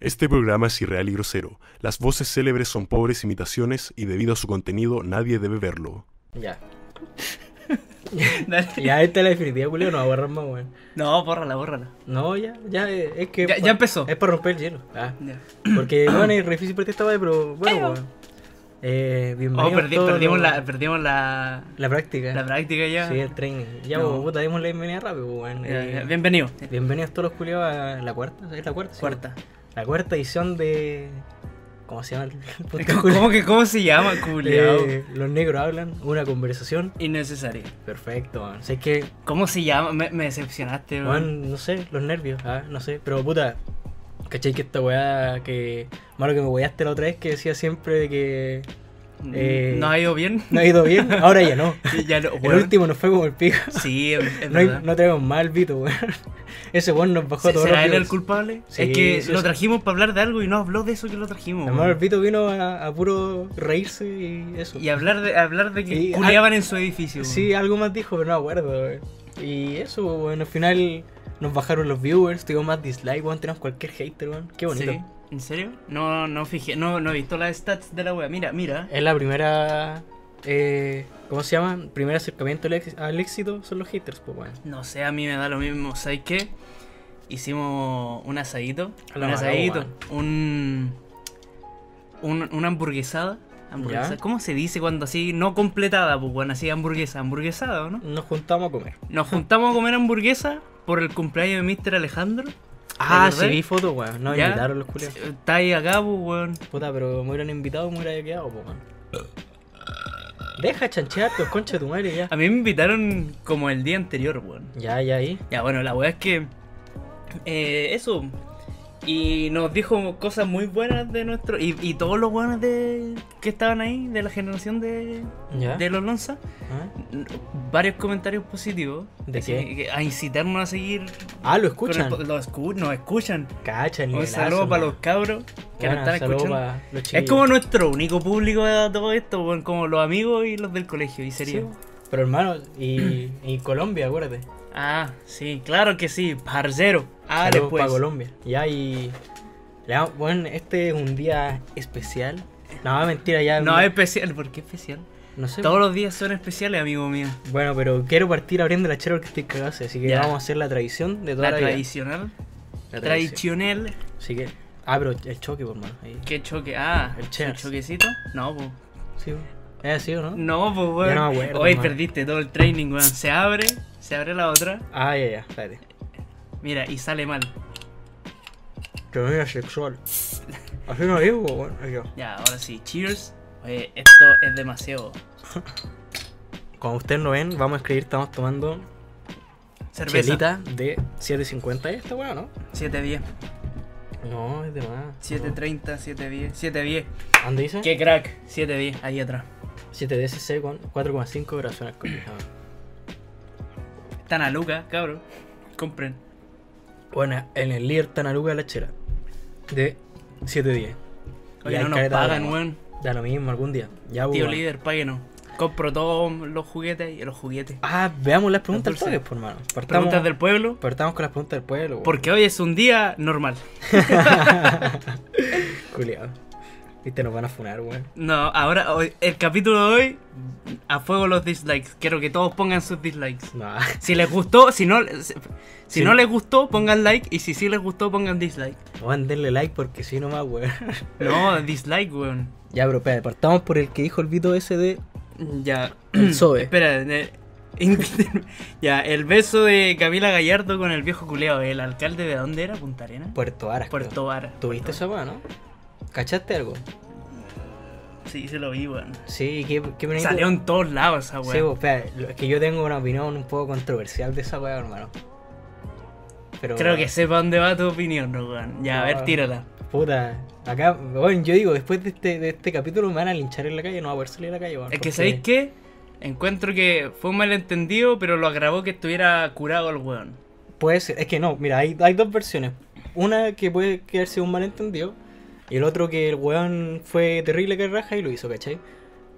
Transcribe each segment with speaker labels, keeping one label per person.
Speaker 1: Este programa es irreal y grosero. Las voces célebres son pobres imitaciones y debido a su contenido nadie debe verlo.
Speaker 2: Ya.
Speaker 3: Dale.
Speaker 2: Ya, esta es la definitiva, Julio. No va a borrar más, weón.
Speaker 3: No, bórrala, bórrala.
Speaker 2: No, ya, ya, eh, es que.
Speaker 3: Ya-
Speaker 2: pa-
Speaker 3: ya empezó.
Speaker 2: Es para romper el hielo. Ah,
Speaker 3: Ya.
Speaker 2: porque, bueno, es re difícil para ti esta weá, pero bueno,
Speaker 3: Claro.
Speaker 2: weón. Eh,
Speaker 3: Oh,
Speaker 2: bienvenido.
Speaker 3: perdi- perdimos, la, perdimos la,
Speaker 2: la práctica.
Speaker 3: la práctica ya.
Speaker 2: Sí, el training. Ya,
Speaker 3: No.
Speaker 2: pues, puta, dimos la bienvenida rápido, pues, weón.
Speaker 3: Ya,
Speaker 2: Eh,
Speaker 3: ya, Bienvenido.
Speaker 2: Bienvenidos todos los culiados a la cuarta, ¿es la cuarta? Sí,
Speaker 3: Cuarta.
Speaker 2: La cuarta edición de. ¿Cómo se llama el podcast?
Speaker 3: ¿Cómo, que, ¿Cómo se llama, culiao?
Speaker 2: Eh, los negros hablan, una conversación.
Speaker 3: Innecesario.
Speaker 2: Perfecto, weón. Sé que,
Speaker 3: ¿Cómo se llama? Me, me decepcionaste, weón.
Speaker 2: weón, no sé, los nervios, ah, no sé. Pero puta, ¿cachai que esta weá que. Malo que me weaste la otra vez que decía siempre de que eh,
Speaker 3: ¿No ha ido bien?
Speaker 2: no ha ido bien? Ahora ya no.
Speaker 3: Sí, ya no,
Speaker 2: El
Speaker 3: weón.
Speaker 2: último nos fue como el pico.
Speaker 3: Sí, es, es
Speaker 2: No, hay-
Speaker 3: verdad.
Speaker 2: no traemos más el Vito, weón. Ese weón nos bajó
Speaker 3: ¿Se-
Speaker 2: todo
Speaker 3: ¿Será él el culpable?
Speaker 2: Sí,
Speaker 3: es que
Speaker 2: sí,
Speaker 3: lo
Speaker 2: sí.
Speaker 3: trajimos para hablar de algo y no habló de eso que lo trajimos.
Speaker 2: Además, el
Speaker 3: weón.
Speaker 2: Vito vino a, a puro reírse y eso.
Speaker 3: Y hablar de, hablar de que
Speaker 2: Y-
Speaker 3: culeaban en su edificio. weón.
Speaker 2: ah, Sí, algo más dijo, pero no me acuerdo. weón. Y eso, weón, al final nos bajaron los viewers, tuvimos más dislike, weón, tenemos cualquier hater, weón. Qué bonito.
Speaker 3: Sí. ¿En serio? No, no fijé, no, no he visto las stats de la wea. Mira, mira.
Speaker 2: Es la primera. eh, ¿Cómo se llama? Primer acercamiento al, ex- al éxito son los haters, pues, weón.
Speaker 3: No sé, a mí me da lo mismo. ¿Sabes qué? Hicimos un asadito.
Speaker 2: A
Speaker 3: Un
Speaker 2: la mala,
Speaker 3: asadito.
Speaker 2: weón.
Speaker 3: Un, un- Una hamburguesada. hamburguesa.
Speaker 2: Ya.
Speaker 3: ¿Cómo se dice cuando así no completada? Pues bueno, así hamburguesa, hamburguesada, ¿o ¿no?
Speaker 2: Nos juntamos a comer.
Speaker 3: Nos juntamos a comer hamburguesa por el cumpleaños de Mr. Alejandro.
Speaker 2: Ah,
Speaker 3: acordás?
Speaker 2: sí, vi fotos, weón. Nos
Speaker 3: ¿Ya?
Speaker 2: invitaron los culiados.
Speaker 3: Está ahí acá, pues, weón.
Speaker 2: Puta, pero me hubieran invitado, me hubiera quedado, pues, weón. Deja de chanchear, pues, concha de tu madre, ya.
Speaker 3: A mí me invitaron como el día anterior, weón.
Speaker 2: Ya, ya, ahí.
Speaker 3: Ya, bueno, la weá es que. eh, eso. Y nos dijo cosas muy buenas de nuestro. Y, y todos los buenos de, que estaban ahí, de la generación de,
Speaker 2: Ya.
Speaker 3: de los Lonza,
Speaker 2: Ah.
Speaker 3: n- varios comentarios positivos.
Speaker 2: ¿De
Speaker 3: Así
Speaker 2: qué?
Speaker 3: que- A incitarnos a seguir. con
Speaker 2: Ah, lo
Speaker 3: el
Speaker 2: escuchan.
Speaker 3: po- lo escu- nos escuchan.
Speaker 2: Cacha, el
Speaker 3: Un
Speaker 2: nivelazo,
Speaker 3: saludo para los
Speaker 2: weón.
Speaker 3: cabros que
Speaker 2: Bueno,
Speaker 3: nos están
Speaker 2: saludo
Speaker 3: escuchando.
Speaker 2: pa' los
Speaker 3: Es
Speaker 2: chiquillos.
Speaker 3: como nuestro único público de todo esto, weón, como los amigos y los del colegio, y sería.
Speaker 2: Sí, Pero hermano, y, y Colombia, acuérdate.
Speaker 3: Ah, sí, claro que sí, parcero. Ah,
Speaker 2: Saludos
Speaker 3: después.
Speaker 2: pa' Colombia. Ya, y. le damos- Bueno, este es un día especial. No, mentira, ya.
Speaker 3: No, es especial. ¿Por qué especial?
Speaker 2: no sé.
Speaker 3: Todos los días son especiales, amigo mío.
Speaker 2: Bueno, pero quiero partir abriendo la chera porque estoy cagado, así que
Speaker 3: Ya.
Speaker 2: vamos a hacer la tradición de toda
Speaker 3: La
Speaker 2: la, vida.
Speaker 3: tradicional.
Speaker 2: La tradición.
Speaker 3: Tradicional.
Speaker 2: Así que. Ah, pero el choque, por mano. Ahí.
Speaker 3: ¿Qué choque? Ah,
Speaker 2: El
Speaker 3: ¿su
Speaker 2: cheers.
Speaker 3: choquecito? No, po.
Speaker 2: Sí, ¿Es así o no?
Speaker 3: No, po, weón.
Speaker 2: Ya no me acuerdo,
Speaker 3: Hoy
Speaker 2: man.
Speaker 3: perdiste todo el training, weón. Se abre, se abre la otra.
Speaker 2: Ah, ya, ya, espérate.
Speaker 3: Mira, y sale mal.
Speaker 2: Tremenda sexual. Así no digo, bueno, ahí va.
Speaker 3: Ya, ahora sí. Cheers. Oye, esto es demasiado.
Speaker 2: Como ustedes no ven, vamos a escribir, estamos tomando
Speaker 3: Cerveza.
Speaker 2: chelita de 7.50 esta, weón, ¿no?
Speaker 3: 710,
Speaker 2: No, es de más.
Speaker 3: 730, 710, 710.
Speaker 2: No. ¿Dónde dice?
Speaker 3: Qué crack. 710, ahí atrás.
Speaker 2: 7 DSC con 4,5 grados alcohólicos.
Speaker 3: Están a Lucas, cabrón. Compren.
Speaker 2: bueno, en el líder Tanaruga la chela. De 710. Y
Speaker 3: Oye,
Speaker 2: hay
Speaker 3: no nos
Speaker 2: careta de
Speaker 3: pagan,
Speaker 2: agua.
Speaker 3: weón.
Speaker 2: Da lo mismo algún día. Ya,
Speaker 3: Tío
Speaker 2: weón.
Speaker 3: líder, páguenos. Compro todos los juguetes y los juguetes.
Speaker 2: Ah, veamos las preguntas
Speaker 3: Los
Speaker 2: al
Speaker 3: dulces.
Speaker 2: toque, por mano. Partamos,
Speaker 3: Preguntas del pueblo.
Speaker 2: partamos con las preguntas del pueblo. weón.
Speaker 3: Porque hoy es un día normal.
Speaker 2: Culeado. Viste, nos van a funar, weón.
Speaker 3: No, ahora hoy- el capítulo de hoy a fuego los dislikes. Quiero que todos pongan sus dislikes.
Speaker 2: No.
Speaker 3: Si les gustó, si no si
Speaker 2: Sí.
Speaker 3: no les gustó, pongan like y si sí les gustó, pongan dislike.
Speaker 2: Van a darle like porque si no más, weón.
Speaker 3: No, dislike, weón.
Speaker 2: ya, pero espérate, partamos por el que dijo el Vito ese de.
Speaker 3: Ya.
Speaker 2: El Zoe.
Speaker 3: Espera, eh, invítenme. ya, el beso de Camila Gallardo con el viejo culeado, el alcalde de dónde era, Punta Arena.
Speaker 2: Puerto Aras. creo.
Speaker 3: Puerto Vara.
Speaker 2: ¿Tuviste
Speaker 3: Puerto
Speaker 2: esa weón, no? ¿Cachaste algo?
Speaker 3: Vara. Sí, se lo vi, weón.
Speaker 2: Sí, qué, qué bonito.
Speaker 3: Salió en todos lados esa
Speaker 2: Sí,
Speaker 3: Ah, weón.
Speaker 2: pues, espera, lo- es que yo tengo una opinión un poco controversial de esa weá, hermano. Pero,
Speaker 3: Creo que sepa dónde va tu opinión, ¿no, weón. Ya, a ver,
Speaker 2: No.
Speaker 3: tírala.
Speaker 2: Puta, acá, bueno, yo digo, después de este, de este capítulo me van a linchar en la calle, no va a poder salir a la calle, weón.
Speaker 3: Es que,
Speaker 2: porque-
Speaker 3: ¿sabéis qué? Encuentro que fue un malentendido, pero lo agravó que estuviera curado el weón.
Speaker 2: Puede ser, es que no, mira, hay, hay dos versiones. Una que puede quedarse un malentendido, y el otro que el weón fue terrible que raja y lo hizo, ¿cachai?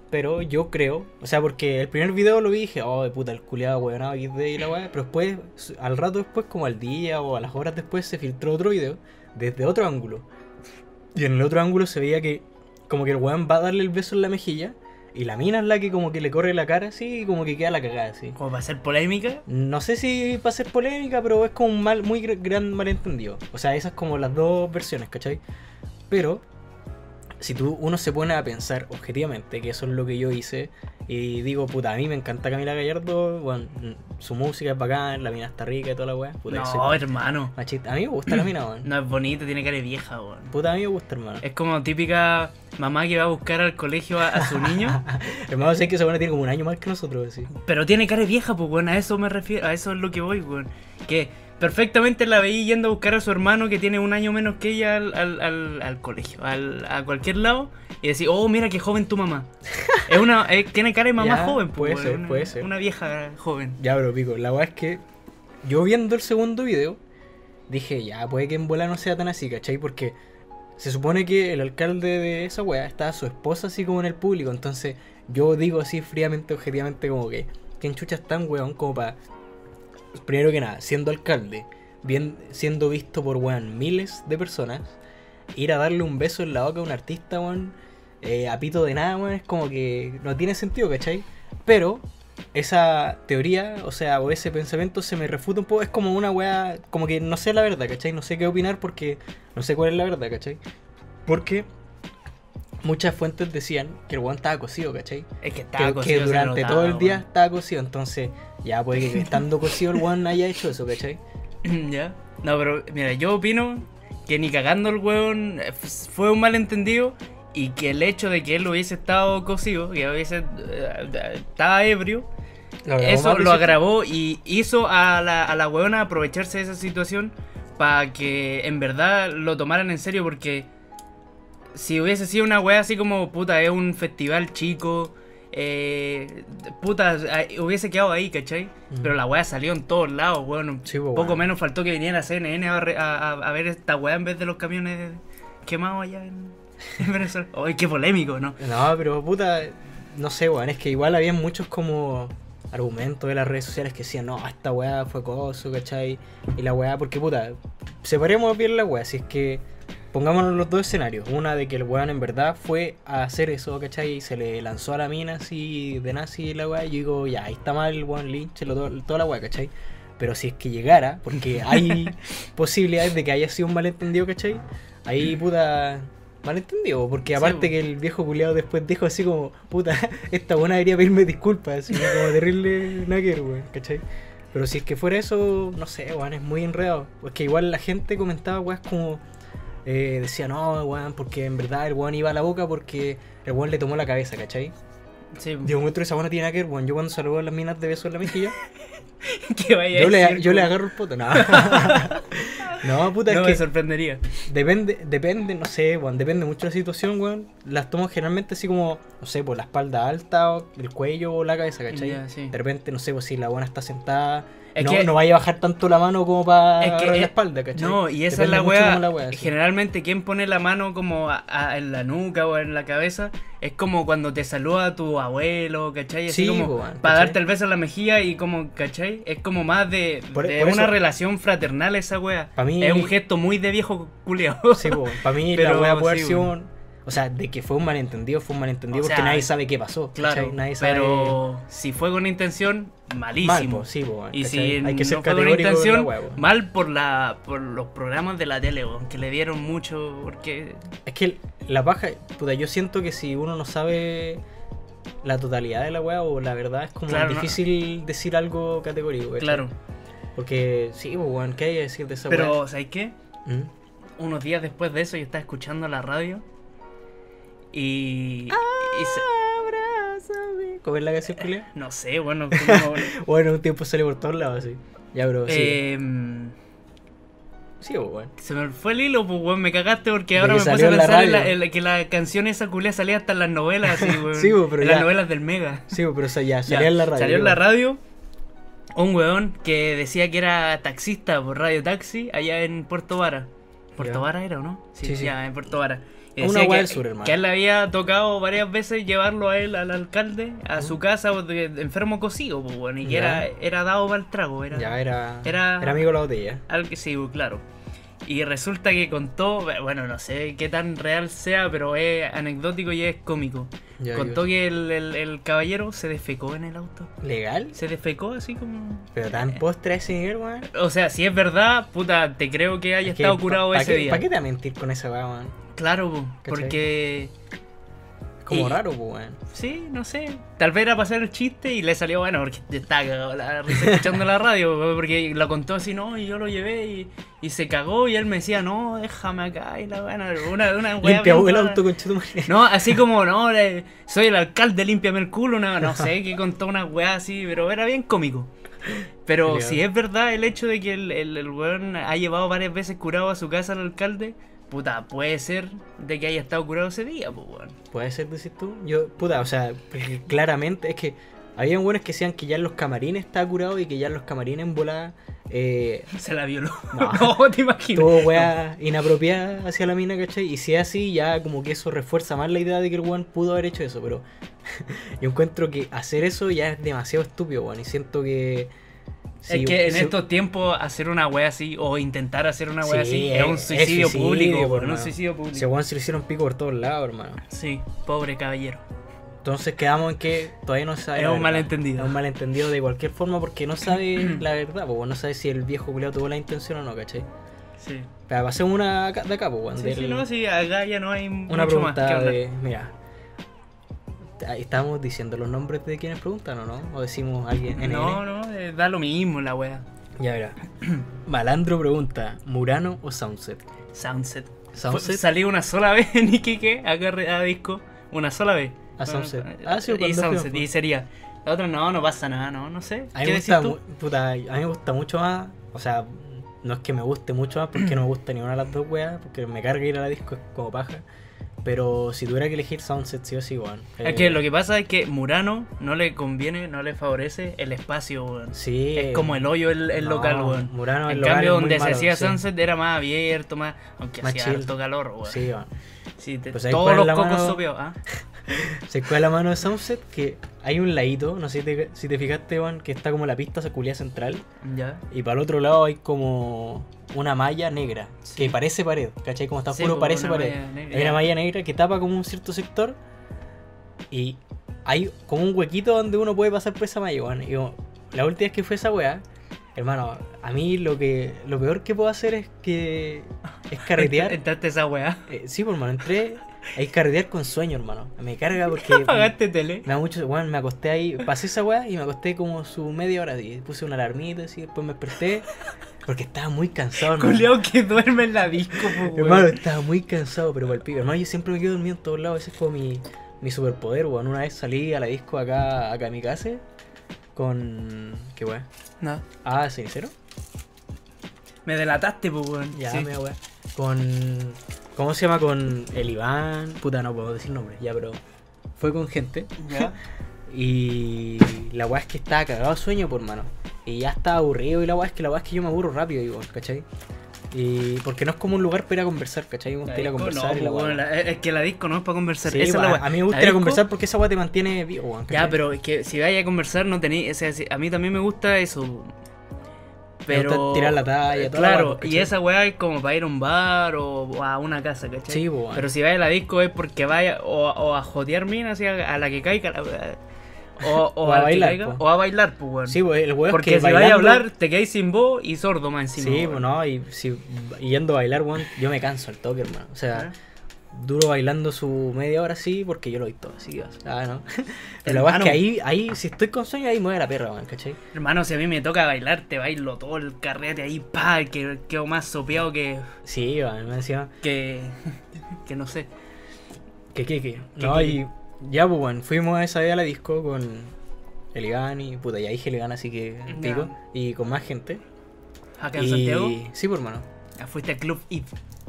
Speaker 2: Pero yo creo, o sea, porque el primer video lo vi y dije, oh, de puta, el culiado weonado y de y la weá, pero después, al rato después, como al día o a las horas después, se filtró otro video desde otro ángulo, Y en el otro ángulo se veía que como que el weón va a darle el beso en la mejilla y la mina es la que como que le corre la cara así y como que queda la cagada así.
Speaker 3: Como para ser polémica.
Speaker 2: No sé si va a ser polémica, pero es como un mal, muy gr- gran malentendido. O sea, esas como las dos versiones, ¿cachai? Pero si tú uno se pone a pensar objetivamente que eso es lo que yo hice y digo, puta, a mí me encanta Camila Gallardo, bueno, mm, su música es bacán, la mina está rica y toda la weá. Puta, yo
Speaker 3: no,
Speaker 2: soy
Speaker 3: hermano.
Speaker 2: machista. A mí me gusta la mina, weón.
Speaker 3: No es bonita, tiene cara de vieja, weón.
Speaker 2: Puta, a mí me gusta, hermano.
Speaker 3: Es como típica mamá que va a buscar al colegio a, a su niño,
Speaker 2: hermano, sé que esa buena tiene como un año más que nosotros, así.
Speaker 3: pero tiene cara de vieja, pues, weón. A eso me refiero, a eso es lo que voy, weón. Que perfectamente la veí yendo a buscar a su hermano que tiene un año menos que ella al, al- al- al colegio, al- a cualquier lado, y decir, oh, mira qué joven tu mamá. es una, eh, tiene cara de mamá
Speaker 2: Ya,
Speaker 3: joven,
Speaker 2: puede
Speaker 3: pues, weón,
Speaker 2: ser,
Speaker 3: una-
Speaker 2: puede ser.
Speaker 3: Una vieja joven.
Speaker 2: Ya, pero pico, la weá es que yo viendo el segundo video, dije, ya, puede que en bola no sea tan así, ¿cachai? Porque se supone que el alcalde de esa weá está su esposa así como en el público, entonces yo digo así fríamente, objetivamente, como que, ¿quién chucha es tan weón como para, primero que nada, siendo alcalde, bien, siendo visto por weón miles de personas, ir a darle un beso en la boca a un artista, weón, eh, a pito de nada, weón, es como que no tiene sentido, ¿cachai? Pero esa teoría, o sea, o ese pensamiento se me refuta un poco. Es como una weá, como que no sé la verdad, ¿cachai? No sé qué opinar porque no sé cuál es la verdad, ¿cachai? Porque muchas fuentes decían que el weón estaba cocido, ¿cachai?
Speaker 3: Es que estaba
Speaker 2: Que, que
Speaker 3: cocido, se
Speaker 2: durante
Speaker 3: notaba,
Speaker 2: todo el día
Speaker 3: weón.
Speaker 2: estaba cocido, entonces ya puede que estando cocido el weón haya hecho eso, ¿cachai?
Speaker 3: ¿Ya? No, pero mira, yo opino que ni cagando el hueón eh, f- fue un malentendido y que el hecho de que él hubiese estado cosido, que hubiese eh, eh, estaba ebrio,
Speaker 2: Eh,
Speaker 3: eso lo agravó y hizo a la, a la weona aprovecharse de esa situación para que en verdad lo tomaran en serio porque si hubiese sido una wea así como puta, es un festival chico, eh, puta, eh, hubiese quedado ahí, ¿cachai?
Speaker 2: Mm.
Speaker 3: Pero la wea salió en todos lados, weón.
Speaker 2: Sí, po,
Speaker 3: Poco
Speaker 2: weón.
Speaker 3: menos faltó que viniera CNN a, re- a- a- a ver esta wea en vez de los camiones quemados allá en, en Venezuela. ¡Ay, qué polémico, ¿no?
Speaker 2: No, pero puta, no sé, weón. Es que igual había muchos como argumentos de las redes sociales que decían, no, esta weá fue coso, ¿cachai? Y la weá, porque puta, separemos bien la weá. Si es que pongámonos los dos escenarios. Una de que el weón en verdad fue a hacer eso, ¿cachai? Y se le lanzó a la mina así de nazi y la weá. Yo digo, ya, ahí está mal el weón Lynch, lo to- toda la weá, ¿cachai? Pero si es que llegara, porque hay posibilidades de que haya sido un malentendido, ¿cachai? Ahí, puta, malentendido, porque
Speaker 3: Mm. Sí,
Speaker 2: aparte
Speaker 3: po.
Speaker 2: que el viejo culiado después dijo así como, puta, esta buena debería pedirme disculpas, así como terrible nacker, weón, ¿cachai? Pero si es que fuera eso, no sé, weón, es muy enredado. Es que igual la gente comentaba, weón, como, eh, decía, no, weón, porque en verdad el weón iba a la boca porque el weón le tomó la cabeza, ¿cachai?
Speaker 3: Sí,
Speaker 2: Yo encuentro esa buena tiene nacker, weón, yo cuando saludo a las minas de beso en la mejilla,
Speaker 3: que vaya a
Speaker 2: yo, le,
Speaker 3: decir,
Speaker 2: yo le
Speaker 3: weón.
Speaker 2: agarro el poto, no. no, puta,
Speaker 3: No me
Speaker 2: es que
Speaker 3: sorprendería.
Speaker 2: depende, depende, no sé, weón, depende mucho de la situación, weón. Las tomo generalmente así como, no sé, por la espalda alta, o el cuello o la cabeza, ¿cachai?
Speaker 3: Ya, sí.
Speaker 2: De repente, no sé, pues si la buena está sentada,
Speaker 3: Es
Speaker 2: no,
Speaker 3: que-
Speaker 2: no vaya a bajar tanto la mano como para
Speaker 3: Es que
Speaker 2: agarrar
Speaker 3: es-
Speaker 2: la espalda, ¿cachai?
Speaker 3: No, y esa
Speaker 2: Depende
Speaker 3: es la
Speaker 2: mucho
Speaker 3: wea.
Speaker 2: como la wea, sí.
Speaker 3: Generalmente, quien pone la mano como a- a- en la nuca o en la cabeza es como cuando te saluda tu abuelo, ¿cachai? Así
Speaker 2: Sí,
Speaker 3: como
Speaker 2: weón, ¿cachai?
Speaker 3: para darte el beso en la mejilla y como, ¿cachai? Es como más de,
Speaker 2: Por-
Speaker 3: de
Speaker 2: por eso-
Speaker 3: una relación fraternal esa wea.
Speaker 2: Pa' mí-
Speaker 3: Es un gesto muy de viejo culiao.
Speaker 2: Sí, para mí la
Speaker 3: Pero
Speaker 2: wea puede haber
Speaker 3: sí,
Speaker 2: sido
Speaker 3: weón.
Speaker 2: un- O sea, de que fue un malentendido, fue un malentendido
Speaker 3: O
Speaker 2: porque
Speaker 3: sea,
Speaker 2: nadie sabe qué pasó.
Speaker 3: Claro,
Speaker 2: ¿cachai? Nadie sabe.
Speaker 3: pero si fue con intención,
Speaker 2: Mal,
Speaker 3: malísimo.
Speaker 2: po, sí, po,
Speaker 3: Y si
Speaker 2: ¿cachai? hay que ser
Speaker 3: no fue con
Speaker 2: categórico en la
Speaker 3: intención,
Speaker 2: wea, weón.
Speaker 3: mal por la por los programas de la tele, weón, que le dieron mucho porque
Speaker 2: Es que la paja, puta, yo siento que si uno no sabe la totalidad de la weá o la verdad, es como
Speaker 3: Claro, no.
Speaker 2: difícil decir algo categórico. ¿cachai?
Speaker 3: claro.
Speaker 2: Porque sí, pues, weón, ¿qué hay que decir de esa
Speaker 3: Pero
Speaker 2: weá?
Speaker 3: ¿sabes qué?
Speaker 2: ¿Mm?
Speaker 3: Unos días después de eso yo estaba escuchando la radio y, y se-
Speaker 2: ¿Cómo es la canción culia?
Speaker 3: no sé, bueno, como-
Speaker 2: Bueno, un tiempo sale por todos lados así. Ya, bro, sí.
Speaker 3: em,
Speaker 2: Sí, pues, weón.
Speaker 3: se me fue el hilo, pues weón, me cagaste porque
Speaker 2: De
Speaker 3: ahora
Speaker 2: que
Speaker 3: me puse
Speaker 2: salió
Speaker 3: a
Speaker 2: en la
Speaker 3: pensar en la,
Speaker 2: radio.
Speaker 3: en la- que la canción esa culia salía hasta en las novelas, así, weón.
Speaker 2: Sí, pues, pero
Speaker 3: en las
Speaker 2: ya.
Speaker 3: novelas del Mega.
Speaker 2: Sí, pues, pero o sea, ya,
Speaker 3: Ya,
Speaker 2: salió en la radio.
Speaker 3: Salió en la
Speaker 2: weón.
Speaker 3: radio un weón que decía que era taxista por Radio Taxi allá en Puerto Vara. ¿Puerto
Speaker 2: Ya.
Speaker 3: Vara era o no? Sí,
Speaker 2: Sí, sí.
Speaker 3: ya, en Puerto Vara. Y
Speaker 2: Una weá
Speaker 3: decía que,
Speaker 2: del sur, hermano.
Speaker 3: que a él le había tocado varias veces llevarlo a él, al alcalde, a su casa pues, de- de enfermo cosido, pues, weón, y que
Speaker 2: Mm. Ya.
Speaker 3: era, era dado para el trago. Era,
Speaker 2: Ya, era,
Speaker 3: Era-
Speaker 2: era amigo de la botella.
Speaker 3: al que sí, pues, claro. Y resulta que contó, bueno, no sé qué tan real sea, pero es anecdótico y es cómico.
Speaker 2: Ya,
Speaker 3: contó
Speaker 2: yo-
Speaker 3: que el, el- el caballero se defecó en el auto.
Speaker 2: ¿Legal?
Speaker 3: Se defecó así como...
Speaker 2: Pero
Speaker 3: Eh.
Speaker 2: tan postre a ese nivel, weón.
Speaker 3: O sea, si es verdad, puta, te creo que haya estado curado ese día.
Speaker 2: ¿Para qué te va a mentir con esa weá, weón?
Speaker 3: Claro, po,
Speaker 2: ¿Cachai?
Speaker 3: porque...
Speaker 2: Como
Speaker 3: Y-
Speaker 2: raro, po, weón.
Speaker 3: Sí, no sé. Tal vez era para hacer el chiste y le salió bueno porque está cagado la risa escuchando la radio. po, Porque lo contó así, no, y yo lo llevé y, y se cagó. Y él me decía, no, déjame acá. Y la bueno, una, una wea
Speaker 2: Limpia
Speaker 3: bien
Speaker 2: el
Speaker 3: rara.
Speaker 2: auto con chutumare.
Speaker 3: No, así como, no, le- soy el alcalde, límpiame el culo. No, no sé qué contó una wea así, pero era bien cómico. Pero
Speaker 2: Culeado.
Speaker 3: si es verdad el hecho de que el, el, el weón ha llevado varias veces curado a su casa al alcalde, puta, puede ser de que haya estado curado ese día, pues weón.
Speaker 2: Puede ser, decís tú. Yo, puta, o sea, porque claramente es que había buenos que decían que ya en los camarines estaba curado y que ya en los camarines en volada. Eh,
Speaker 3: Se la violó.
Speaker 2: No.
Speaker 3: No, te imaginas.
Speaker 2: Ah. Todo weá inapropiada hacia la mina, ¿cachai? Y si es así, ya como que eso refuerza más la idea de que el weón pudo haber hecho eso, pero yo encuentro que hacer eso ya es demasiado estúpido, weón. Y siento que. si-
Speaker 3: es que en
Speaker 2: si-
Speaker 3: estos tiempos hacer una wea así o intentar hacer una wea
Speaker 2: Sí,
Speaker 3: así
Speaker 2: es-
Speaker 3: es un
Speaker 2: es
Speaker 3: suicidio
Speaker 2: suicidio,
Speaker 3: público,
Speaker 2: por
Speaker 3: weón, un
Speaker 2: nada.
Speaker 3: suicidio público.
Speaker 2: Si weón se le hicieron pico por todos lados, hermano.
Speaker 3: Sí, pobre caballero.
Speaker 2: Entonces quedamos en que todavía no sabe.
Speaker 3: Es
Speaker 2: la
Speaker 3: un
Speaker 2: verdad.
Speaker 3: malentendido.
Speaker 2: Es un malentendido de cualquier forma porque no sabe la verdad, pues no sabe si el viejo culiao tuvo la intención o no, ¿cachai?
Speaker 3: Sí.
Speaker 2: Pero pasemos una acá- de acá, pues, weón.
Speaker 3: Sí,
Speaker 2: del-
Speaker 3: sí, no, sí, acá ya no hay
Speaker 2: Una
Speaker 3: mucho más que
Speaker 2: pregunta
Speaker 3: hablar.
Speaker 2: de. Mira. ahí Estamos diciendo los nombres de quienes preguntan o no? ¿O decimos alguien en
Speaker 3: No, no, eh, da lo mismo la wea.
Speaker 2: Ya verá. Malandro pregunta: ¿Murano o Soundset?
Speaker 3: Soundset. Fue-
Speaker 2: Soundset.
Speaker 3: Salí una sola vez en Iquique, acá re- a disco, una sola vez.
Speaker 2: A Soundset.
Speaker 3: Eh,
Speaker 2: Ah, sí,
Speaker 3: y
Speaker 2: cuando
Speaker 3: Soundset,
Speaker 2: fui.
Speaker 3: y sería. La otra no, no pasa nada, no, no sé.
Speaker 2: a, mí
Speaker 3: ¿Qué
Speaker 2: me
Speaker 3: decís
Speaker 2: gusta,
Speaker 3: tú?
Speaker 2: mu- puta, a mí me gusta mucho más. O sea, no es que me guste mucho más porque no me gusta ni una de las dos weas. Porque me carga ir a la disco es como paja. Pero si tuviera que elegir Soundset, sí o sí, weón.
Speaker 3: Es que lo que pasa es que Murano no le conviene, no le favorece el espacio, weón.
Speaker 2: Eh, Sí.
Speaker 3: Es como el hoyo el, el
Speaker 2: no,
Speaker 3: local, weón.
Speaker 2: Murano, el
Speaker 3: En
Speaker 2: local es
Speaker 3: cambio,
Speaker 2: muy
Speaker 3: donde se
Speaker 2: malo,
Speaker 3: hacía
Speaker 2: sí.
Speaker 3: Sunset era más abierto, más. Aunque
Speaker 2: Más
Speaker 3: hacía
Speaker 2: chill.
Speaker 3: harto calor, weón.
Speaker 2: Sí, weón.
Speaker 3: Sí, te-
Speaker 2: Pues ahí
Speaker 3: todos
Speaker 2: ponen
Speaker 3: los
Speaker 2: la
Speaker 3: cocos
Speaker 2: mano-
Speaker 3: sopeados, ¿ah?
Speaker 2: Se cuela la mano de Sunset que hay un ladito, no sé si te, si te fijaste, Juan, que está como la pista seculia central.
Speaker 3: Ya.
Speaker 2: Y para el otro lado hay como una malla negra, que parece pared, ¿cachai? Como está
Speaker 3: Sí,
Speaker 2: oscuro,
Speaker 3: po,
Speaker 2: parece
Speaker 3: una
Speaker 2: pared.
Speaker 3: malla negra.
Speaker 2: Hay una malla negra que tapa como un cierto sector. Y hay como un huequito donde uno puede pasar por esa malla, Juan. Y como, la última vez que fue esa weá, hermano, a mí lo que lo peor que puedo hacer es que. es carretear.
Speaker 3: Entraste a esa weá.
Speaker 2: Eh, sí, pues, hermano, entré. Ahí carretear con sueño, hermano. Me carga porque.
Speaker 3: Apagaste tele.
Speaker 2: Me da mucho, bueno, me acosté ahí, pasé esa weá y me acosté como su media hora así. Puse una alarmita así, después me desperté porque estaba muy cansado, hermano.
Speaker 3: Culeado que duerme en la disco, po, weón.
Speaker 2: Hermano, estaba muy cansado, pero el pibe. Hermano, yo siempre me quedo dormido en todos lados, ese es como mi, mi superpoder, weón. Una vez salí a la disco acá, acá a mi casa con. ¿Qué weá?
Speaker 3: No.
Speaker 2: Ah, sincero.
Speaker 3: Me delataste, pues, weón.
Speaker 2: Ya,
Speaker 3: Sí.
Speaker 2: me weá. Con. ¿Cómo se llama? Con el Iván. Puta, no puedo decir nombre, ya, pero. Fue con gente.
Speaker 3: Ya.
Speaker 2: Y la weá es que estaba cagado de sueño, por mano. Y ya estaba aburrido. Y la weá es que la weá es que yo me aburro rápido, digo, ¿cachai? Y porque no es como un lugar para ir a conversar, ¿cachai? Me gusta ir a
Speaker 3: La disco
Speaker 2: conversar
Speaker 3: no,
Speaker 2: y la
Speaker 3: po,
Speaker 2: weá.
Speaker 3: weón, la- es es que la disco no es para conversar.
Speaker 2: Sí,
Speaker 3: esa es la
Speaker 2: a-
Speaker 3: weá.
Speaker 2: a mí me
Speaker 3: La
Speaker 2: gusta ir a
Speaker 3: disco-
Speaker 2: conversar porque esa weá te mantiene vivo, weón.
Speaker 3: Ya,
Speaker 2: ¿cachai?
Speaker 3: pero es que si vayas a conversar no tenéis, o sea, si- a mí también me gusta eso. po.
Speaker 2: Me
Speaker 3: Pero eh,
Speaker 2: gusta tirar la talla, toda la
Speaker 3: Claro,
Speaker 2: weá, ¿cachai?
Speaker 3: y esa weá es como para ir a un bar o, o a una casa, ¿cachai?
Speaker 2: Sí, po, weón.
Speaker 3: Pero si vaya a la disco es porque vaya o, o a jotear minas y a, a la que caiga. la- o, o
Speaker 2: O a
Speaker 3: al que
Speaker 2: bailar,
Speaker 3: caiga,
Speaker 2: po.
Speaker 3: o a bailar, pues, weón.
Speaker 2: Sí, pues, el weón
Speaker 3: porque
Speaker 2: que
Speaker 3: si vayas a
Speaker 2: bailando-
Speaker 3: hablar te quedáis sin voz y sordo más encima.
Speaker 2: Sí,
Speaker 3: weón.
Speaker 2: pues no, y si y yendo a bailar, weón, yo me canso al toque, hermano. O sea,
Speaker 3: ¿Ah?
Speaker 2: duro bailando su media hora sí, porque yo lo he visto así, o sea, ah, no. Pero la weá es que
Speaker 3: Hermano.
Speaker 2: ahí, ahí, si estoy con sueño, ahí mueve la perra, weón, ¿cachai?
Speaker 3: Hermano, si a mí me toca bailar, te bailo todo el carrete ahí, pa, que quedo más sopeado que.
Speaker 2: Sí, weón, me decía.
Speaker 3: que. que no sé.
Speaker 2: Que que que.
Speaker 3: Que,
Speaker 2: No,
Speaker 3: que,
Speaker 2: y ya, pues, bueno, fuimos esa vez a la disco con el Iván y puta, ya dije el Iván, así que
Speaker 3: Ya.
Speaker 2: pico. Y con más gente.
Speaker 3: Acá en
Speaker 2: y...
Speaker 3: Santiago.
Speaker 2: Sí, pues, hermano.
Speaker 3: Ah, Fuiste al club y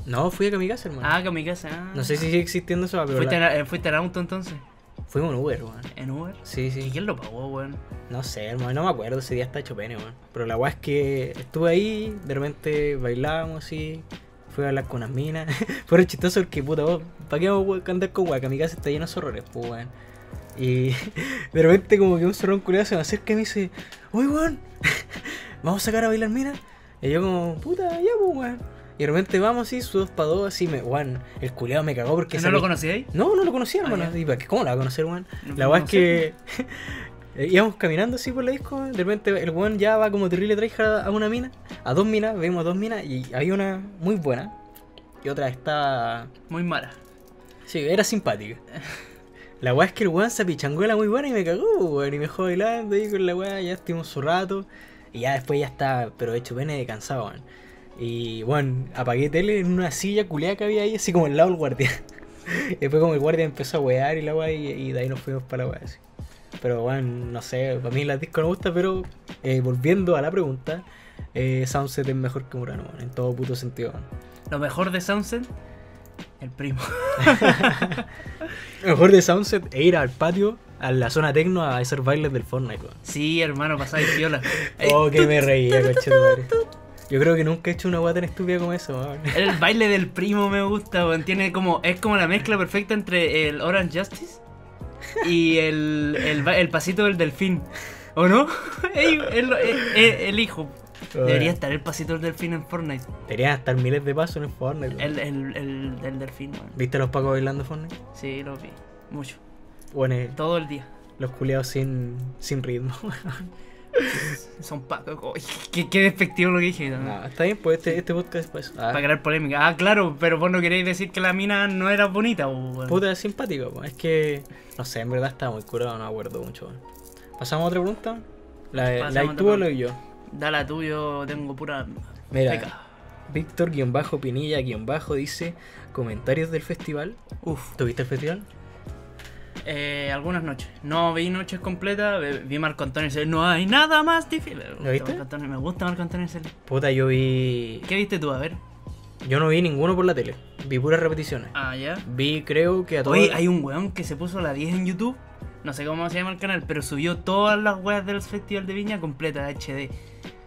Speaker 2: No, fui acá a mi casa, hermano.
Speaker 3: Ah, acá en mi casa. ah.
Speaker 2: No sé si sigue existiendo eso, pero
Speaker 3: ¿Fuiste,
Speaker 2: la-
Speaker 3: en, eh, fuiste en auto entonces?
Speaker 2: fuimos en Uber, weón.
Speaker 3: ¿En Uber?
Speaker 2: Sí,
Speaker 3: ¿Y
Speaker 2: sí.
Speaker 3: quién lo pagó, weón?
Speaker 2: No sé, hermano, no me acuerdo, ese día está hecho pene, weón. Pero la weá es que estuve ahí, de repente bailábamos así, fui a hablar con unas minas. Fueron chistosos porque, puta, vos, ¿para qué vamos a cantar con weá? Que mi casa está llena de zorrones, pues, weón. Y de repente como que un zorrón curioso se me acerca y me dice, uy, weón, vamos a sacar a bailar minas. Y yo como, puta, ya, pues, weón. Y Y de repente vamos así, su dos para dos, así me, weón, el culeado me cagó porque
Speaker 3: ¿No
Speaker 2: esa
Speaker 3: lo
Speaker 2: mi-
Speaker 3: conocíais? ahí?
Speaker 2: No, no lo conocía,
Speaker 3: Ah,
Speaker 2: hermano.
Speaker 3: ya.
Speaker 2: ¿Y para qué? ¿Cómo la va a conocer, weón?
Speaker 3: No
Speaker 2: la weá es
Speaker 3: conocí.
Speaker 2: que eh, íbamos caminando así por la disco, de repente el weón ya va como terrible traija a una mina, a dos minas, vemos dos minas, y había una muy buena, y otra está
Speaker 3: Muy mala.
Speaker 2: Sí, era simpática. La weá es que el weón se apichangó a la muy buena y me cagó, pues, weón. Y me dejó bailando ahí con la weá, ya estuvimos su rato. Y ya después ya estaba, pero hecho pene de cansado, weón. Y bueno, apagué tele en una silla culeada que había ahí, así como al lado del guardia. Y después como el guardia empezó a wear y la weá, y, y de ahí nos fuimos para la weá así. Pero bueno, no sé, para mí las discos no gustan, pero eh, volviendo a la pregunta, eh, Soundset es mejor que Murano, weón, en todo puto sentido, weón.
Speaker 3: Lo mejor de Sunset, el primo.
Speaker 2: Lo mejor de Soundset es ir al patio, a la zona tecno, a hacer bailes del Fortnite, weón.
Speaker 3: Sí, hermano, pasáis piola.
Speaker 2: Oh, que me reía,
Speaker 3: reía,
Speaker 2: madre. Yo creo que nunca he hecho una guata tan estúpida como eso, weón.
Speaker 3: El baile del primo me gusta, weón. Tiene como, es como la mezcla perfecta entre el Orange Justice y el, el, ba- el pasito del delfín. ¿O no? Ey, El, el- el hijo. Debería estar el pasito del delfín en Fortnite.
Speaker 2: Deberían estar miles de pasos en el Fortnite, weón.
Speaker 3: El, el, el, el delfín, weón.
Speaker 2: ¿Viste a los pacos bailando Fortnite?
Speaker 3: Sí, lo vi. Mucho.
Speaker 2: Bueno, eh,
Speaker 3: Todo el día.
Speaker 2: los culeados sin, sin ritmo, weón.
Speaker 3: Son pacos. Uy, qué, qué despectivo lo que dije. también.
Speaker 2: No, está bien, pues este, este podcast es para eso.
Speaker 3: Para
Speaker 2: Ah,
Speaker 3: crear polémica. Ah, claro, pero vos no queréis decir que la mina no era bonita, weón.
Speaker 2: Ah, puta, es simpático, weón. Es que, no sé, en verdad estaba muy curado, no me acuerdo mucho, weón. ¿Pasamos a otra pregunta? La, de-
Speaker 3: Pasamos
Speaker 2: la
Speaker 3: a
Speaker 2: de
Speaker 3: otra
Speaker 2: tú o
Speaker 3: pregunta.
Speaker 2: la de yo.
Speaker 3: Dala tú, yo tengo pura.
Speaker 2: Mira.
Speaker 3: Seca.
Speaker 2: Víctor-Pinilla-Bajo dice comentarios del festival.
Speaker 3: Uf.
Speaker 2: ¿Tuviste el festival?
Speaker 3: Eh, algunas noches. No vi noches completas. ve- Vi Marco Antonio Cel. No hay nada más difícil. Me gusta
Speaker 2: viste?
Speaker 3: Marco Antonio, me gusta Marco Antonio Cel.
Speaker 2: Puta, yo vi.
Speaker 3: ¿Qué viste tú? A ver.
Speaker 2: Yo no vi ninguno por la tele. Vi puras repeticiones.
Speaker 3: Ah, ya.
Speaker 2: Vi, creo que a todos.
Speaker 3: Hoy hay un weón que se puso la 10 en YouTube. No sé cómo se llama el canal, pero subió todas las weas del Festival de Viña completa HD.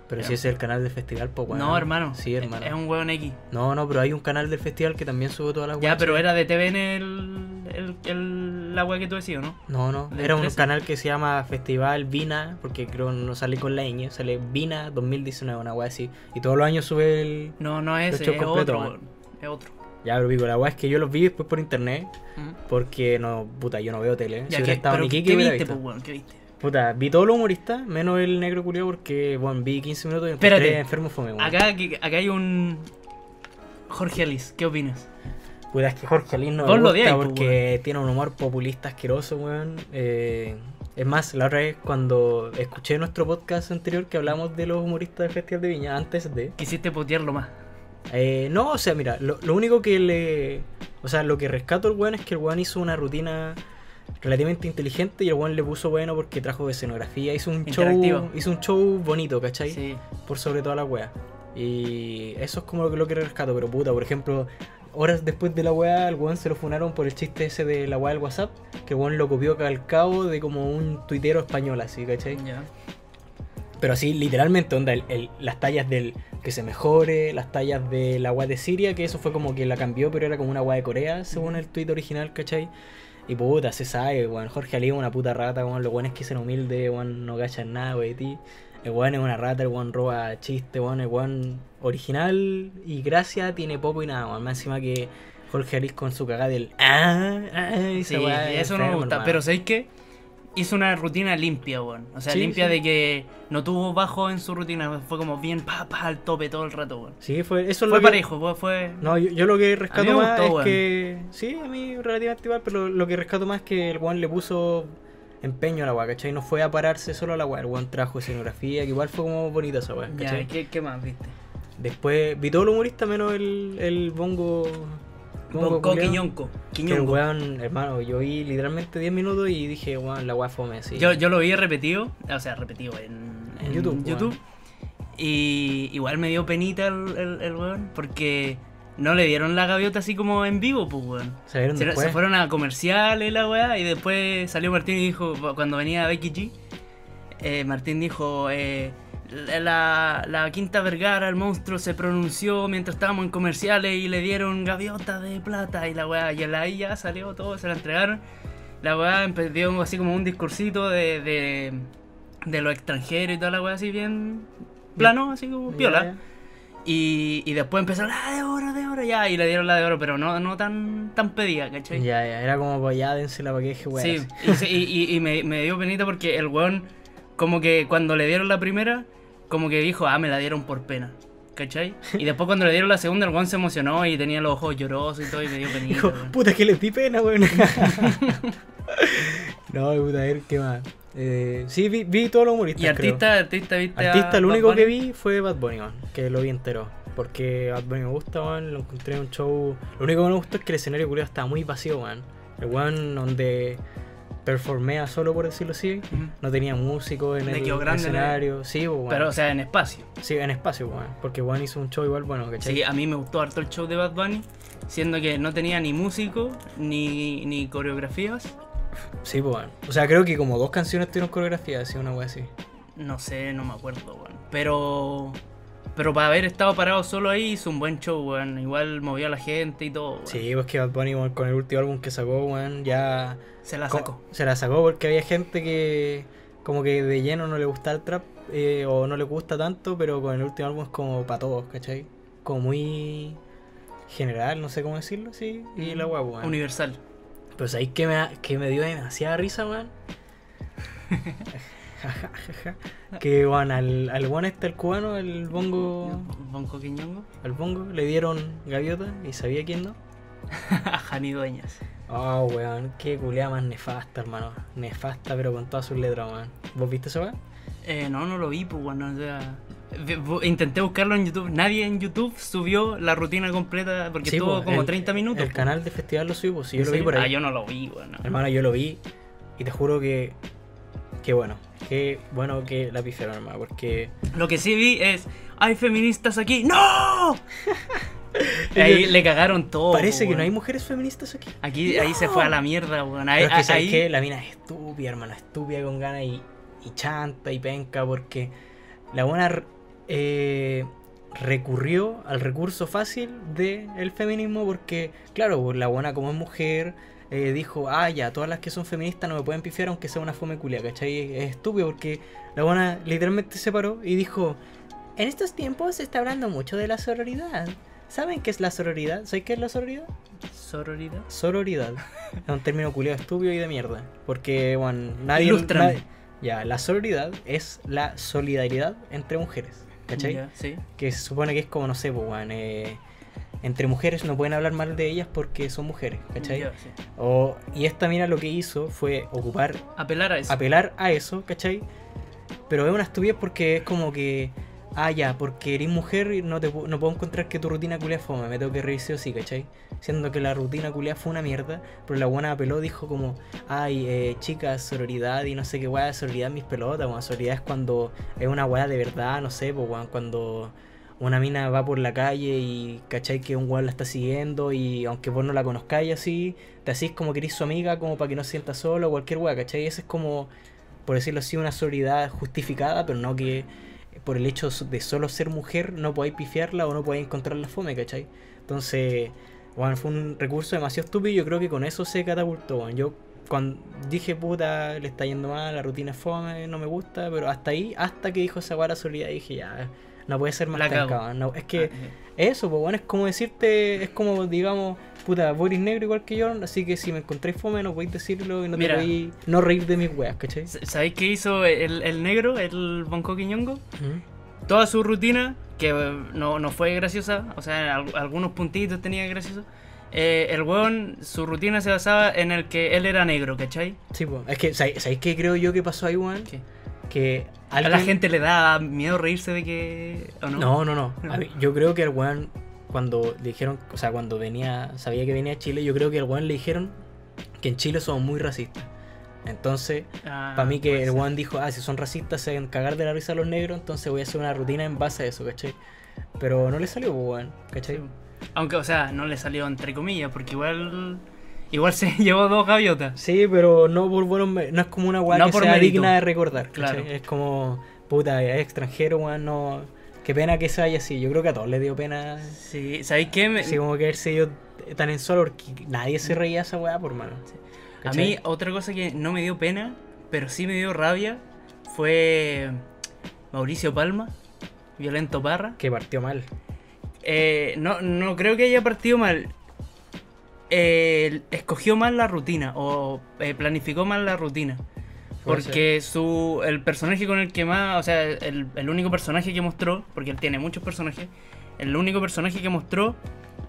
Speaker 2: Pero si ese es el canal del festival, pues bueno.
Speaker 3: no, hermano.
Speaker 2: Sí, hermano.
Speaker 3: Es un weón X.
Speaker 2: No, no, pero hay un canal del festival que también sube todas las
Speaker 3: Ya,
Speaker 2: weas.
Speaker 3: pero era de TVN el, el, el- la wea que tú decías, ¿no?
Speaker 2: No, no.
Speaker 3: ¿Del
Speaker 2: Era un
Speaker 3: 13?
Speaker 2: canal que se llama Festival Vina, porque creo no sale con la ñ, sale Vina 2019, una wea así. Y todos los años sube el.
Speaker 3: No, no es
Speaker 2: hecho
Speaker 3: ese, es
Speaker 2: completo,
Speaker 3: otro.
Speaker 2: man.
Speaker 3: weón. Es otro.
Speaker 2: Ya, pero pico, la wea es que yo los vi después por internet,
Speaker 3: Ujú.
Speaker 2: porque no, puta, yo no veo tele. si
Speaker 3: Ya, ¿qué-
Speaker 2: hubiera estado en
Speaker 3: pero, ¿Qué
Speaker 2: Iquique, hubiera
Speaker 3: viste,
Speaker 2: visto.
Speaker 3: pues, weón? ¿Qué viste?
Speaker 2: Puta, vi todos los humoristas, menos el negro culiao porque, bueno, vi 15 minutos y encontré
Speaker 3: Espérate.
Speaker 2: enfermo fome, weón.
Speaker 3: Acá, que- acá hay un. Jorge Alice, ¿qué opinas?
Speaker 2: Puta, es que Jorge Alín no
Speaker 3: Vos
Speaker 2: me
Speaker 3: lo
Speaker 2: gusta
Speaker 3: odiáis, pues,
Speaker 2: porque tiene un humor populista asqueroso, weón. Eh, es más, la otra vez cuando escuché nuestro podcast anterior que hablamos de los humoristas del Festival de Viña, antes de...
Speaker 3: Quisiste potearlo más.
Speaker 2: Eh, no, o sea, mira, lo, lo único que le... O sea, lo que rescato el weón es que el weón hizo una rutina relativamente inteligente y el weón le puso bueno porque trajo escenografía, hizo un show,
Speaker 3: Interactivo.
Speaker 2: hizo un show bonito, ¿cachai?
Speaker 3: Sí.
Speaker 2: por sobre toda la wea. Y eso es como lo que lo que rescato, pero puta, por ejemplo, horas después de la wea, al weón se lo funaron por el chiste ese de la wea del WhatsApp, que el weón lo copió al cabo de como un tuitero español, así, ¿cachai?
Speaker 3: Ya.
Speaker 2: Pero así, literalmente, onda, el- el- las tallas del que se mejore, las tallas de la wea de Siria, que eso fue como que la cambió, pero era como una wea de Corea, según el tuit original, ¿cachai? Y puta, se sabe, weón. Jorge Ali es una puta rata, weón. Los weones que se humilde, weón, no cachan nada, weón, de ti. El weón es una rata, el weón roba chiste, weón. El weón original y gracia tiene poco y nada, weón. Más encima que Jorge Ali con su cagada del. Ah, ah,
Speaker 3: Sí,
Speaker 2: esa weá es
Speaker 3: eso no me
Speaker 2: enferma,
Speaker 3: gusta.
Speaker 2: hermano.
Speaker 3: Pero ¿sabéis qué? Hizo una rutina limpia, weón. O sea,
Speaker 2: Sí,
Speaker 3: limpia
Speaker 2: sí.
Speaker 3: de que no tuvo bajo en su rutina. Fue como bien pa, pa, al tope todo el rato, weón.
Speaker 2: Sí, fue, eso es
Speaker 3: Fue
Speaker 2: lo que-
Speaker 3: parejo, fue. fue...
Speaker 2: No, yo, yo lo que rescato
Speaker 3: me
Speaker 2: más
Speaker 3: gustó,
Speaker 2: es
Speaker 3: weón.
Speaker 2: que. Sí, a mí relativamente igual, pero lo, lo que rescato más es que el weón le puso empeño a la weá, ¿cachai? No fue a pararse solo a la weá. El weón trajo escenografía, que igual fue como bonita esa weá,
Speaker 3: Ya,
Speaker 2: ¿cachai?
Speaker 3: ¿qué, qué más viste?
Speaker 2: Después vi todo el humorista menos el, el bongo.
Speaker 3: Bonco
Speaker 2: culiao,
Speaker 3: Quiñonco.
Speaker 2: que el
Speaker 3: Quiñonco.
Speaker 2: weón, hermano, yo vi literalmente 10 minutos y dije, weón, la weá fome así.
Speaker 3: Yo, yo lo vi repetido, o sea, repetido en,
Speaker 2: En
Speaker 3: en
Speaker 2: YouTube,
Speaker 3: YouTube. Y igual me dio penita el, el, el weón, porque no le dieron la gaviota así como en vivo, pues weón.
Speaker 2: Se vieron
Speaker 3: Se,
Speaker 2: después.
Speaker 3: se fueron a comerciales la weá y después salió Martín y dijo, cuando venía Becky G, eh, Martín dijo, eh, la, la Quinta Vergara, el monstruo, se pronunció mientras estábamos en comerciales y le dieron gaviota de plata y la weá, y la ahí ya salió todo, se la entregaron. La weá empe- dio así como un discursito de, de, de lo extranjero y toda la weá así bien plano, así como
Speaker 2: Ya,
Speaker 3: piola.
Speaker 2: ya.
Speaker 3: Y, y después empezaron, ah, de oro, de oro, ya, y le dieron la de oro, pero no, no tan, tan pedida, ¿cachai?
Speaker 2: Ya, ya, era como, pues ya, dénsela para que deje weas.
Speaker 3: Sí, y, se- y- y- y me, me dio penita porque el weón, como que cuando le dieron la primera, como que dijo, ah, me la dieron por pena. ¿Cachai? Y después cuando le dieron la segunda, el weón se emocionó y tenía los ojos llorosos y todo, y me dio penita.
Speaker 2: Dijo,
Speaker 3: weón.
Speaker 2: puta, que les di pena, weón. no, puta, a ver, ¿qué más? Eh, sí, vi, vi todos los humoristas.
Speaker 3: Y artista, artista, viste.
Speaker 2: creo.
Speaker 3: a
Speaker 2: Artista, lo
Speaker 3: Bad
Speaker 2: único que
Speaker 3: Bunny?
Speaker 2: vi fue Bad Bunny, weón, que lo vi entero. Porque Bad Bunny me gusta, weón, lo encontré en un show. Lo único que me gustó es que el escenario culiao estaba muy vacío, weón. El weón donde performea solo, por decirlo así.
Speaker 3: Ujú.
Speaker 2: No tenía músico en
Speaker 3: Le
Speaker 2: el
Speaker 3: quedó grande, ¿no?
Speaker 2: escenario. Sí, weón.
Speaker 3: Pero, o sea, en espacio.
Speaker 2: Sí, en espacio, weón. Porque weón hizo un show igual bueno, ¿cachai?
Speaker 3: Sí, a mí me gustó harto el show de Bad Bunny, siendo que no tenía ni músico, ni, ni coreografías.
Speaker 2: Sí, pues, weón. O sea, creo que como dos canciones tuvieron coreografía, así una wea así.
Speaker 3: No sé, no me acuerdo, weón. Pero. Pero para haber estado parado solo ahí hizo un buen show, weón. Igual movió a la gente y todo, weón.
Speaker 2: Sí, pues que Bad Bunny weón, con el último álbum que sacó, weón, ya.
Speaker 3: Se la
Speaker 2: co-
Speaker 3: sacó.
Speaker 2: Se la sacó porque había gente que, como que de lleno no le gusta el trap eh, o no le gusta tanto, pero con el último álbum es como para todos, ¿cachai? Como muy general, no sé cómo decirlo, sí. Y
Speaker 3: Mm,
Speaker 2: la wea, pues, weón.
Speaker 3: Universal.
Speaker 2: Pero sabéis que me, que me dio demasiada risa, weón. que, weón, al, al weón este, al cubano, el bongo.
Speaker 3: Bonco Quiñongo.
Speaker 2: Al bongo le dieron gaviota y sabía quién no.
Speaker 3: a Jani Dueñas.
Speaker 2: Oh, weón, qué culeada más nefasta, hermano. Nefasta, pero con todas sus letras, weón. ¿Vos viste eso, weón?
Speaker 3: Eh, no, no lo vi, pues, weón. o sea, ve- bu- Intenté buscarlo en YouTube. Nadie en YouTube subió la rutina completa porque
Speaker 2: Sí,
Speaker 3: estuvo
Speaker 2: po,
Speaker 3: como
Speaker 2: el-
Speaker 3: 30 minutos.
Speaker 2: El
Speaker 3: po.
Speaker 2: canal de festival lo subió, pues si
Speaker 3: ¿En
Speaker 2: yo lo vi
Speaker 3: serio?
Speaker 2: por ahí.
Speaker 3: Ah, yo no lo vi, weón. no.
Speaker 2: Hermano, yo lo vi y te juro que. Qué bueno. Qué bueno que la pifiaron, hermano, porque.
Speaker 3: Lo que sí vi es, hay feministas aquí. ¡No! Y ahí le cagaron todo.
Speaker 2: Parece
Speaker 3: Oh, po,
Speaker 2: que no hay
Speaker 3: weón.
Speaker 2: mujeres feministas aquí.
Speaker 3: Aquí ahí se
Speaker 2: ¡No!
Speaker 3: fue a la mierda, weón. Ahí,
Speaker 2: Pero es que, ¿sabes
Speaker 3: ahí-
Speaker 2: qué? La mina es estúpida, hermano, estúpida con ganas y, y chanta y penca porque la buena eh, recurrió al recurso fácil del feminismo porque, claro, pues, la buena como es mujer eh, dijo, ah, ya, todas las que son feministas no me pueden pifiar aunque sea una fome culia, ¿cachai? Es estúpido porque la buena literalmente se paró y dijo, en estos tiempos se está hablando mucho de la sororidad. ¿Saben qué es la sororidad? ¿Saben qué es la sororidad?
Speaker 3: Sororidad.
Speaker 2: Sororidad. Es un término culiado estúpido y de mierda. Porque, bueno, nadie.
Speaker 3: Ilústrame.
Speaker 2: nadie- ya, la sororidad es la solidaridad entre mujeres. ¿Cachai?
Speaker 3: Ya, Sí.
Speaker 2: Que se supone que es como, no sé, pues, weón, eh, entre mujeres no pueden hablar mal de ellas porque son mujeres, ¿cachai?
Speaker 3: Ya, sí.
Speaker 2: O, y esta mina lo que hizo fue ocupar
Speaker 3: Apelar a eso.
Speaker 2: apelar a eso, ¿cachai? Pero es una estupidez porque es como que, ah, ya, porque eres mujer y no, te, pu- no puedo encontrar que tu rutina culia fome, me tengo que revisar sí, o sí, ¿cachai? Siendo que la rutina culia fue una mierda, pero la buena apeló, dijo como, ay, eh, chicas, sororidad y no sé qué weá, sororidad en mis pelotas, weón, sororidad es cuando es una weá de verdad, no sé, pues weón, cuando... Una mina va por la calle y cachai que un weón la está siguiendo y aunque vos no la conozcáis así, te hacís como que eres su amiga, como para que no se sienta solo o cualquier weá, ¿cachai? Ese es como, por decirlo así, una sororidad justificada, pero no que por el hecho de solo ser mujer no podáis pifiarla o no podáis encontrar la fome, ¿cachai? Entonces, bueno, fue un recurso demasiado estúpido y yo creo que con eso se catapultó, weón. Yo cuando dije, puta, le está yendo mal, la rutina es fome, no me gusta, pero hasta ahí, hasta que dijo esa guara sororidad, dije, ya, no puede ser más
Speaker 3: La cago.
Speaker 2: penca, weón. No, es
Speaker 3: Ah,
Speaker 2: que... Eso, pues bueno, es como decirte, es como, digamos, puta, Boris negro igual que yo, así que si me encontréis fome no podéis decirlo y no
Speaker 3: Mira.
Speaker 2: te podéis no reír de mis weas, ¿cachai?
Speaker 3: ya. ¿Sabéis qué hizo el, el negro, el Bonco Quiñongo? Toda su rutina, que eh, no, no fue graciosa, o sea, al- algunos puntitos tenía gracioso. eh, el weón, su rutina se basaba en el que él era negro, ¿cachai?
Speaker 2: Sí, pues, es que, ¿sabéis sabéis qué creo yo que pasó ahí, weón?
Speaker 3: ¿Qué?
Speaker 2: Que
Speaker 3: A
Speaker 2: alguien...
Speaker 3: la gente le da miedo reírse de que. ¿O no?
Speaker 2: No, no, no. A mí- yo creo que al weón, cuando le dijeron, o sea, cuando venía, sabía que venía a Chile, yo creo que al weón le dijeron que en Chile somos muy racistas. Entonces,
Speaker 3: Ah,
Speaker 2: Para mí que
Speaker 3: puede
Speaker 2: el
Speaker 3: ser.
Speaker 2: weón dijo, ah, si son racistas se van a cagar de la risa a los negros, entonces voy a hacer una rutina en base a eso, ¿cachai? Pero no le salió, pues, weón, ¿cachai?
Speaker 3: Aunque, o sea, no le salió entre comillas, porque igual. Igual se llevó dos gaviotas.
Speaker 2: Sí, pero no por buenos mé- no es como una weá
Speaker 3: No
Speaker 2: que
Speaker 3: por
Speaker 2: sea
Speaker 3: mérito.
Speaker 2: digna de recordar, ¿cachai?
Speaker 3: Claro.
Speaker 2: Es como, puta, es extranjero, weón, no... Qué pena que se vaya así, yo creo que a todos les dio pena,
Speaker 3: Sí, ¿sabéis qué? Me-
Speaker 2: así como que haber sido tan en solo, porque nadie se reía de esa weá, por mano.
Speaker 3: a mí, otra cosa que no me dio pena, pero sí me dio rabia, fue. Mauricio Palma, Violento Parra,
Speaker 2: Que partió mal.
Speaker 3: eh, no, no creo que haya partido mal. Eh, escogió mal la rutina o eh, planificó mal la rutina.
Speaker 2: Puede ser.
Speaker 3: Porque su, el personaje con el que más, o sea, el, el único personaje que mostró, porque él tiene muchos personajes, el único personaje que mostró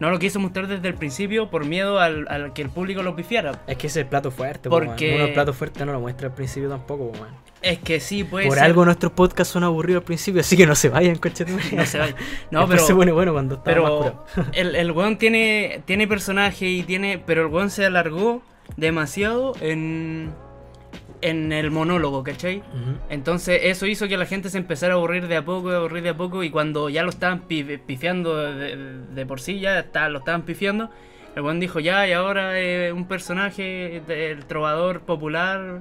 Speaker 3: no lo quiso mostrar desde el principio por miedo al, al que el público lo pifiara.
Speaker 2: Es que ese es el plato fuerte, po, weón.
Speaker 3: Porque-
Speaker 2: Uno el plato fuerte no lo muestra al principio tampoco, po, weón.
Speaker 3: Es que sí, pues.
Speaker 2: Por algo nuestros podcasts son aburridos al principio, así que no se vayan, conchetumare.
Speaker 3: no se vaya. No,
Speaker 2: Después
Speaker 3: pero.
Speaker 2: se pone bueno cuando está más curado.
Speaker 3: Pero el, el weón tiene, tiene personaje y tiene. Pero el weón se alargó demasiado en. En el monólogo, ¿cachai?
Speaker 2: Ujú.
Speaker 3: Entonces eso hizo que la gente se empezara a aburrir de a poco, a aburrir de a poco, y cuando ya lo estaban pi- pifiando de, de por sí, ya está- lo estaban pifiando, el buen dijo, ya, y ahora eh, un personaje del trovador popular,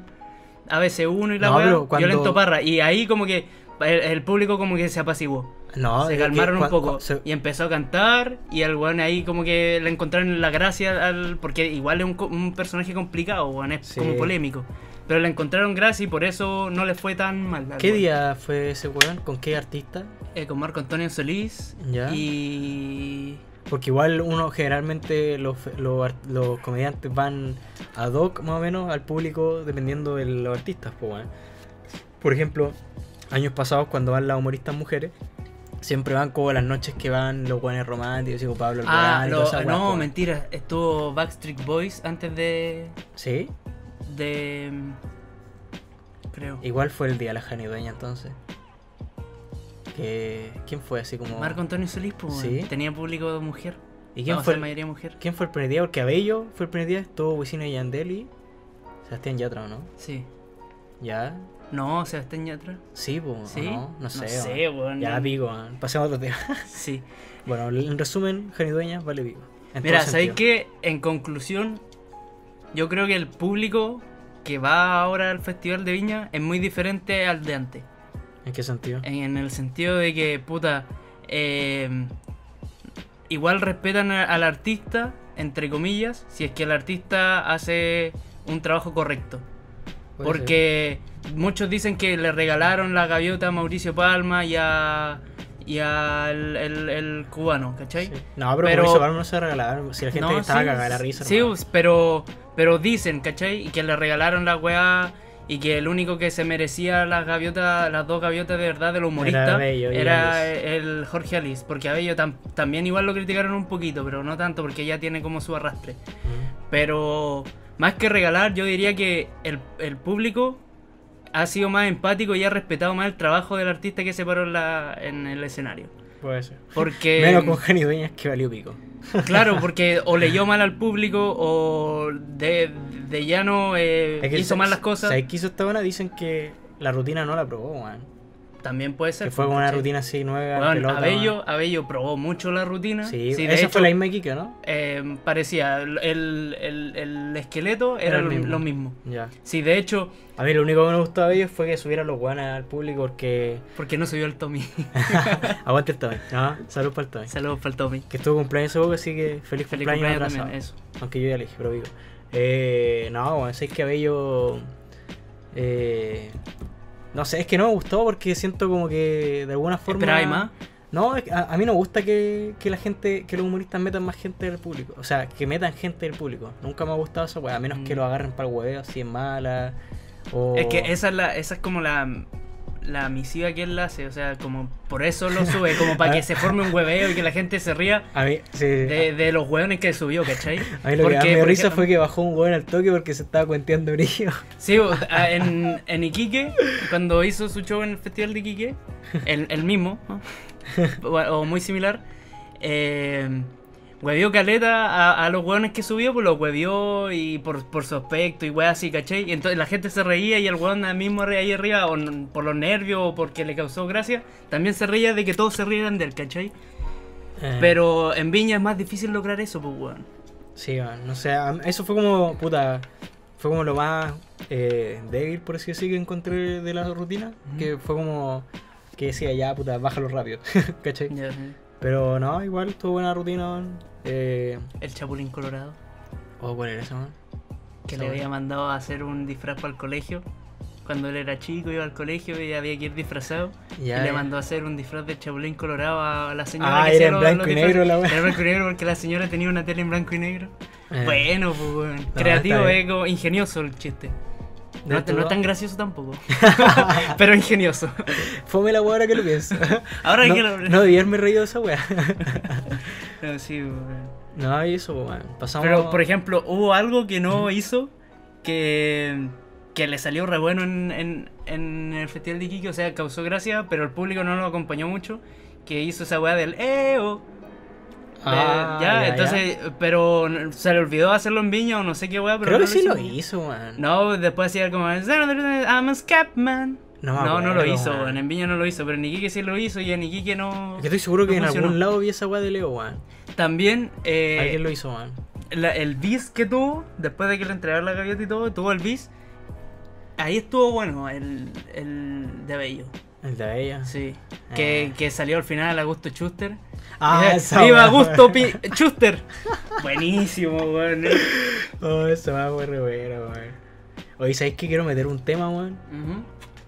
Speaker 3: ABC1 y la
Speaker 2: No,
Speaker 3: weá,
Speaker 2: pero cuando-
Speaker 3: violento parra, y ahí como que el, el público como que se apaciguó.
Speaker 2: No,
Speaker 3: Se
Speaker 2: es que
Speaker 3: calmaron un
Speaker 2: cuan-
Speaker 3: poco
Speaker 2: cuan- se-
Speaker 3: y empezó a cantar y al weón ahí como que le encontraron la gracia al... Porque igual es un, co- un personaje complicado, weón, es
Speaker 2: Sí.
Speaker 3: como polémico. Pero le encontraron gracia y por eso no le fue tan mal. al
Speaker 2: ¿Qué
Speaker 3: weón.
Speaker 2: día fue ese weón? ¿Con qué artista?
Speaker 3: Eh, con Marco Antonio Solís
Speaker 2: Ya.
Speaker 3: y...
Speaker 2: Porque igual uno generalmente los, los ar- los comediantes van ad hoc más o menos al público dependiendo de los artistas. po, weón. Por ejemplo, años pasados cuando van las humoristas mujeres, siempre van como las noches que van los guanes románticos, digo Pablo
Speaker 3: Ah,
Speaker 2: Alborán y
Speaker 3: lo-
Speaker 2: todas esas weas, po,
Speaker 3: no,
Speaker 2: weón.
Speaker 3: mentira. Estuvo Backstreet Boys antes de...
Speaker 2: Sí,
Speaker 3: de... Creo.
Speaker 2: igual fue el día de la janidueña entonces. Que, ¿Quién fue así como...?
Speaker 3: Marco Antonio Solís, pues,
Speaker 2: Sí.
Speaker 3: weón, tenía público de mujer.
Speaker 2: ¿Y quién
Speaker 3: Vamos,
Speaker 2: fue,
Speaker 3: La
Speaker 2: el,
Speaker 3: mayoría mujer.
Speaker 2: quién fue el primer día? Porque Abello fue el primer día, estuvo Wisin y Yandel y Sebastián Yatra, ¿o ¿no?
Speaker 3: Sí.
Speaker 2: Ya,
Speaker 3: No, Sebastián Yatra.
Speaker 2: Sí, po, ¿o
Speaker 3: ¿Sí?
Speaker 2: No, no sé.
Speaker 3: No
Speaker 2: weón.
Speaker 3: sé, weón.
Speaker 2: Ya, pico, weón. pasemos a otro tema.
Speaker 3: Sí.
Speaker 2: Bueno, en resumen, Genidueña vale pico. En
Speaker 3: Mira,
Speaker 2: todo
Speaker 3: ¿sabéis
Speaker 2: sentido.
Speaker 3: qué? En conclusión, yo creo que el público que va ahora al Festival de Viña es muy diferente al de antes.
Speaker 2: ¿En qué sentido?
Speaker 3: En, en el sentido de que, puta, eh, igual respetan a- al artista, entre comillas, si es que el artista hace un trabajo correcto.
Speaker 2: Puede
Speaker 3: Porque muchos dicen que le regalaron la gaviota a Mauricio Palma y a. y al el, el cubano, ¿cachai?
Speaker 2: ser. Sí. No, pero,
Speaker 3: eh, Pero-
Speaker 2: por eso Barba no se regalaron. Si la gente
Speaker 3: No,
Speaker 2: estaba
Speaker 3: sí,
Speaker 2: cagada de la risa.
Speaker 3: Sí,
Speaker 2: hermano.
Speaker 3: us- pero, pero dicen, ¿cachai? Y que le regalaron la weá y que el único que se merecía las gaviotas, las dos gaviotas de verdad del humorista
Speaker 2: Era Abello y
Speaker 3: era el Jorge Alice, porque Abello tam- también igual lo criticaron un poquito, pero no tanto porque ya tiene como su arrastre.
Speaker 2: Mm.
Speaker 3: Pero más que regalar, yo diría que el, el público ha sido más empático y ha respetado más el trabajo del artista que se paró en, la- en el escenario.
Speaker 2: Puede ser.
Speaker 3: Porque
Speaker 2: Menos con Genidueña que valió pico.
Speaker 3: Claro, porque o leyó mal al público o de, de llano eh,
Speaker 2: Es que
Speaker 3: hizo
Speaker 2: sa-
Speaker 3: mal las cosas.
Speaker 2: ¿Sabéis qué hizo esta buena? Dicen que la rutina no la probó, weón.
Speaker 3: También puede ser.
Speaker 2: Que fue con una
Speaker 3: ¿cachai?
Speaker 2: rutina así nueva.
Speaker 3: Weón,
Speaker 2: pelota,
Speaker 3: Abello,
Speaker 2: weón.
Speaker 3: Abello probó mucho la rutina.
Speaker 2: Sí,
Speaker 3: de
Speaker 2: esa
Speaker 3: hecho,
Speaker 2: fue la misma Kika, ¿no?
Speaker 3: eh, parecía, el, el- el- el esqueleto era,
Speaker 2: Era el
Speaker 3: lo,
Speaker 2: mismo.
Speaker 3: lo mismo.
Speaker 2: Ya.
Speaker 3: Sí, de hecho,
Speaker 2: A mí lo único que me gustó de Abello fue que subiera los guanes al público porque.
Speaker 3: porque no se vio el Tommy.
Speaker 2: Aguante el Tommy. ¿no? Salud para el Tommy.
Speaker 3: Saludos para el Tommy.
Speaker 2: Que estuvo cumpleaños hace poco, así que feliz,
Speaker 3: Feliz
Speaker 2: cumpleaños,
Speaker 3: cumpleaños
Speaker 2: atrasado.
Speaker 3: también, eso.
Speaker 2: Aunque yo ya le dije, pero digo. Eh, no, bueno, es que Abello. eh, no sé, es que no me gustó porque siento como que de alguna forma.
Speaker 3: Pero hay más.
Speaker 2: No, es que a, a mí no me gusta que, que la gente, que los humoristas metan más gente del público. O sea, que metan gente del público. Nunca me ha gustado eso, pues, a menos que
Speaker 3: Mm.
Speaker 2: lo agarren para el hueveo, si es mala. O...
Speaker 3: Es que esa es, la, esa es como la, la misiva que él hace, o sea, como por eso lo sube, como para que se forme un hueveo y que la gente se ría
Speaker 2: A mí, sí,
Speaker 3: de, de los hueones que subió, ¿cachai?
Speaker 2: a mí lo que
Speaker 3: Eh, Porque,
Speaker 2: me dio
Speaker 3: por
Speaker 2: risa
Speaker 3: ejemplo-
Speaker 2: fue que bajó un hueón al toque porque se estaba cuenteando brillo.
Speaker 3: Sí, o- a- en, en Iquique, cuando hizo su show en el Festival de Iquique, el, el mismo, ¿no? o, o muy similar, eh, huevió caleta a, a los hueones que subió, pues los huevió y por, por su aspecto y hueá así, ¿cachai? Y entonces la gente se reía y el hueón al mismo re- ahí arriba, o n- por los nervios o porque le causó gracia, también se reía de que todos se rieran de él, ¿cachai?
Speaker 2: Eh, Ah.
Speaker 3: Pero en Viña es más difícil lograr eso, pues hueón.
Speaker 2: Sí, man, no sé, a- eso fue como, puta, fue como lo más eh, débil, por así decir, que encontré de la rutina,
Speaker 3: Ujú.
Speaker 2: que fue como que decía, ya, puta, bájalo rápido, ¿cachai?
Speaker 3: Ya, sí.
Speaker 2: Pero no, igual estuvo buena rutina, man. Eh,
Speaker 3: El Chapulín Colorado.
Speaker 2: oh, ¿cuál era esa, man?
Speaker 3: que
Speaker 2: Sí.
Speaker 3: le había mandado a hacer un disfraz para el colegio cuando él era chico, iba al colegio y había que ir disfrazado.
Speaker 2: Ya, eh,
Speaker 3: y le
Speaker 2: ya.
Speaker 3: mandó a hacer un disfraz de Chapulín Colorado a la señora.
Speaker 2: Ah,
Speaker 3: que
Speaker 2: era
Speaker 3: hacía
Speaker 2: en
Speaker 3: los-
Speaker 2: blanco
Speaker 3: los
Speaker 2: y
Speaker 3: disfraces.
Speaker 2: negro la wea.
Speaker 3: Era en blanco y negro porque la señora tenía una tele en blanco y negro.
Speaker 2: Eh,
Speaker 3: Bueno, pues, weón. Creativo,
Speaker 2: está
Speaker 3: es
Speaker 2: bien.
Speaker 3: como ingenioso el chiste.
Speaker 2: De
Speaker 3: No, no
Speaker 2: todo.
Speaker 3: tan gracioso tampoco, pero ingenioso.
Speaker 2: Fome la wea ahora que lo pienso.
Speaker 3: Ahora que
Speaker 2: no,
Speaker 3: lo-
Speaker 2: no debí haberme reído de esa wea.
Speaker 3: No, sí, weón.
Speaker 2: no, y eso, weón. Pasamos.
Speaker 3: Pero, por ejemplo, hubo algo que no hizo que, que le salió re bueno en, en- en el Festival de Iquique, o sea, causó gracia, pero el público no lo acompañó mucho, que hizo esa weá del EO.
Speaker 2: Ah,
Speaker 3: eh, ya, entonces, pero n- se le olvidó hacerlo en Viña o no sé qué weá, pero
Speaker 2: Creo
Speaker 3: no
Speaker 2: que sí lo
Speaker 3: hizo.
Speaker 2: hizo, weón.
Speaker 3: No, después hacía como I'm a Scatman.
Speaker 2: No me
Speaker 3: No, no lo
Speaker 2: acuerdo,
Speaker 3: hizo,
Speaker 2: weón.
Speaker 3: weón, en Viña no lo hizo, pero en Iquique sí lo hizo y en Iquique no...
Speaker 2: Es que estoy seguro
Speaker 3: no
Speaker 2: que en
Speaker 3: funcionó.
Speaker 2: algún lado vi esa wea de Leo, weón.
Speaker 3: También... eh,
Speaker 2: Alguien lo hizo, weón.
Speaker 3: la- el bis que tuvo, después de que le entregaron la gaviota y todo, tuvo el bis. Ahí estuvo bueno el, el de Bello,
Speaker 2: El de ella.
Speaker 3: sí. Que, que salió al final Augusto Schuster.
Speaker 2: Ah,
Speaker 3: Dice,
Speaker 2: esa
Speaker 3: ¡Viva
Speaker 2: wea,
Speaker 3: Augusto Pi Schuster! Buenísimo, weón.
Speaker 2: Oh, esa wea fue re buena, weón. Oye, ¿sabéis que quiero meter un tema, weón?
Speaker 3: Ujú.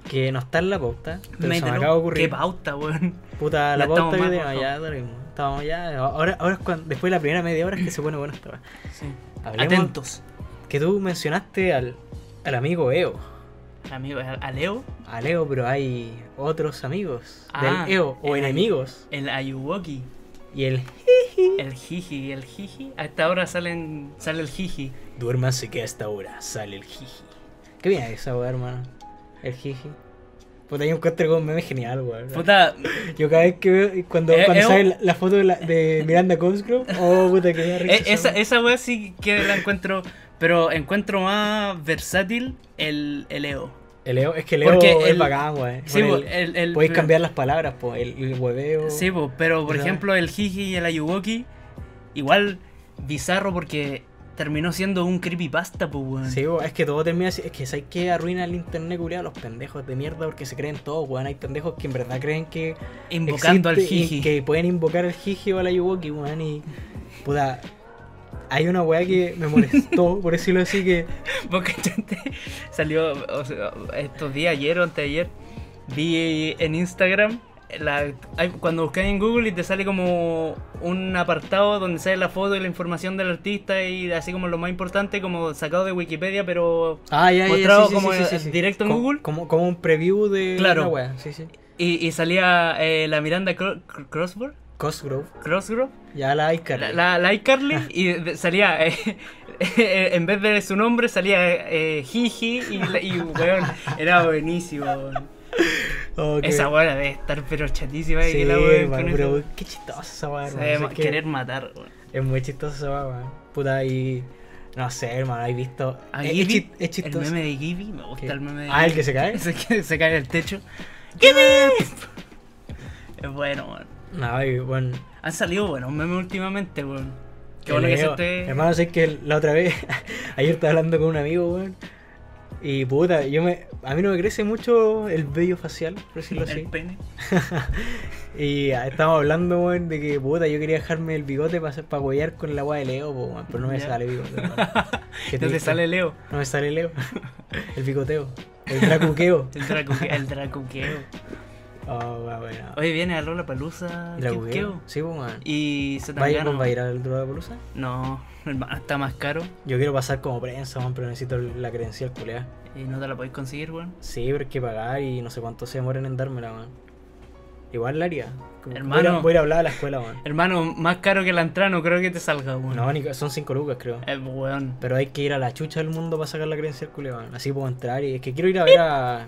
Speaker 2: Que no está en la pauta. Pero se me
Speaker 3: Mételo.
Speaker 2: acaba de
Speaker 3: Qué
Speaker 2: ocurrir.
Speaker 3: pauta, weón.
Speaker 2: Puta, la
Speaker 3: Ya estamos
Speaker 2: pauta que
Speaker 3: más
Speaker 2: tenemos,
Speaker 3: bajo.
Speaker 2: ya, dormimos. Estamos ya. Ahora, ahora es cuando, después de la primera media hora es que se pone bueno esta wea.
Speaker 3: Sí.
Speaker 2: Hablemos-
Speaker 3: Atentos.
Speaker 2: Que tú mencionaste al, al amigo EO.
Speaker 3: Amigo, a a Leo,
Speaker 2: Al EO, pero hay otros amigos
Speaker 3: Ah,
Speaker 2: del EO o
Speaker 3: el-
Speaker 2: enemigos.
Speaker 3: el Ayuwoki,
Speaker 2: Y el
Speaker 3: el Jiji, el Jiji. A esta hora salen, sale el Jiji.
Speaker 2: duérmase que a esta hora sale el jiji. Qué bien esa weá, hermano. El jiji. Puta, yo encuentro con meme genial, weón.
Speaker 3: Puta,
Speaker 2: Yo cada vez que veo, cuando,
Speaker 3: Eh,
Speaker 2: cuando
Speaker 3: eh,
Speaker 2: sale
Speaker 3: oh.
Speaker 2: la, la foto de, la- de Miranda Cosgrove, oh puta que me da risa
Speaker 3: Eh, esa,
Speaker 2: weá.
Speaker 3: esa wea sí que la encuentro. Pero encuentro más versátil el, el EO.
Speaker 2: El Leo, es que Leo
Speaker 3: porque
Speaker 2: es
Speaker 3: el-
Speaker 2: bacán, weón.
Speaker 3: Sí,
Speaker 2: Con
Speaker 3: po,
Speaker 2: el-
Speaker 3: el- el-
Speaker 2: Podéis cambiar las palabras, po, el, el hueveo.
Speaker 3: Sí, po, pero por
Speaker 2: Ya.
Speaker 3: ejemplo el Jiji y el Ayuwoki, igual bizarro porque terminó siendo un creepypasta, pues weón.
Speaker 2: Sí, bo, es que todo termina así. Es que ¿sabes que arruina el internet culiao los pendejos de mierda porque se creen todo, weón. Hay pendejos que en verdad creen que.
Speaker 3: Invocando al
Speaker 2: existe y
Speaker 3: Jiji.
Speaker 2: Que pueden invocar al Jiji o al Ayuwoki, weón. Y. Puta. Hay una weá que me molestó, por decirlo así, que.
Speaker 3: Vos cachaste, salió o sea, estos días, ayer o anteayer, vi en Instagram, la- hay- cuando buscas en Google y te sale como un apartado donde sale la foto y la información del artista y así como lo más importante, como sacado de Wikipedia, pero...
Speaker 2: Ah, ya,
Speaker 3: ya, Mostrado sí, sí, como sí, sí, sí. directo en
Speaker 2: como,
Speaker 3: Google.
Speaker 2: Como, como un preview de
Speaker 3: Claro.
Speaker 2: la weá, sí, sí.
Speaker 3: Y, y salía eh, la Miranda Cro- Cro- Crossgrove,
Speaker 2: Cosgrove,
Speaker 3: Crossgrove,
Speaker 2: ya la Icar.
Speaker 3: la, la, la iCarly, y de- salía, eh, en vez de su nombre, salía eh, Jiji, y, la- y weón, era buenísimo, weón.
Speaker 2: Oh, qué-
Speaker 3: Esa weá debe estar pero chatísima de
Speaker 2: Sí,
Speaker 3: que la weá
Speaker 2: weón,
Speaker 3: con
Speaker 2: pero
Speaker 3: eso.
Speaker 2: qué chistosa esa weá,
Speaker 3: Se
Speaker 2: hermano,
Speaker 3: debe
Speaker 2: si
Speaker 3: ma-
Speaker 2: es que
Speaker 3: querer matar, weón.
Speaker 2: Es muy chistosa esa weá, weón. Puta, y. No sé, hermano, ¿has visto?
Speaker 3: A
Speaker 2: Es- es,
Speaker 3: Gibby,
Speaker 2: chi- es chistoso.
Speaker 3: El meme de Gibby, me gusta
Speaker 2: ¿Qué?
Speaker 3: el meme de
Speaker 2: Ah, el que se cae.
Speaker 3: Ese que se cae del techo. ¡Gibby! es bueno, weón.
Speaker 2: No, y bueno.
Speaker 3: Han salido buenos memes últimamente, weón. Qué
Speaker 2: Te
Speaker 3: bueno que se
Speaker 2: leo.
Speaker 3: esté.
Speaker 2: Hermano, sé que la otra vez, ayer estaba hablando con un amigo, weón. Y puta, yo me, a mí no me crece mucho el vello facial, por decirlo
Speaker 3: El
Speaker 2: así.
Speaker 3: pene.
Speaker 2: Y ah, estábamos hablando, weón, de que puta, yo quería dejarme el bigote para para huear con la agua de Leo, po, weón, pero no me
Speaker 3: Ya.
Speaker 2: sale bigote, weón. Qué
Speaker 3: Entonces
Speaker 2: triste.
Speaker 3: sale Leo.
Speaker 2: No me sale Leo. El bigoteo. El dracuqueo.
Speaker 3: El dracuqueo. El dracuqueo.
Speaker 2: Oh, weón, bueno.
Speaker 3: Hoy viene a Lola Palusa.
Speaker 2: ¿Dracuqueo? Sí, po, weón.
Speaker 3: Ah, Y se
Speaker 2: ¿Va a ir- ¿Va a ir al Duro de Polusa?
Speaker 3: No, hermano, está más caro.
Speaker 2: Yo quiero pasar como prensa, weón, pero necesito la credencial culeada.
Speaker 3: Y no te la podéis conseguir, weón.
Speaker 2: Sí, pero hay que pagar y no sé cuánto se demoran en dármela, man. Igual la haría. Como que
Speaker 3: Hermano.
Speaker 2: Voy a, ir a- voy a ir a hablar a la escuela, man.
Speaker 3: Hermano, más caro que la entrada no creo que te salga, weón.
Speaker 2: No, ni- son 5 lucas, creo.
Speaker 3: Eh, weón.
Speaker 2: Pero hay que ir a la chucha del mundo para sacar la credencial culia, man. Así puedo entrar y es que quiero ir a ver a,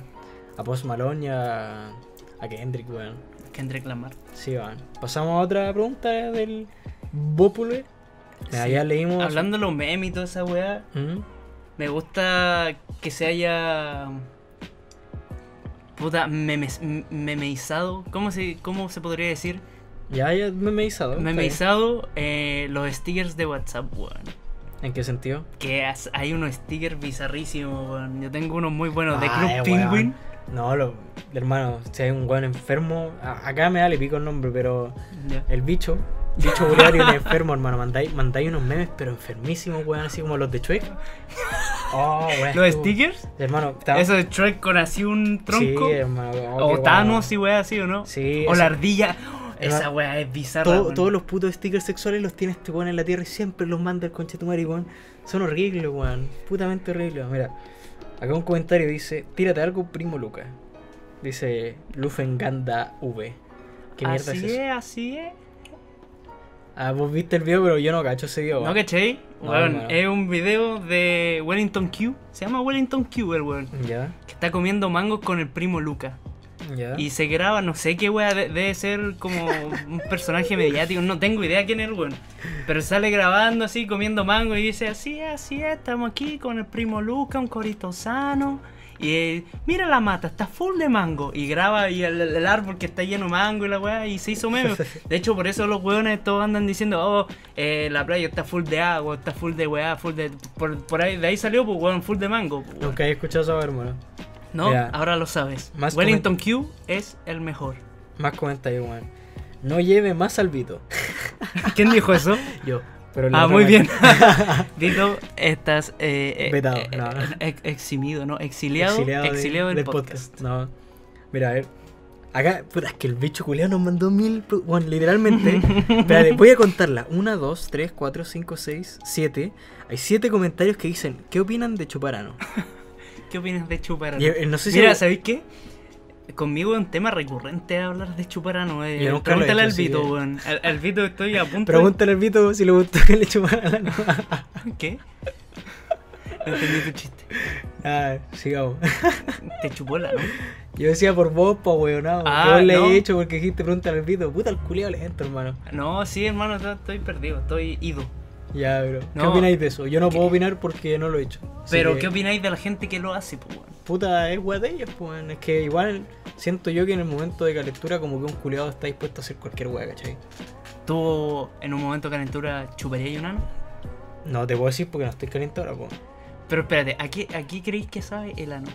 Speaker 2: a Post Malone y a, a Kendrick, weón.
Speaker 3: Kendrick Lamar.
Speaker 2: Sí, man. Pasamos a otra pregunta del Bópule. Mira,
Speaker 3: Sí.
Speaker 2: Ya leímos.
Speaker 3: Hablando de los memes y toda esa weá,
Speaker 2: ¿Mm?
Speaker 3: me gusta que se haya. Puta, memes, m- memeizado. ¿Cómo se, ¿Cómo se podría decir?
Speaker 2: Ya, ya memeizado. está bien.
Speaker 3: Memeizado eh, los stickers de WhatsApp, weón.
Speaker 2: ¿En qué sentido?
Speaker 3: Que has- hay unos stickers bizarrísimos, weón. Yo tengo unos muy buenos de
Speaker 2: Ah,
Speaker 3: Club
Speaker 2: eh, weón.
Speaker 3: Penguin.
Speaker 2: No, lo- hermano, si hay un weón enfermo. a- acá me da le pico el nombre, pero
Speaker 3: Ya.
Speaker 2: el bicho. Bicho vulgar y un enfermo, hermano. Mandáis, mandáis unos memes, pero enfermísimos, weón, así como los de Chueca. Oh, weón.
Speaker 3: Los
Speaker 2: tú.
Speaker 3: stickers.
Speaker 2: Hermano, estaba-
Speaker 3: Eso de Shrek con así un tronco.
Speaker 2: Sí, hermano. oh, qué
Speaker 3: o
Speaker 2: bueno.
Speaker 3: Thanos y weá así, ¿o no?
Speaker 2: Sí,
Speaker 3: O
Speaker 2: esa-
Speaker 3: la ardilla. Esa
Speaker 2: Hermano,
Speaker 3: weá es bizarra.
Speaker 2: Todo-
Speaker 3: weón.
Speaker 2: todos los putos stickers sexuales los tiene este weón en la tierra y siempre los manda el conchetumari, weón. Son horribles, weón. Putamente horribles. Mira, acá un comentario dice: Tírate algo, primo Luca. Dice Lufenganda V. ¿Qué mierda
Speaker 3: así
Speaker 2: es eso?
Speaker 3: así es.
Speaker 2: Ah, vos viste el video, pero yo no cacho ese video.
Speaker 3: ¿No
Speaker 2: weón.
Speaker 3: cachai?
Speaker 2: No,
Speaker 3: Weón,
Speaker 2: hermano.
Speaker 3: es un video de Wellington Q. Se llama Wellington Q el weón.
Speaker 2: Ya,
Speaker 3: Que está comiendo mangos con el primo Luca.
Speaker 2: ya.
Speaker 3: Y se graba, no sé qué weá, de- debe ser como un personaje mediático, no tengo idea quién es el weón. Pero sale grabando así, comiendo mango y dice, así es, así es, estamos aquí con el primo Luca, un corito sano. Y eh, mira la mata, está full de mango. Y graba y el, el árbol que está lleno de mango y la weá, y se hizo meme. De hecho, por eso los weones todos andan diciendo, oh, eh, la playa está full de agua, está full de weá, full de... Por, por ahí, de ahí salió, pues weón, full de mango. pues, weón.
Speaker 2: Nunca he escuchado eso, hermano.
Speaker 3: No,
Speaker 2: Ya.
Speaker 3: ahora lo sabes.
Speaker 2: Más
Speaker 3: Wellington Q es el mejor.
Speaker 2: Más comentarios, weón. No lleve más salvito.
Speaker 3: ¿Quién dijo eso?
Speaker 2: Yo. Pero la
Speaker 3: Ah,
Speaker 2: otra
Speaker 3: muy
Speaker 2: vez-
Speaker 3: bien. Dito, estás eh, eh,
Speaker 2: Vetado,
Speaker 3: eh,
Speaker 2: no.
Speaker 3: ex- eximido, ¿no? Exiliado,
Speaker 2: Exiliado
Speaker 3: exiliado,
Speaker 2: de-
Speaker 3: del podcast.
Speaker 2: No. Mira, a ver. Acá, puta, es que el bicho culiao nos mandó mil. pro- Bueno, literalmente. espérate, voy a contarla. Una, dos, tres, cuatro, cinco, seis, siete. Hay siete comentarios que dicen: ¿Qué opinan de Chuparano?
Speaker 3: ¿Qué opinas de Chuparano?
Speaker 2: Y, eh, no sé si.
Speaker 3: Mira, ¿sabéis qué? Conmigo es un tema recurrente hablar de Chuparano. Eh.
Speaker 2: Yo nunca lo he
Speaker 3: Pregúntale
Speaker 2: hecho,
Speaker 3: al
Speaker 2: así
Speaker 3: Vito,
Speaker 2: que-
Speaker 3: weón. Al, al Vito estoy a punto.
Speaker 2: Pregúntale al Vito si le gustó el Chuparano.
Speaker 3: de- ¿Qué? No entendí tu chiste.
Speaker 2: ah, sigamos.
Speaker 3: Te chupó la, ¿no?
Speaker 2: Yo decía por vos, pa weonado.
Speaker 3: Ah,
Speaker 2: yo le
Speaker 3: no.
Speaker 2: he hecho porque dijiste pregúntale al Vito. Puta, el culiao le entro, hermano.
Speaker 3: No, sí, hermano, estoy- estoy perdido, estoy ido.
Speaker 2: Ya, bro. ¿Qué
Speaker 3: No.
Speaker 2: opináis de eso? Yo no
Speaker 3: ¿Qué?
Speaker 2: puedo opinar porque no lo he hecho. Así
Speaker 3: Pero,
Speaker 2: que-
Speaker 3: ¿qué opináis de la gente que lo hace, pues, weón?
Speaker 2: puta, es wea de ellos, pues. weón. Es que igual siento yo que en el momento de calentura, como que un culiado está dispuesto a hacer cualquier wea, ¿cachai?
Speaker 3: ¿Tú en un momento de calentura chuparías un ano?
Speaker 2: No te puedo decir porque no estoy caliente ahora, pues.
Speaker 3: Pero espérate, ¿a qué, a qué creéis que sabe el ano?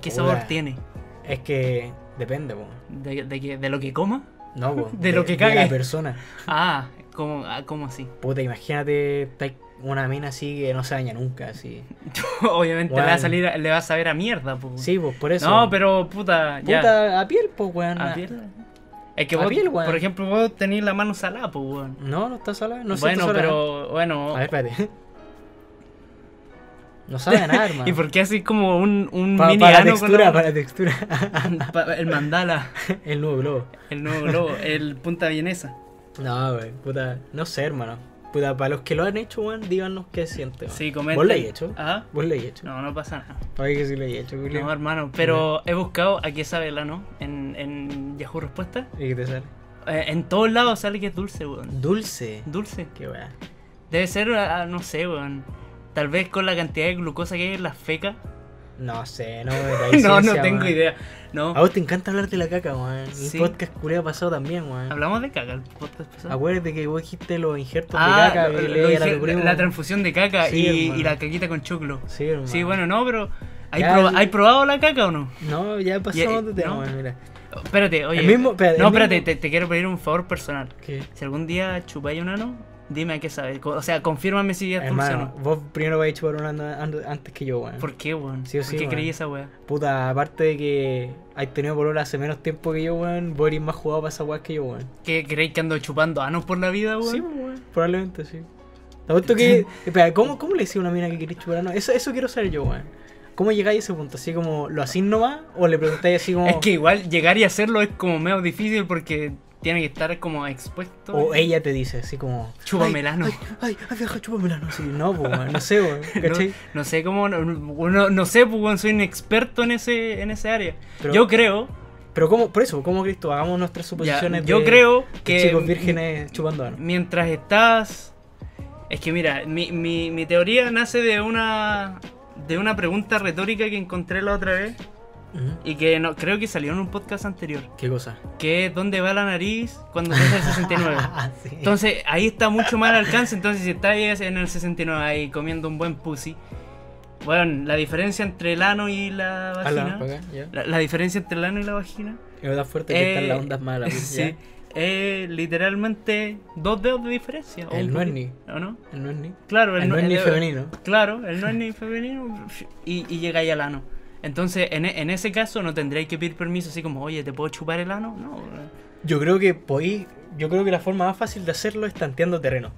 Speaker 3: ¿Qué
Speaker 2: Hola.
Speaker 3: sabor tiene?
Speaker 2: Es que depende, pues.
Speaker 3: ¿De, de, qué- de lo que coma?
Speaker 2: No, pues.
Speaker 3: De lo que cague.
Speaker 2: De la persona.
Speaker 3: Ah, como, ah, ¿cómo así?
Speaker 2: Puta, imagínate estáis una mina así que no se daña nunca, así.
Speaker 3: Obviamente le va a
Speaker 2: Bueno.
Speaker 3: salir, a- le va a saber a mierda, po.
Speaker 2: Sí, pues, por eso.
Speaker 3: No, pero puta, ya.
Speaker 2: Puta, a piel, pues, weón.
Speaker 3: A piel. Es que
Speaker 2: A
Speaker 3: vos,
Speaker 2: piel, weón.
Speaker 3: por ejemplo, vos tenés la mano salada, pues, weón.
Speaker 2: No, no está salada. No sé si
Speaker 3: bueno,
Speaker 2: está salada.
Speaker 3: pero, bueno.
Speaker 2: A ver, espérate. No sabe a nada, hermano.
Speaker 3: ¿Y por qué así como un, un
Speaker 2: Pa-
Speaker 3: mini
Speaker 2: para la
Speaker 3: ano con
Speaker 2: textura,
Speaker 3: la-
Speaker 2: para la textura.
Speaker 3: pa- El mandala,
Speaker 2: El nuevo globo.
Speaker 3: el nuevo globo, el punta vienesa.
Speaker 2: No, güey, puta, no sé, hermano. Puta, para los que lo han hecho, weón, díganos qué sienten. weón.
Speaker 3: Sí, comenta.
Speaker 2: ¿Vos lo has hecho?
Speaker 3: Ajá.
Speaker 2: ¿Vos lo has hecho?
Speaker 3: No, no pasa nada.
Speaker 2: Oye, que sí lo has hecho, Julio.
Speaker 3: No, hermano, pero he buscado a qué sabe el ano en, en Yahoo Respuesta.
Speaker 2: ¿Y qué te sale?
Speaker 3: Eh, en todos lados sale que es dulce, weón.
Speaker 2: Dulce.
Speaker 3: Dulce.
Speaker 2: Qué weá.
Speaker 3: Debe ser, ah, no sé, weón. Tal vez con la cantidad de glucosa que hay en las fecas.
Speaker 2: No sé, no, weón, hay
Speaker 3: no, no
Speaker 2: ciencia,
Speaker 3: tengo
Speaker 2: weón.
Speaker 3: idea. No.
Speaker 2: A vos te encanta hablar de la caca, weón. El
Speaker 3: Sí.
Speaker 2: podcast culeo pasado también, weón.
Speaker 3: Hablamos de caca el podcast pasado.
Speaker 2: Acuérdate que vos dijiste los injertos de
Speaker 3: Ah,
Speaker 2: caca.
Speaker 3: lo-
Speaker 2: que
Speaker 3: lo
Speaker 2: le di a
Speaker 3: dije,
Speaker 2: tu
Speaker 3: la,
Speaker 2: primo.
Speaker 3: la transfusión de caca
Speaker 2: Sí,
Speaker 3: y,
Speaker 2: hermano.
Speaker 3: y la caquita con choclo.
Speaker 2: Sí, hermano.
Speaker 3: Sí, bueno, no, pero. ¿Hay,
Speaker 2: Ya,
Speaker 3: proba-
Speaker 2: sí.
Speaker 3: ¿hay probado la caca o no?
Speaker 2: No, ya pasamos de tema,
Speaker 3: eh, no.
Speaker 2: weón, mira.
Speaker 3: Espérate, oye.
Speaker 2: El mismo- espérate,
Speaker 3: no,
Speaker 2: el mismo-
Speaker 3: espérate, te, te quiero pedir un favor personal.
Speaker 2: ¿Qué?
Speaker 3: Si algún día chupáis un ano, dime a qué sabe. Co- O sea, confírmame si es dulce o
Speaker 2: Hermano,
Speaker 3: no.
Speaker 2: vos primero vais a chupar un ano an- antes que yo, weón.
Speaker 3: ¿Por qué, weón?
Speaker 2: Sí o sí,
Speaker 3: ¿Por qué
Speaker 2: weón.
Speaker 3: creí esa weá?
Speaker 2: Puta, aparte de que hay tenido polola hace menos tiempo que yo, weón, vos eres más jugado para esa weá que yo, weón.
Speaker 3: ¿Qué creéis que ando chupando anos por la vida, Ah, weón?
Speaker 2: Sí, pues, weón. Probablemente sí. Te apuesto que. Espera, ¿cómo, ¿cómo le decís a una mina que querés chupar? No, eso, eso quiero saber yo, weón. ¿Cómo llegáis a ese punto? ¿Así como lo hacís nomás? ¿O le preguntáis así como.?
Speaker 3: Es que igual llegar y hacerlo es como medio difícil porque tiene que estar como expuesto.
Speaker 2: O ella te dice así como.
Speaker 3: Chúpame
Speaker 2: "Ay,
Speaker 3: el ano".
Speaker 2: Ay, ay, ay, vieja, chúpame el ano. Así, no, pues, weón. No sé, weón.
Speaker 3: No,
Speaker 2: ¿Cachai?
Speaker 3: no sé cómo, no, no- no sé, pues, weón, soy un experto en ese, en ese área.
Speaker 2: Pero-
Speaker 3: yo creo,
Speaker 2: Pero, ¿cómo? Por eso, ¿cómo crees tú? Hagamos nuestras
Speaker 3: ya,
Speaker 2: suposiciones.
Speaker 3: yo
Speaker 2: de-
Speaker 3: creo
Speaker 2: de
Speaker 3: que
Speaker 2: Chicos vírgenes chupando ano.
Speaker 3: mientras estás. Es que mira, mi, mi- mi teoría nace de una. de una pregunta retórica que encontré la otra vez.
Speaker 2: Ujú.
Speaker 3: Y que no, creo que salió en un podcast anterior.
Speaker 2: ¿Qué cosa?
Speaker 3: Que es ¿Dónde va la nariz cuando estás en el 69?
Speaker 2: Ah, sí.
Speaker 3: Entonces ahí está mucho mal alcance. Entonces si estás en el 69 ahí comiendo un buen pussy. Bueno, la diferencia entre el ano y la
Speaker 2: Ala,
Speaker 3: vagina.
Speaker 2: para acá, ya.
Speaker 3: La, la diferencia entre el ano y la vagina.
Speaker 2: Es verdad fuerte que están
Speaker 3: eh,
Speaker 2: las ondas malas.
Speaker 3: sí, es literalmente dos dedos de diferencia. o
Speaker 2: El
Speaker 3: un
Speaker 2: no es
Speaker 3: poquito,
Speaker 2: ni.
Speaker 3: ¿o no?
Speaker 2: El no es ni.
Speaker 3: Claro,
Speaker 2: El no es ni femenino.
Speaker 3: Claro, el no es ni femenino y, y llegáis al ano. Entonces, en, e- en ese caso, no tendréis que pedir permiso así como, oye, ¿te puedo chupar el ano? No.
Speaker 2: Yo creo que podéis. Yo creo que la forma más fácil de hacerlo es tanteando terreno.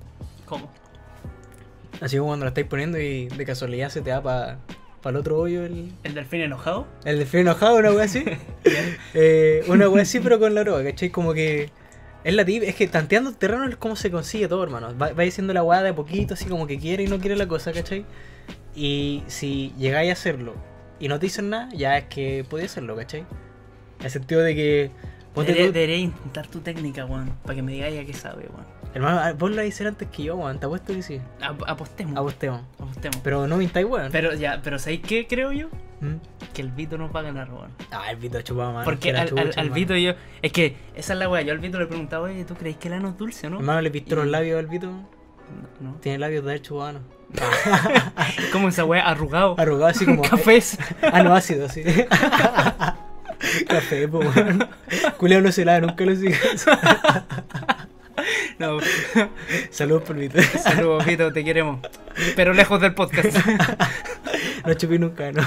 Speaker 3: ¿Cómo?
Speaker 2: Así como cuando la estáis poniendo y de casualidad se te da para el otro hoyo el,
Speaker 3: ¿El delfín enojado?
Speaker 2: el delfín enojado, una wea así. Eh, una wea así, pero con la droga, ¿cachai? Como que. Es la tip, es que tanteando el terreno es como se consigue todo, hermano. Va, va diciendo la weá de a poquito, así como que quiere y no quiere la cosa, ¿cachai? Y si llegáis a hacerlo y no te dicen nada, ya es que podéis hacerlo, ¿cachai? En el sentido de que. ponte
Speaker 3: Debería,
Speaker 2: tú-
Speaker 3: debería intentar tu técnica, weón, para que me digáis a qué sabe, weón.
Speaker 2: Hermano, ah, vos la dices antes que yo, weón. Te apuesto que sí.
Speaker 3: Ap- apostemos.
Speaker 2: Apostemos.
Speaker 3: apostemos. Pero,
Speaker 2: Pero no mintáis, weón.
Speaker 3: ya, pero ¿sabéis qué creo yo?
Speaker 2: ¿Mm?
Speaker 3: Que el Vito nos va a ganar, weón.
Speaker 2: Ah, el Vito chupaba más.
Speaker 3: Porque al, al, al Vito yo. Es que esa es la weá. Yo al Vito le preguntaba, oye, ¿tú crees que el ano es dulce o no?
Speaker 2: Hermano, le pintó
Speaker 3: Y-
Speaker 2: los labios al Vito.
Speaker 3: No.
Speaker 2: Tiene labios de chubano.
Speaker 3: Como esa weá arrugado.
Speaker 2: Arrugado así como.
Speaker 3: Cafés.
Speaker 2: Ah, no, ácido, así. Café, po, weón. Culeo no se lava, nunca lo sigas.
Speaker 3: No,
Speaker 2: Saludos por Vito.
Speaker 3: saludos, Vito, te queremos. Pero lejos del podcast.
Speaker 2: No chupé nunca, ¿no?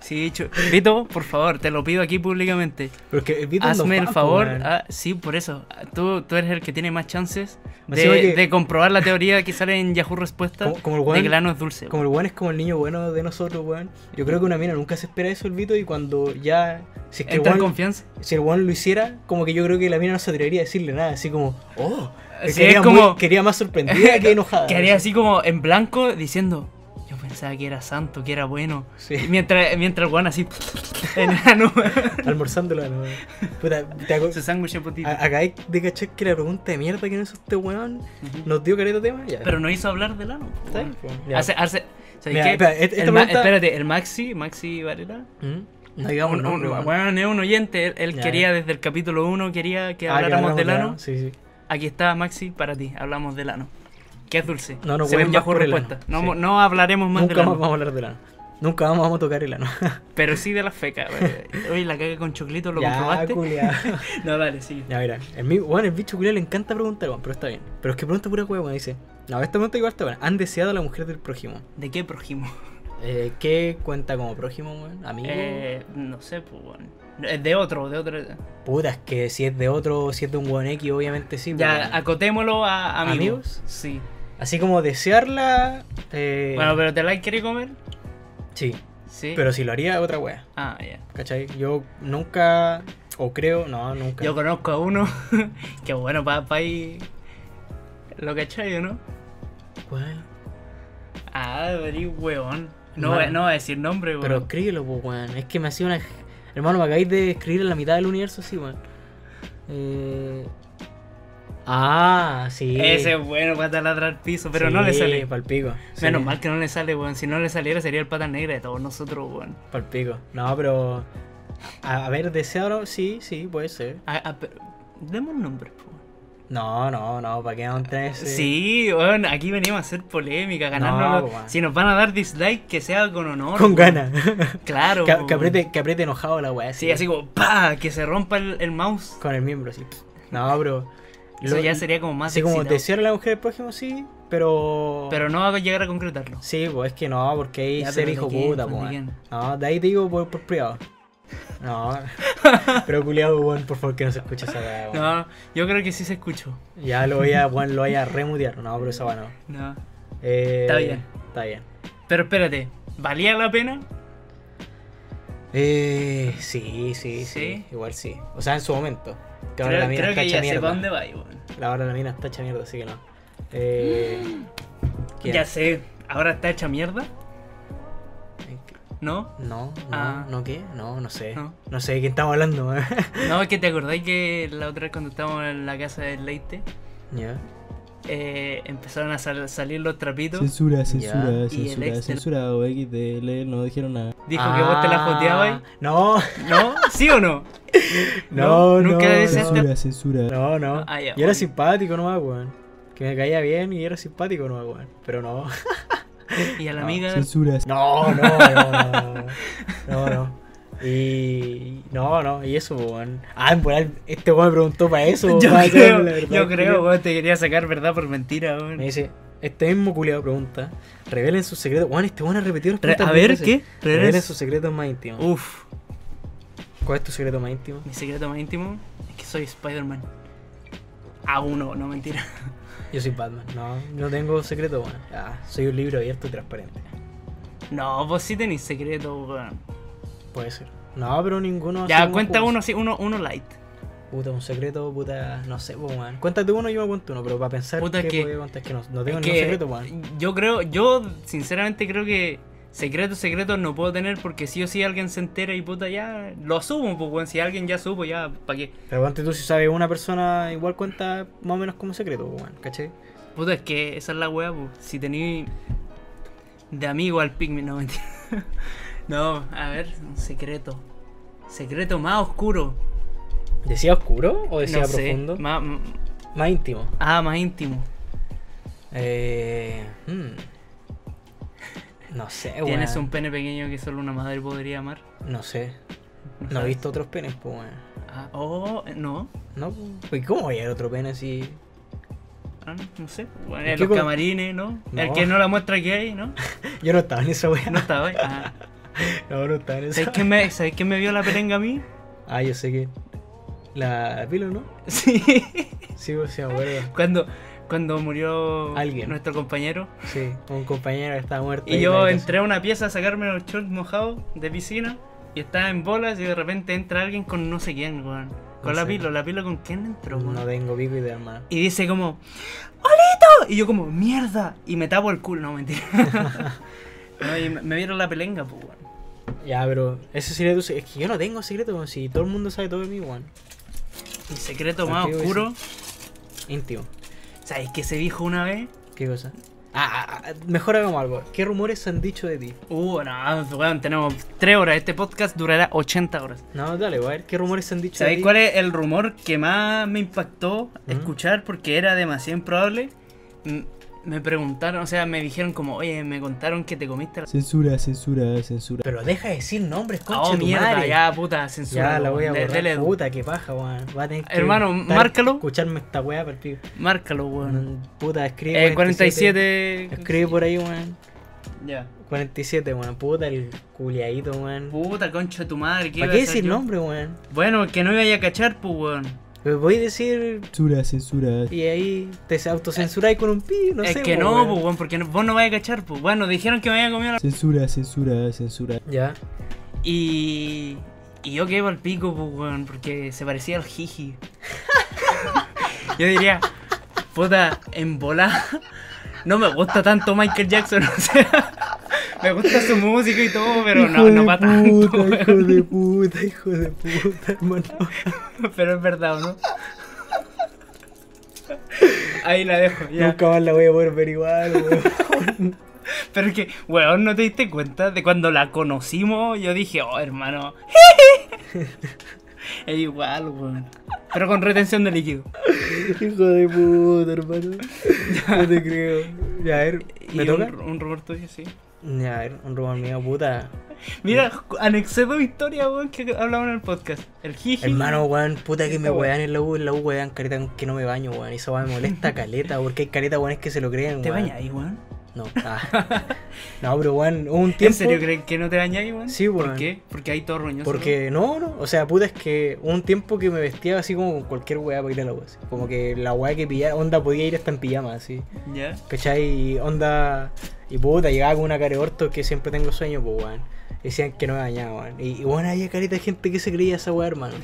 Speaker 3: Sí, chu- Vito, por favor, te lo pido aquí públicamente.
Speaker 2: Porque el Vito es
Speaker 3: Hazme
Speaker 2: lo
Speaker 3: el
Speaker 2: más, po,
Speaker 3: favor.
Speaker 2: weón.
Speaker 3: ah, sí, por eso. Ah, Tú, tú eres el que tiene más chances de,
Speaker 2: Encima que-
Speaker 3: de comprobar la teoría que sale en Yahoo Respuesta
Speaker 2: Como- como el
Speaker 3: de
Speaker 2: weón-
Speaker 3: que el ano es dulce.
Speaker 2: Como el weón es como el niño bueno de nosotros, weón. Yo creo que una mina nunca se espera eso, el Vito, y cuando ya. Si es que el
Speaker 3: Entra en
Speaker 2: weón-
Speaker 3: confianza.
Speaker 2: si el weón lo hiciera, como que yo creo que la mina no se atrevería a decirle nada, así como, oh,
Speaker 3: Sí,
Speaker 2: quería,
Speaker 3: es como-
Speaker 2: muy- quería más sorprendida que enojada.
Speaker 3: Que haría así como en blanco diciendo: Yo pensaba que era santo, que era bueno.
Speaker 2: Sí.
Speaker 3: Y mientras, mientras el weón así. en el ano.
Speaker 2: Almorzándolo a la wea. Puta, te hago-
Speaker 3: Su sándwich de potito.
Speaker 2: a- Acabáis de cachar que la pregunta de mierda que nos hizo este weón nos dio careta tema, ya.
Speaker 3: Pero no hizo hablar del ano.
Speaker 2: Está bien, pues, ya.
Speaker 3: Hace, hace, ¿sabes
Speaker 2: Mira,
Speaker 3: qué?
Speaker 2: espera, este, et- esta
Speaker 3: El ma-
Speaker 2: pregunta-
Speaker 3: Espérate, el Maxi, Maxi Varela.
Speaker 2: ¿Mm? No digamos
Speaker 3: un- un-
Speaker 2: nombre, weón. Ah,
Speaker 3: bueno, es un oyente, él, él
Speaker 2: Ya,
Speaker 3: quería desde el capítulo 1, quería que
Speaker 2: Ah, que
Speaker 3: habláramos del ano.
Speaker 2: Sí, sí.
Speaker 3: Aquí está Maxi para ti, hablamos del ano. Que es dulce.
Speaker 2: No nos
Speaker 3: Según
Speaker 2: huelen
Speaker 3: ya
Speaker 2: más
Speaker 3: fue
Speaker 2: por el
Speaker 3: respuesta.
Speaker 2: ano,
Speaker 3: No,
Speaker 2: sí.
Speaker 3: mo- no hablaremos más
Speaker 2: Nunca
Speaker 3: del
Speaker 2: más
Speaker 3: ano,
Speaker 2: vamos a hablar del ano. Nunca más vamos a tocar el ano.
Speaker 3: pero sí de las fecas. güey. Oye, la caga con choclito, ¿lo
Speaker 2: ya,
Speaker 3: comprobaste?
Speaker 2: culiao.
Speaker 3: No, dale, sigue.
Speaker 2: Ya, mira, el, mi- weón, el bicho culiao le encanta preguntar, weón, pero está bien. Pero es que pregunta pura hueá, weón, dice. No, esta pregunta igual está buena. ¿Han deseado a la mujer del prójimo?
Speaker 3: ¿De qué prójimo?
Speaker 2: Eh, ¿Qué cuenta como prójimo, weón? Amigo.
Speaker 3: Eh, no sé, pues, bueno. Es de otro, de otro.
Speaker 2: Puta, es que si es de otro, si es de un weón X, obviamente sí.
Speaker 3: Ya,
Speaker 2: pues, weón.
Speaker 3: acotémoslo a amigos.
Speaker 2: ¿Amigos?
Speaker 3: Sí.
Speaker 2: Así como desearla. eh,
Speaker 3: Bueno, pero ¿te la quiere comer?
Speaker 2: Sí,
Speaker 3: Sí.
Speaker 2: pero si lo haría, otra wea.
Speaker 3: Ah, ya.
Speaker 2: ¿Cachai? Yo nunca. O creo, no, nunca.
Speaker 3: Yo conozco a uno que bueno para ir. Lo cachai, ¿o ¿no?
Speaker 2: Weón,
Speaker 3: Ah, vení, weón. No,
Speaker 2: Hermano.
Speaker 3: voy- no voy a decir nombre, weón.
Speaker 2: Pero escríbelo, pues, weón. Es que me hacía una. Hermano, me acabáis de escribir en la mitad del universo, sí, weón. Eh... Ah, sí.
Speaker 3: Ese es bueno para taladrar el piso, pero
Speaker 2: Sí,
Speaker 3: no le sale.
Speaker 2: Palpico. sí,
Speaker 3: Menos mal que no le sale, weón. Si no le saliera sería el pata negra de todos nosotros, weón.
Speaker 2: Palpico. No, pero. A, a ver, deseado, sí, sí, puede ser.
Speaker 3: Ah, ah, pero- Demos un nombre, po.
Speaker 2: No, no, no, ¿para qué vamos a entrar en
Speaker 3: Sí.
Speaker 2: ese?
Speaker 3: weón, aquí venimos a hacer polémica, ganarnos.
Speaker 2: No,
Speaker 3: los-
Speaker 2: weón.
Speaker 3: Si nos van a dar dislike, que sea con honor.
Speaker 2: Con
Speaker 3: weón.
Speaker 2: ganas.
Speaker 3: Claro.
Speaker 2: que,
Speaker 3: weón.
Speaker 2: que apriete, que apriete enojado la weá.
Speaker 3: Sí, así como, pa, que se rompa el, el mouse.
Speaker 2: Con el miembro, sí. No, bro.
Speaker 3: Eso
Speaker 2: Lo-
Speaker 3: ya sería como más
Speaker 2: Así como
Speaker 3: excitado.
Speaker 2: desear a la mujer del prójimo, sí, pero.
Speaker 3: Pero no va a llegar a concretarlo.
Speaker 2: Sí, pues es que no, porque ahí
Speaker 3: Ya,
Speaker 2: ser
Speaker 3: pero ¿de
Speaker 2: hijo
Speaker 3: quién?
Speaker 2: puta,
Speaker 3: ¿Pues
Speaker 2: pues.
Speaker 3: de
Speaker 2: weón.
Speaker 3: quién?
Speaker 2: No, de ahí te digo por, por privado. No. pero culiado, weón, por favor que no se escuche esa weá, weón.
Speaker 3: No, yo creo que sí se escuchó.
Speaker 2: Ya lo voy a, weón, lo voy a remutear. No, pero esa weá no.
Speaker 3: No.
Speaker 2: Eh,
Speaker 3: Está bien.
Speaker 2: Está bien.
Speaker 3: Pero espérate, ¿valía la pena?
Speaker 2: Eh, sí, sí, sí,
Speaker 3: ¿Sí?
Speaker 2: Igual sí. O sea, en su momento. Que ahora
Speaker 3: Creo,
Speaker 2: la mina
Speaker 3: creo
Speaker 2: está
Speaker 3: que
Speaker 2: hecha
Speaker 3: ya sé para
Speaker 2: mierda.
Speaker 3: dónde va, weón.
Speaker 2: La hora de la mina está hecha mierda, así que no. Eh, ¿quién?
Speaker 3: Ya sé, ahora está hecha mierda, ¿no?
Speaker 2: No, no,
Speaker 3: Ah.
Speaker 2: no qué, no, no sé.
Speaker 3: No.
Speaker 2: No, sé de quién estamos hablando. ¿eh?
Speaker 3: No, es que te acordáis que la otra vez cuando estábamos en la casa del Leite,
Speaker 2: Ya.
Speaker 3: eh, empezaron a sal- salir los trapitos.
Speaker 4: Censura,
Speaker 2: Y
Speaker 4: censura,
Speaker 3: el ex
Speaker 4: censura,
Speaker 3: del-
Speaker 4: censura, o XDL, no dijeron nada.
Speaker 3: Dijo que vos te la
Speaker 2: Ah,
Speaker 3: joteabas.
Speaker 2: No,
Speaker 3: ¿No? ¿Sí o no?
Speaker 2: no, no.
Speaker 3: nunca
Speaker 2: no,
Speaker 3: deseaste-
Speaker 4: Censura, censura.
Speaker 2: No, no.
Speaker 3: Ah, ya,
Speaker 2: y era
Speaker 3: ok.
Speaker 2: simpático nomás, weón. Que me caía bien y era simpático nomás, weón. Pero no.
Speaker 3: Y a la
Speaker 2: No,
Speaker 3: amiga.
Speaker 4: Censura,
Speaker 2: No, no, no, no. No, no. Y. No, no, y eso, po, weón. Ah, en volar, este weón me preguntó para eso.
Speaker 3: Yo
Speaker 2: pa' sacarme
Speaker 3: creo,
Speaker 2: la verdad,
Speaker 3: yo creo,
Speaker 2: culiao.
Speaker 3: weón, te quería sacar verdad por mentira, weón.
Speaker 2: Me dice, este mismo culiado pregunta: revelen sus secretos. Weón, este weón ha repetido las
Speaker 3: Re-
Speaker 2: preguntas
Speaker 3: a
Speaker 2: mil
Speaker 3: ver,
Speaker 2: veces.
Speaker 3: ¿qué? Revelen Uh.
Speaker 2: Revelen
Speaker 3: su-
Speaker 2: sus secretos más íntimos.
Speaker 3: Uf,
Speaker 2: ¿Cuál es tu secreto más íntimo?
Speaker 3: mi secreto más íntimo es que soy Spider-Man. A uno, no mentira.
Speaker 2: Yo soy Batman. No, no tengo secreto, weón. Ah, soy un libro abierto y transparente.
Speaker 3: No, vos sí tenés secreto, weón.
Speaker 2: Puede ser. No, pero ninguno. así
Speaker 3: Ya,
Speaker 2: como
Speaker 3: cuenta
Speaker 2: jugoso.
Speaker 3: uno, sí, uno, uno light.
Speaker 2: Puta, un secreto, puta. No sé, po, weón. Cuéntate uno y yo me cuento uno, pero para pensar
Speaker 3: Puta,
Speaker 2: qué
Speaker 3: que-
Speaker 2: podía contar, que no, no tengo ningún
Speaker 3: Es que
Speaker 2: secreto, weón.
Speaker 3: Yo creo, yo sinceramente creo que secretos, secretos no puedo tener porque sí o sí alguien se entera y puta ya lo subo, pues weón. Si alguien ya supo, ya, ¿para qué?
Speaker 2: Pero ponte tú, si sabes una persona, igual cuenta más o menos como secreto, po, weón, ¿cachai?
Speaker 3: Puta, es que esa es la weá, pues. Si tení de amigo al pigme, no mentira. no, a ver, un secreto. Secreto más oscuro.
Speaker 2: ¿Decía oscuro o decía
Speaker 3: No sé,
Speaker 2: profundo? Más...
Speaker 3: Más,
Speaker 2: íntimo.
Speaker 3: ah, más íntimo.
Speaker 2: Eh. hmm. No sé, weón.
Speaker 3: Tienes un pene pequeño que solo una madre podría amar.
Speaker 2: No sé.
Speaker 3: ¿No
Speaker 2: No he
Speaker 3: sabes?
Speaker 2: visto otros penes, po, weón.
Speaker 3: Ah, oh, no.
Speaker 2: No, po. ¿Y cómo voy a ver otro pene si.?
Speaker 3: Ah, no sé. Bueno,
Speaker 2: ¿Y
Speaker 3: en
Speaker 2: qué
Speaker 3: los
Speaker 2: con-
Speaker 3: camarines, ¿no? El
Speaker 2: No.
Speaker 3: que no la muestra que hay, ¿no?
Speaker 2: Yo no estaba en esa weá.
Speaker 3: No estaba ahí. Ah.
Speaker 2: No, no estaba en esa
Speaker 3: ¿Sabes quién me, ¿sabes quién me vio la perenga a mí?
Speaker 2: Ah, yo sé que. La pilo, ¿no?
Speaker 3: Sí.
Speaker 2: Sí, pues se me acuerdo.
Speaker 3: Cuando, cuando murió
Speaker 2: Alguien.
Speaker 3: nuestro compañero.
Speaker 2: Sí, un compañero que estaba muerto. ahí
Speaker 3: Y
Speaker 2: en la
Speaker 3: yo
Speaker 2: habitación.
Speaker 3: entré a una pieza a sacarme los shorts mojados de piscina. Y estaba en bolas y de repente entra alguien con no sé quién, weón. Con
Speaker 2: ¿En
Speaker 3: la
Speaker 2: serio?
Speaker 3: pilo, la pilo con quién entró, weón.
Speaker 2: No tengo pico y de hermano.
Speaker 3: Y dice como, ¡Olito! Y yo como, ¡mierda! Y me tapo el culo, no, mentira. no, y me, me vieron la pelenga, pues, weón.
Speaker 2: Ya, pero ese secreto es que yo no tengo secreto, weón, si todo el mundo sabe todo de mí, weón.
Speaker 3: Mi secreto más
Speaker 2: Antiguo
Speaker 3: oscuro,
Speaker 2: Íntimo.
Speaker 3: ¿sabes qué se dijo una vez?
Speaker 2: ¿Qué cosa? Ah, ah, ah, mejor hagamos algo. ¿Qué rumores han dicho de ti?
Speaker 3: Uh, no, weón, tenemos tres horas. Este podcast durará 80 horas.
Speaker 2: No, dale, weón. ¿Qué rumores han dicho de
Speaker 3: ¿Sabéis
Speaker 2: ti?
Speaker 3: cuál es el rumor que más me impactó escuchar porque era demasiado improbable? M- Me preguntaron, o sea, me dijeron como, oye, me contaron que te comiste la...
Speaker 4: Censura, censura, censura.
Speaker 2: Pero deja de decir nombres, concha
Speaker 3: Oh,
Speaker 2: tu
Speaker 3: mierda,
Speaker 2: madre.
Speaker 3: ya, puta, censura.
Speaker 2: Ya, la voy a
Speaker 3: weón. De-
Speaker 2: borrar.
Speaker 3: dele, Edu.
Speaker 2: Puta, qué paja, weón. Va a tener que
Speaker 3: Hermano,
Speaker 2: estar-
Speaker 3: márcalo.
Speaker 2: Escucharme esta weá, perdido.
Speaker 3: Márcalo, weón.
Speaker 2: Puta, escribe.
Speaker 3: Eh, 47...
Speaker 2: Mm, Escribe por ahí, weón.
Speaker 3: Ya.
Speaker 2: 47, weón. Puta, el culiadito, weón.
Speaker 3: Puta, concha de tu madre.
Speaker 2: ¿Para
Speaker 3: iba
Speaker 2: qué
Speaker 3: a hacer
Speaker 2: decir
Speaker 3: yo?
Speaker 2: nombre, weón?
Speaker 3: Bueno, que no iba a cachar, pues, weón.
Speaker 2: Me voy a decir
Speaker 4: Censura, censura.
Speaker 2: y ahí te autocensuráis con un pi, no
Speaker 3: es
Speaker 2: sé.
Speaker 3: que
Speaker 2: po,
Speaker 3: no,
Speaker 2: weón.
Speaker 3: pues, weón, porque no- vos no vais a cachar, pues. Bueno, dijeron que me había comido la...
Speaker 4: Censura, censura, censura.
Speaker 2: Ya.
Speaker 3: Y... Y yo quedé al pico, pues, weón, porque se parecía al jiji. yo diría, puta, en bola. No me gusta tanto Michael Jackson, o sea... Me gusta su música y todo, pero no, no para tanto,
Speaker 2: puta,
Speaker 3: weón.
Speaker 2: hijo de puta, hijo de puta, hermano.
Speaker 3: Pero es verdad, ¿o no? Ahí la dejo, ya.
Speaker 2: Nunca más la voy a poder ver igual, weón.
Speaker 3: Pero es que, weón, ¿no te diste cuenta de cuando la conocimos? Yo dije, oh, hermano. es igual, weón. Pero con retención de líquido.
Speaker 2: hijo de puta, hermano. No te creo. Ya, a ver, ¿me
Speaker 3: Y
Speaker 2: toca?
Speaker 3: Un, un rumor tuyo, sí.
Speaker 2: Ya, a ver, un rumor mío, puta.
Speaker 3: Mira, anexé dos historias, weón, que hablaban en el podcast. El jiji.
Speaker 2: Hermano, weón, puta que me
Speaker 3: Esta weá.
Speaker 2: wean en la U, en la U wean careta con que no me baño, weón. Y Esa weón me molesta caleta, porque hay careta weones que se lo creen,
Speaker 3: ¿Te
Speaker 2: weón.
Speaker 3: bañáis, weón?
Speaker 2: No, ah. no, pero weón, hubo un tiempo.
Speaker 3: ¿En serio creen que no te bañáis, weón?
Speaker 2: Sí,
Speaker 3: ¿Por
Speaker 2: weón.
Speaker 3: qué? Porque hay todo roñoso.
Speaker 2: Porque no, no, o sea, puta es que hubo un tiempo que me vestía así como con cualquier weá para ir a la weá. así. Como que la weá que pillaba, onda podía ir hasta en pijama, así.
Speaker 3: weón. Ya.
Speaker 2: ¿Cachai? Y onda. Y puta, llegaba con una cara de orto que siempre tengo sueño, pues weón. Y Decían que no me bañaba, weón. Y, y bueno, había carita de gente que se creía esa weá, hermano.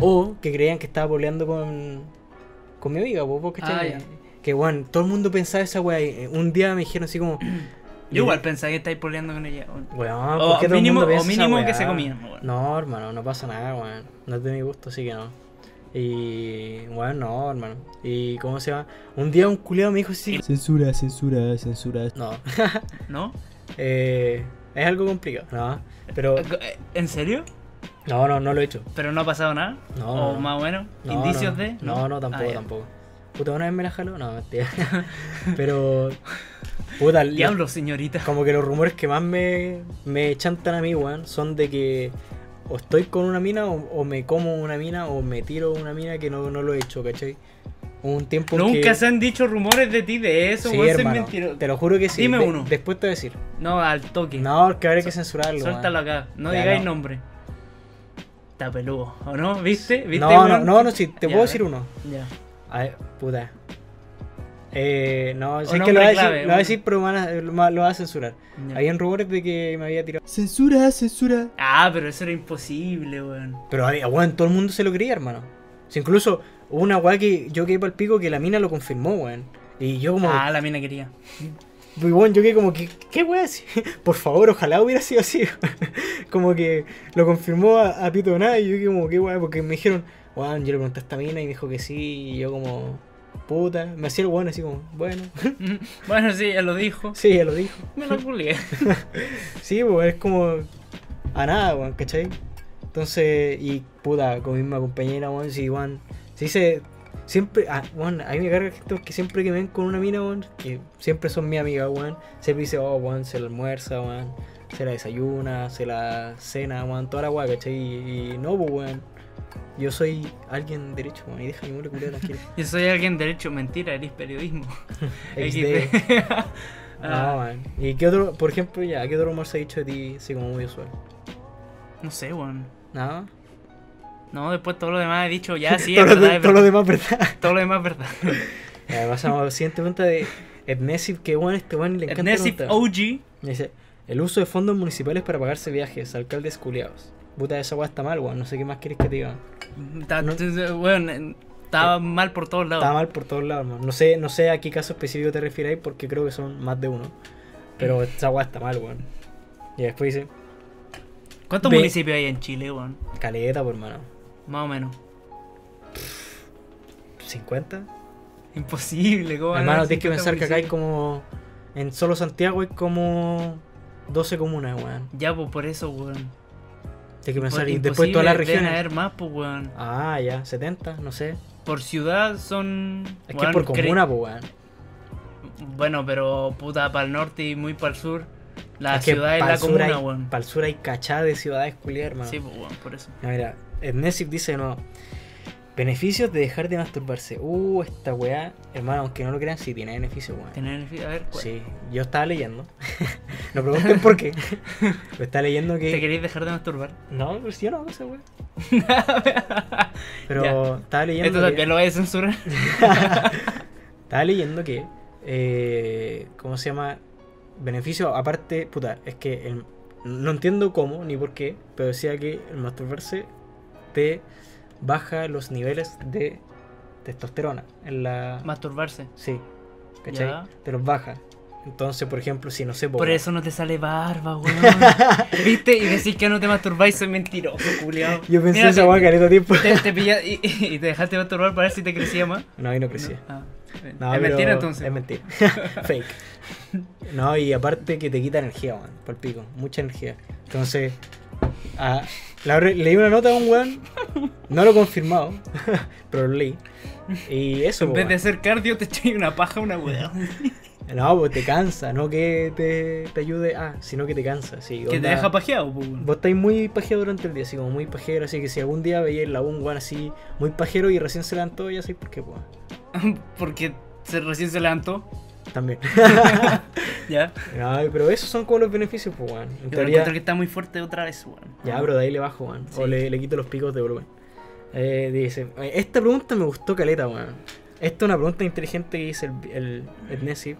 Speaker 2: o que creían que estaba poleando con. con mi amiga, pues, vos, ¿cachai?
Speaker 3: Ah, ya.
Speaker 2: Que weón, todo el mundo pensaba esa weá. y, eh, Un día me dijeron así como.
Speaker 3: Yo igual pensaba que estáis poleando con ella, weón.
Speaker 2: Weón,
Speaker 3: O
Speaker 2: ¿por qué todo el
Speaker 3: mínimo-
Speaker 2: mundo piensa
Speaker 3: o
Speaker 2: esa
Speaker 3: mínimo que
Speaker 2: weá?
Speaker 3: se comían, weón.
Speaker 2: No, hermano, no pasa nada, weón. No es de mi gusto, así que no. Y. Bueno, no, hermano. ¿Y cómo se llama? Un día un culiado me dijo así.
Speaker 4: Censura, censura, censura.
Speaker 2: No.
Speaker 3: ¿No?
Speaker 2: eh, es algo complicado, ¿no? Pero.
Speaker 3: Eh, ¿En serio?
Speaker 2: No, no, no lo he hecho.
Speaker 3: ¿Pero no ha pasado nada?
Speaker 2: No,
Speaker 3: ¿O
Speaker 2: no, no.
Speaker 3: más bueno?
Speaker 2: No,
Speaker 3: ¿Indicios
Speaker 2: no.
Speaker 3: de...?
Speaker 2: No, no,
Speaker 3: Ah,
Speaker 2: tampoco,
Speaker 3: ya.
Speaker 2: tampoco. Puta, una vez me la jaló. No, mentira. Pero. Puta, lo-
Speaker 3: Diablo, señorita.
Speaker 2: Como que los rumores que más me, me chantan a mí, weón, son de que o estoy con una mina o, o me como una mina o me tiro una mina que no, no lo he hecho, ¿cachai? Hubo Un tiempo en
Speaker 3: Nunca
Speaker 2: que...
Speaker 3: se han dicho rumores de ti de eso,
Speaker 2: Sí,
Speaker 3: weón, eso es
Speaker 2: hermano,
Speaker 3: mentiro-
Speaker 2: te lo juro que sí.
Speaker 3: Dime
Speaker 2: de-
Speaker 3: uno.
Speaker 2: Después te voy a decir.
Speaker 3: No, al toque.
Speaker 2: No, porque habrá que censurarlo.
Speaker 3: Suéltalo
Speaker 2: weón.
Speaker 3: acá. No
Speaker 2: Ya,
Speaker 3: digáis
Speaker 2: no.
Speaker 3: nombre. Está peludo, ¿o no? ¿Viste? ¿Viste
Speaker 2: No, no,
Speaker 3: weón?
Speaker 2: no, no, sí, te
Speaker 3: Ya,
Speaker 2: puedo
Speaker 3: a
Speaker 2: decir
Speaker 3: ver.
Speaker 2: uno.
Speaker 3: Ya.
Speaker 2: A ver, puta. Eh, no, sé
Speaker 3: Un
Speaker 2: que lo voy
Speaker 3: nombre
Speaker 2: a decir,
Speaker 3: clave,
Speaker 2: lo voy a
Speaker 3: un-
Speaker 2: decir pero me van a- lo va a censurar.
Speaker 3: ya.
Speaker 2: Habían rumores de que me había tirado.
Speaker 4: Censura, censura.
Speaker 3: Ah, pero eso era imposible, weón.
Speaker 2: Pero, había- weón, todo el mundo se lo creía, hermano. Si incluso hubo una weá que yo quedé pa'l pico que la mina lo confirmó, weón. Y yo como,
Speaker 3: Ah, la mina quería.
Speaker 2: y, weón, yo quedé como, que qué weá? es? Por favor, ojalá hubiera sido así. como que lo confirmó a, a Pito Nada y yo quedé como, qué weá, porque me dijeron, weón, yo le pregunté a esta mina y me dijo que sí, y yo como, puta, me hacía el weón así como, bueno,
Speaker 3: bueno, sí, ya lo dijo.
Speaker 2: sí, ya lo dijo.
Speaker 3: Me lo culié.
Speaker 2: Sí, pues es como a nada, weón, ¿cachai? Entonces, y puta, con mi misma compañera, weón, sí, weón. Sí, se. Siempre, ah, weón, a mí me carga esto que siempre que me ven con una mina, weón, que siempre son mi amiga, weón. Siempre dice, oh, weón, se la almuerza, weón, se la desayuna, se la cena, weón, toda la weá, ¿cachai? Y, y no, pues, weón. Yo soy alguien derecho, weón, y deja mi mole culera tranquila.
Speaker 3: Yo soy alguien derecho, mentira, eres periodismo.
Speaker 2: XD. No,
Speaker 3: Ah,
Speaker 2: weón. ¿Y qué otro, por ejemplo, ya, qué otro rumor se ha dicho de ti, así como muy usual?
Speaker 3: no sé, weón.
Speaker 2: Nada.
Speaker 3: No, después todo lo demás he dicho ya, sí, es
Speaker 2: todo, lo
Speaker 3: verdad,
Speaker 2: de-
Speaker 3: es
Speaker 2: todo lo
Speaker 3: verdad.
Speaker 2: demás, ¿verdad?
Speaker 3: Todo lo demás es verdad.
Speaker 2: Ya, pasamos a la siguiente pregunta de Ednesip, que bueno, este weón le encanta
Speaker 3: Nesip
Speaker 2: preguntar.
Speaker 3: OG.
Speaker 2: Dice, el uso de fondos municipales para pagarse viajes, alcaldes culiados. Puta, esa weá está mal, weón, no sé qué más querés que te diga.
Speaker 3: Ta-
Speaker 2: No. Eh,
Speaker 3: t- Weón, eh, estaba mal por todos
Speaker 2: Está
Speaker 3: lados.
Speaker 2: mal por todos lados, hermano. No sé, no sé a qué caso específico te refieres porque creo que son más de uno.
Speaker 3: Mm.
Speaker 2: Pero esa weá está mal, weón. Y después dice,
Speaker 3: ¿Cuántos
Speaker 2: Ve-
Speaker 3: municipios hay en Chile, weón?
Speaker 2: caleta, por hermano.
Speaker 3: Más o menos.
Speaker 2: ¿50?
Speaker 3: Imposible, ¿cómo van a
Speaker 2: hermano,
Speaker 3: haber
Speaker 2: tienes que
Speaker 3: 50
Speaker 2: pensar que acá hay
Speaker 3: municipios?
Speaker 2: como... En solo Santiago hay como 12 comunas, weón.
Speaker 3: Ya, pues por eso, weón.
Speaker 2: Tienes que pensar, y
Speaker 3: Imposible,
Speaker 2: después todas las
Speaker 3: deben
Speaker 2: regiones...
Speaker 3: haber más, pues, weón.
Speaker 2: Ah, ya, 70, no sé.
Speaker 3: Por ciudad son.
Speaker 2: Es que
Speaker 3: weón,
Speaker 2: es por
Speaker 3: cre-
Speaker 2: comuna, pues, weón.
Speaker 3: Bueno, pero puta, para el norte y muy para el sur. La
Speaker 2: es
Speaker 3: ciudad es la comuna, weón.
Speaker 2: Para el sur hay cachá de ciudades culiadas, hermano.
Speaker 3: Sí, pues, weón, por eso.
Speaker 2: No, mira, Ednesip dice de nuevo. Beneficios de dejar de masturbarse. Uh, esta weá, hermano, aunque no lo crean, sí tiene beneficios, weón.
Speaker 3: Tener. A ver, ¿cuál?
Speaker 2: Sí, yo estaba leyendo. no pregunten por qué. Pero estaba leyendo
Speaker 3: ¿Te
Speaker 2: que.
Speaker 3: queréis dejar de masturbar?
Speaker 2: No, pues yo no, esa weá. Pero estaba leyendo.
Speaker 3: Esto
Speaker 2: que-
Speaker 3: también lo voy a censurar.
Speaker 2: Estaba leyendo que. eh, ¿Cómo se llama? Beneficio, aparte, puta, es que el- no entiendo cómo ni por qué, pero decía que el masturbarse te baja los niveles de testosterona en la.
Speaker 3: Masturbarse.
Speaker 2: Sí, ¿cachai?
Speaker 3: Ya.
Speaker 2: Te los baja. Entonces, por ejemplo, si no sé. po,
Speaker 3: Por
Speaker 2: weón.
Speaker 3: eso no te sale barba, weón. ¿Viste? Y decís que no te masturbáis, soy mentiroso, culiao.
Speaker 2: Yo pensé
Speaker 3: Mira,
Speaker 2: esa
Speaker 3: te-
Speaker 2: weá careta tiempo.
Speaker 3: Te, te pilla- y, y te dejaste masturbar para ver si te crecía más.
Speaker 2: No, ahí no crecía.
Speaker 3: No, ah.
Speaker 2: No, pero
Speaker 3: es mentira entonces.
Speaker 2: Es mentira. Fake. No, y aparte que te quita energía, weón. Por pico. Mucha energía. Entonces, a- la verdad, leí una nota a un weón. No lo he confirmado, pero lo leí. Y eso,
Speaker 3: en
Speaker 2: po,
Speaker 3: vez de
Speaker 2: weón.
Speaker 3: hacer cardio, te echáis una paja, una weá.
Speaker 2: No, pues te cansa. No que te, te ayude ah, sino que te cansa. Sí,
Speaker 3: Que te
Speaker 2: onda,
Speaker 3: deja pajeado, po, weón.
Speaker 2: Vos estáis muy pajero durante el día, así como muy pajero. Así que si algún día veías la un weón así, muy pajero y recién se levantó, ya sabéis por qué, pues.
Speaker 3: Porque se, recién se levantó.
Speaker 2: También.
Speaker 3: Ya.
Speaker 2: No, pero esos son como los beneficios, pues, weón. En
Speaker 3: Yo
Speaker 2: teoría-
Speaker 3: encuentro que está muy fuerte otra vez, weón.
Speaker 2: Ya, pero de ahí le bajo, weón. O
Speaker 3: Sí.
Speaker 2: le, le quito los picos de volumen. Eh, dice, eh, esta pregunta me gustó caleta, weón. Esta es una pregunta inteligente que dice el, el, el Nesip.